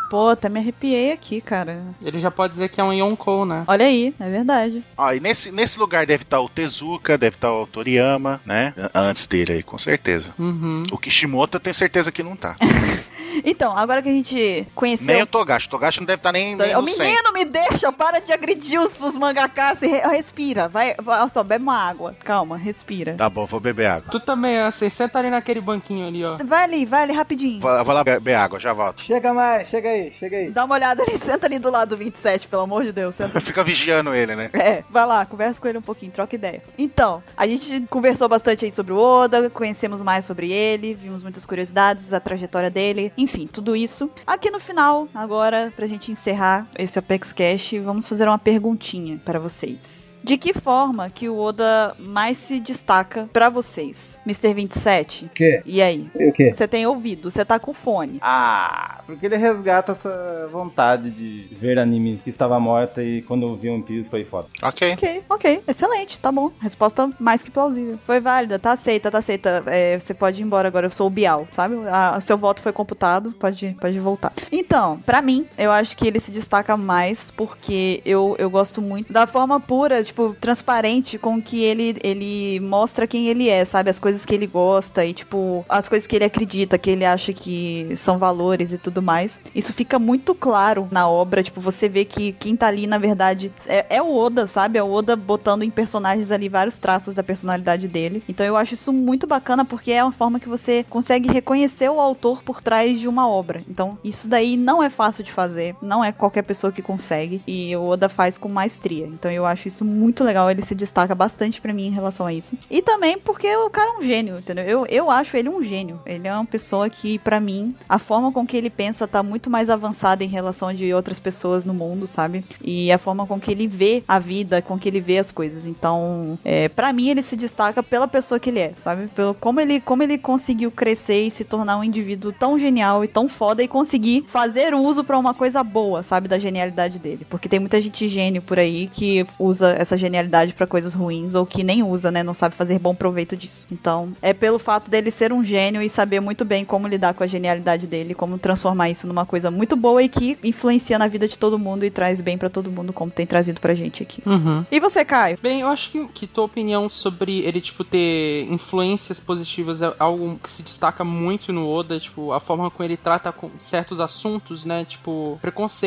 Speaker 2: Pô, até me arrepiei aqui, cara.
Speaker 1: Ele já pode dizer que é um Yonkou, né?
Speaker 2: Olha aí, é verdade.
Speaker 4: Ó, e nesse, nesse lugar deve estar o Tezuka, deve estar o Toriyama, né? A- Antes dele aí, com certeza.
Speaker 1: Uhum.
Speaker 4: O Kishimoto eu tenho certeza que não tá.
Speaker 2: Então, agora que a gente
Speaker 4: nem
Speaker 2: conheceu.
Speaker 4: o Togashi. O Togashi não deve estar nem, nem
Speaker 2: Ô,
Speaker 4: no 100.
Speaker 2: Então, é menino, me deixa, para de agredir os, os mangakás, se re- respira, vai, vai, olha só, bebe uma água, calma, respira.
Speaker 4: Tá bom, vou beber água.
Speaker 1: Tu também, assim, senta ali naquele banquinho ali, ó.
Speaker 2: Vai ali, vai ali rapidinho.
Speaker 4: Vou, vou lá beber água, já volto.
Speaker 5: Chega mais, chega aí, chega aí.
Speaker 2: Dá uma olhada ali, senta ali do lado do 27, pelo amor de Deus, senta
Speaker 4: Fica vigiando ele, né?
Speaker 2: É, vai lá, conversa com ele um pouquinho, troca ideia. Então, a gente conversou bastante aí sobre o Oda, conhecemos mais sobre ele, vimos muitas curiosidades, a trajetória dele, enfim, tudo isso. Aqui no final, agora, pra gente encerrar esse Apex Cash, vamos fazer uma perguntinha pra vocês. De que forma que o Oda mais se destaca pra vocês? Mr. 27?
Speaker 5: quê?
Speaker 2: E aí?
Speaker 5: O quê?
Speaker 2: Você tem ouvido, você tá com fone.
Speaker 5: Ah, porque ele resgata essa vontade de ver anime que estava morta e quando eu vi One Piece foi foda.
Speaker 4: Ok.
Speaker 2: Ok, ok, excelente, tá bom. Resposta mais que plausível. Foi válida, tá aceita, tá aceita. É, você pode ir embora agora, eu sou o Bial, sabe? A- o seu voto foi computado, pode, pode voltar. Então, pra mim, eu acho que ele se destaca mais porque eu, eu gosto muito da forma pura, tipo, transparente com que ele, ele mostra quem ele é, sabe? As coisas que ele gosta e, tipo, as coisas que ele acredita, que ele acha que são valores e tudo mais. Isso fica muito claro na obra, tipo, você vê que quem tá ali, na verdade, é, é o Oda, sabe? É o Oda botando em personagens ali vários traços da personalidade dele. Então eu acho isso muito bacana porque é uma forma que você consegue reconhecer o autor por trás de uma obra. Então isso daí não é fácil de fazer, não é qualquer pessoa que consegue e o Oda faz com maestria. Então eu acho isso muito legal, ele se destaca bastante pra mim em relação a isso. E também porque o cara é um gênio, entendeu? Eu, eu acho ele um gênio. Ele é uma pessoa que, pra mim, a forma com que ele pensa tá muito mais avançada em relação de outras pessoas no mundo, sabe? E a forma com que ele vê a vida, com que ele vê as coisas. Então, é, para mim, ele se destaca pela pessoa que ele é, sabe? Pelo como ele, como ele conseguiu crescer e se tornar um indivíduo tão genial e tão foda e conseguir fazer uso pra uma coisa boa, sabe? Da genialidade dele. Porque tem muita gente gênio por aí que usa essa genialidade pra coisas ruins ou que nem usa, né? Não sabe fazer bom proveito disso. Então, é pelo fato dele ser um gênio e saber muito bem como lidar com a genialidade dele, como transformar isso numa coisa muito boa e que influencia na vida de todo mundo e traz bem pra todo mundo, como tem trazido pra gente aqui.
Speaker 1: Uhum.
Speaker 2: E você, Caio?
Speaker 1: Bem, eu acho que, que tua opinião sobre ele, tipo, ter influências positivas é algo que se destaca muito no Oda, tipo, a forma como ele trata com certos assuntos, né? Tipo,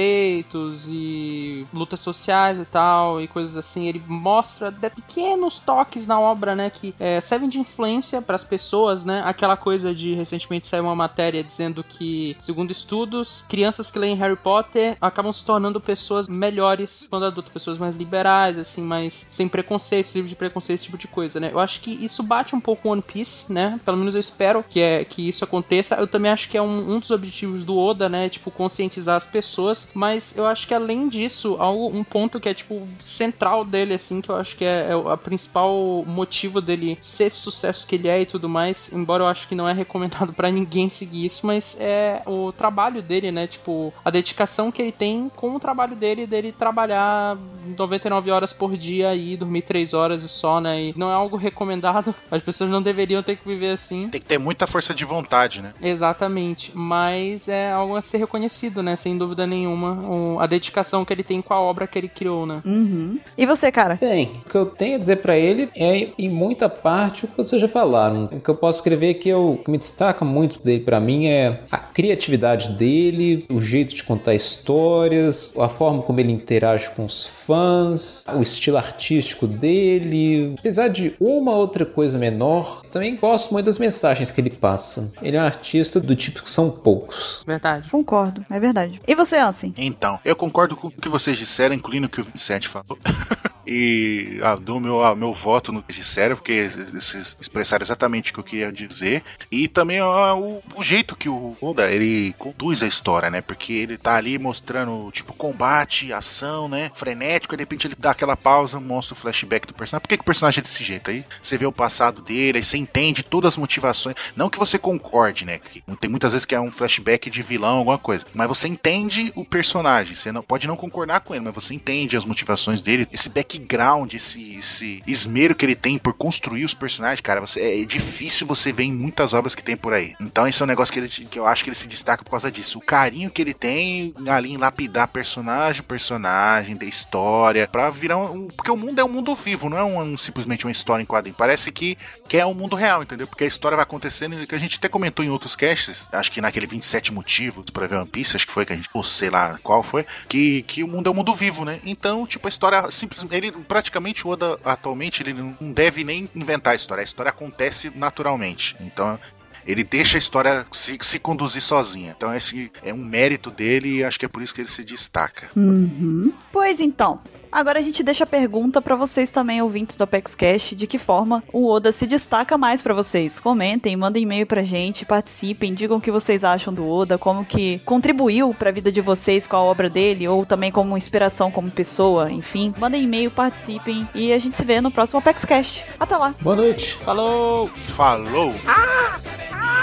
Speaker 1: preconceitos e lutas sociais e tal, e coisas assim. Ele mostra de pequenos toques na obra, né? Que é, servem de influência pras pessoas, né? Aquela coisa de recentemente saiu uma matéria dizendo que, segundo estudos, crianças que leem Harry Potter acabam se tornando pessoas melhores quando adulto, pessoas mais liberais, assim, mais sem preconceitos, livre de preconceito, esse tipo de coisa, né? Eu acho que isso bate um pouco One Piece, né? Pelo menos eu espero que, é, que isso aconteça. Eu também acho que é um, um dos objetivos do Oda, né? Tipo, conscientizar as pessoas, mas eu acho que além disso, algo, um ponto que é, tipo, central dele, assim, que eu acho que é, é o a principal motivo dele ser esse sucesso que ele é e tudo mais, embora eu acho que não é recomendado pra ninguém seguir isso, mas é o trabalho dele, né? Tipo, a dedicação que ele tem com o trabalho dele, dele trabalhar 99 horas por dia e dormir 3 horas e só, né? E não é algo recomendado, as pessoas não deveriam ter que viver assim.
Speaker 4: Tem que ter muita força de vontade, né?
Speaker 1: Exatamente, mas é algo a ser reconhecido, né? Sem dúvida nenhuma, o- a dedicação que ele tem com a obra que ele criou, né?
Speaker 2: Uhum. E você, cara?
Speaker 3: Bem, o que eu tenho a dizer pra ele é, em muita parte, o que vocês já falaram. O que eu posso escrever que, eu, que me destaca muito dele pra mim é a criatividade dele, o jeito de contar histórias, a forma como ele interage com os fãs, o estilo artístico dele. Apesar de uma outra coisa menor, também gosto muito das mensagens que ele passa. Ele é um artista do tipo que são poucos.
Speaker 1: Verdade.
Speaker 2: Concordo, é verdade. E você, Ansem?
Speaker 4: Então, eu concordo com o que vocês disseram, incluindo o que o 27 falou. e ah, dou meu, ah, meu voto no sério, porque eles expressaram exatamente o que eu queria dizer. E também ah, o, o jeito que o Oda ele conduz a história, né? Porque ele tá ali mostrando, tipo, combate, ação, né? Frenético, e de repente ele dá aquela pausa, mostra o flashback do personagem. Por que, que o personagem é desse jeito aí? Você vê o passado dele, aí você entende todas as motivações. Não que você concorde, né? Que tem muitas vezes que é um flashback de vilão, alguma coisa. Mas você entende o personagem. Você não, pode não concordar com ele, mas você entende as motivações dele, esse background, esse, esse esmero que ele tem por construir os personagens, cara, você, é, é difícil você ver em muitas obras que tem por aí. Então esse é um negócio que, ele, que eu acho que ele se destaca por causa disso. O carinho que ele tem ali em lapidar personagem, personagem, da história, pra virar um, um. Porque o mundo é um mundo vivo, não é um, um simplesmente uma história em quadrinho. Parece que, que é um mundo real, entendeu? Porque a história vai acontecendo, que a gente até comentou em outros casts, acho que naquele 27 motivos pra ver One Piece, acho que foi que a gente, ou sei lá qual foi, que, que o mundo é um mundo vivo, né? Então, tipo, a história simplesmente. Ele praticamente o Oda atualmente ele não deve nem inventar a história. A história acontece naturalmente. Então, ele deixa a história se, se, conduzir sozinha. Então esse é um mérito dele e acho que é por isso que ele se destaca.
Speaker 2: Uhum. Pois então. Agora a gente deixa a pergunta para vocês também, ouvintes do Apex Cash, de que forma o Oda se destaca mais para vocês. Comentem, mandem e-mail pra gente, participem, digam o que vocês acham do Oda, como que contribuiu para a vida de vocês com a obra dele ou também como inspiração como pessoa, enfim. Mandem e-mail, participem e a gente se vê no próximo Apex Cash. Até lá.
Speaker 3: Boa noite. Falou.
Speaker 4: Falou. Ah!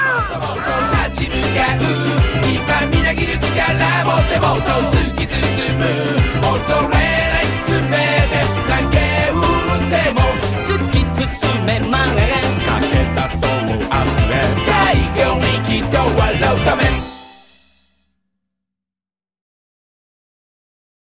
Speaker 8: もっともっと立ち向かう今みなぎる力もっともっと突き進む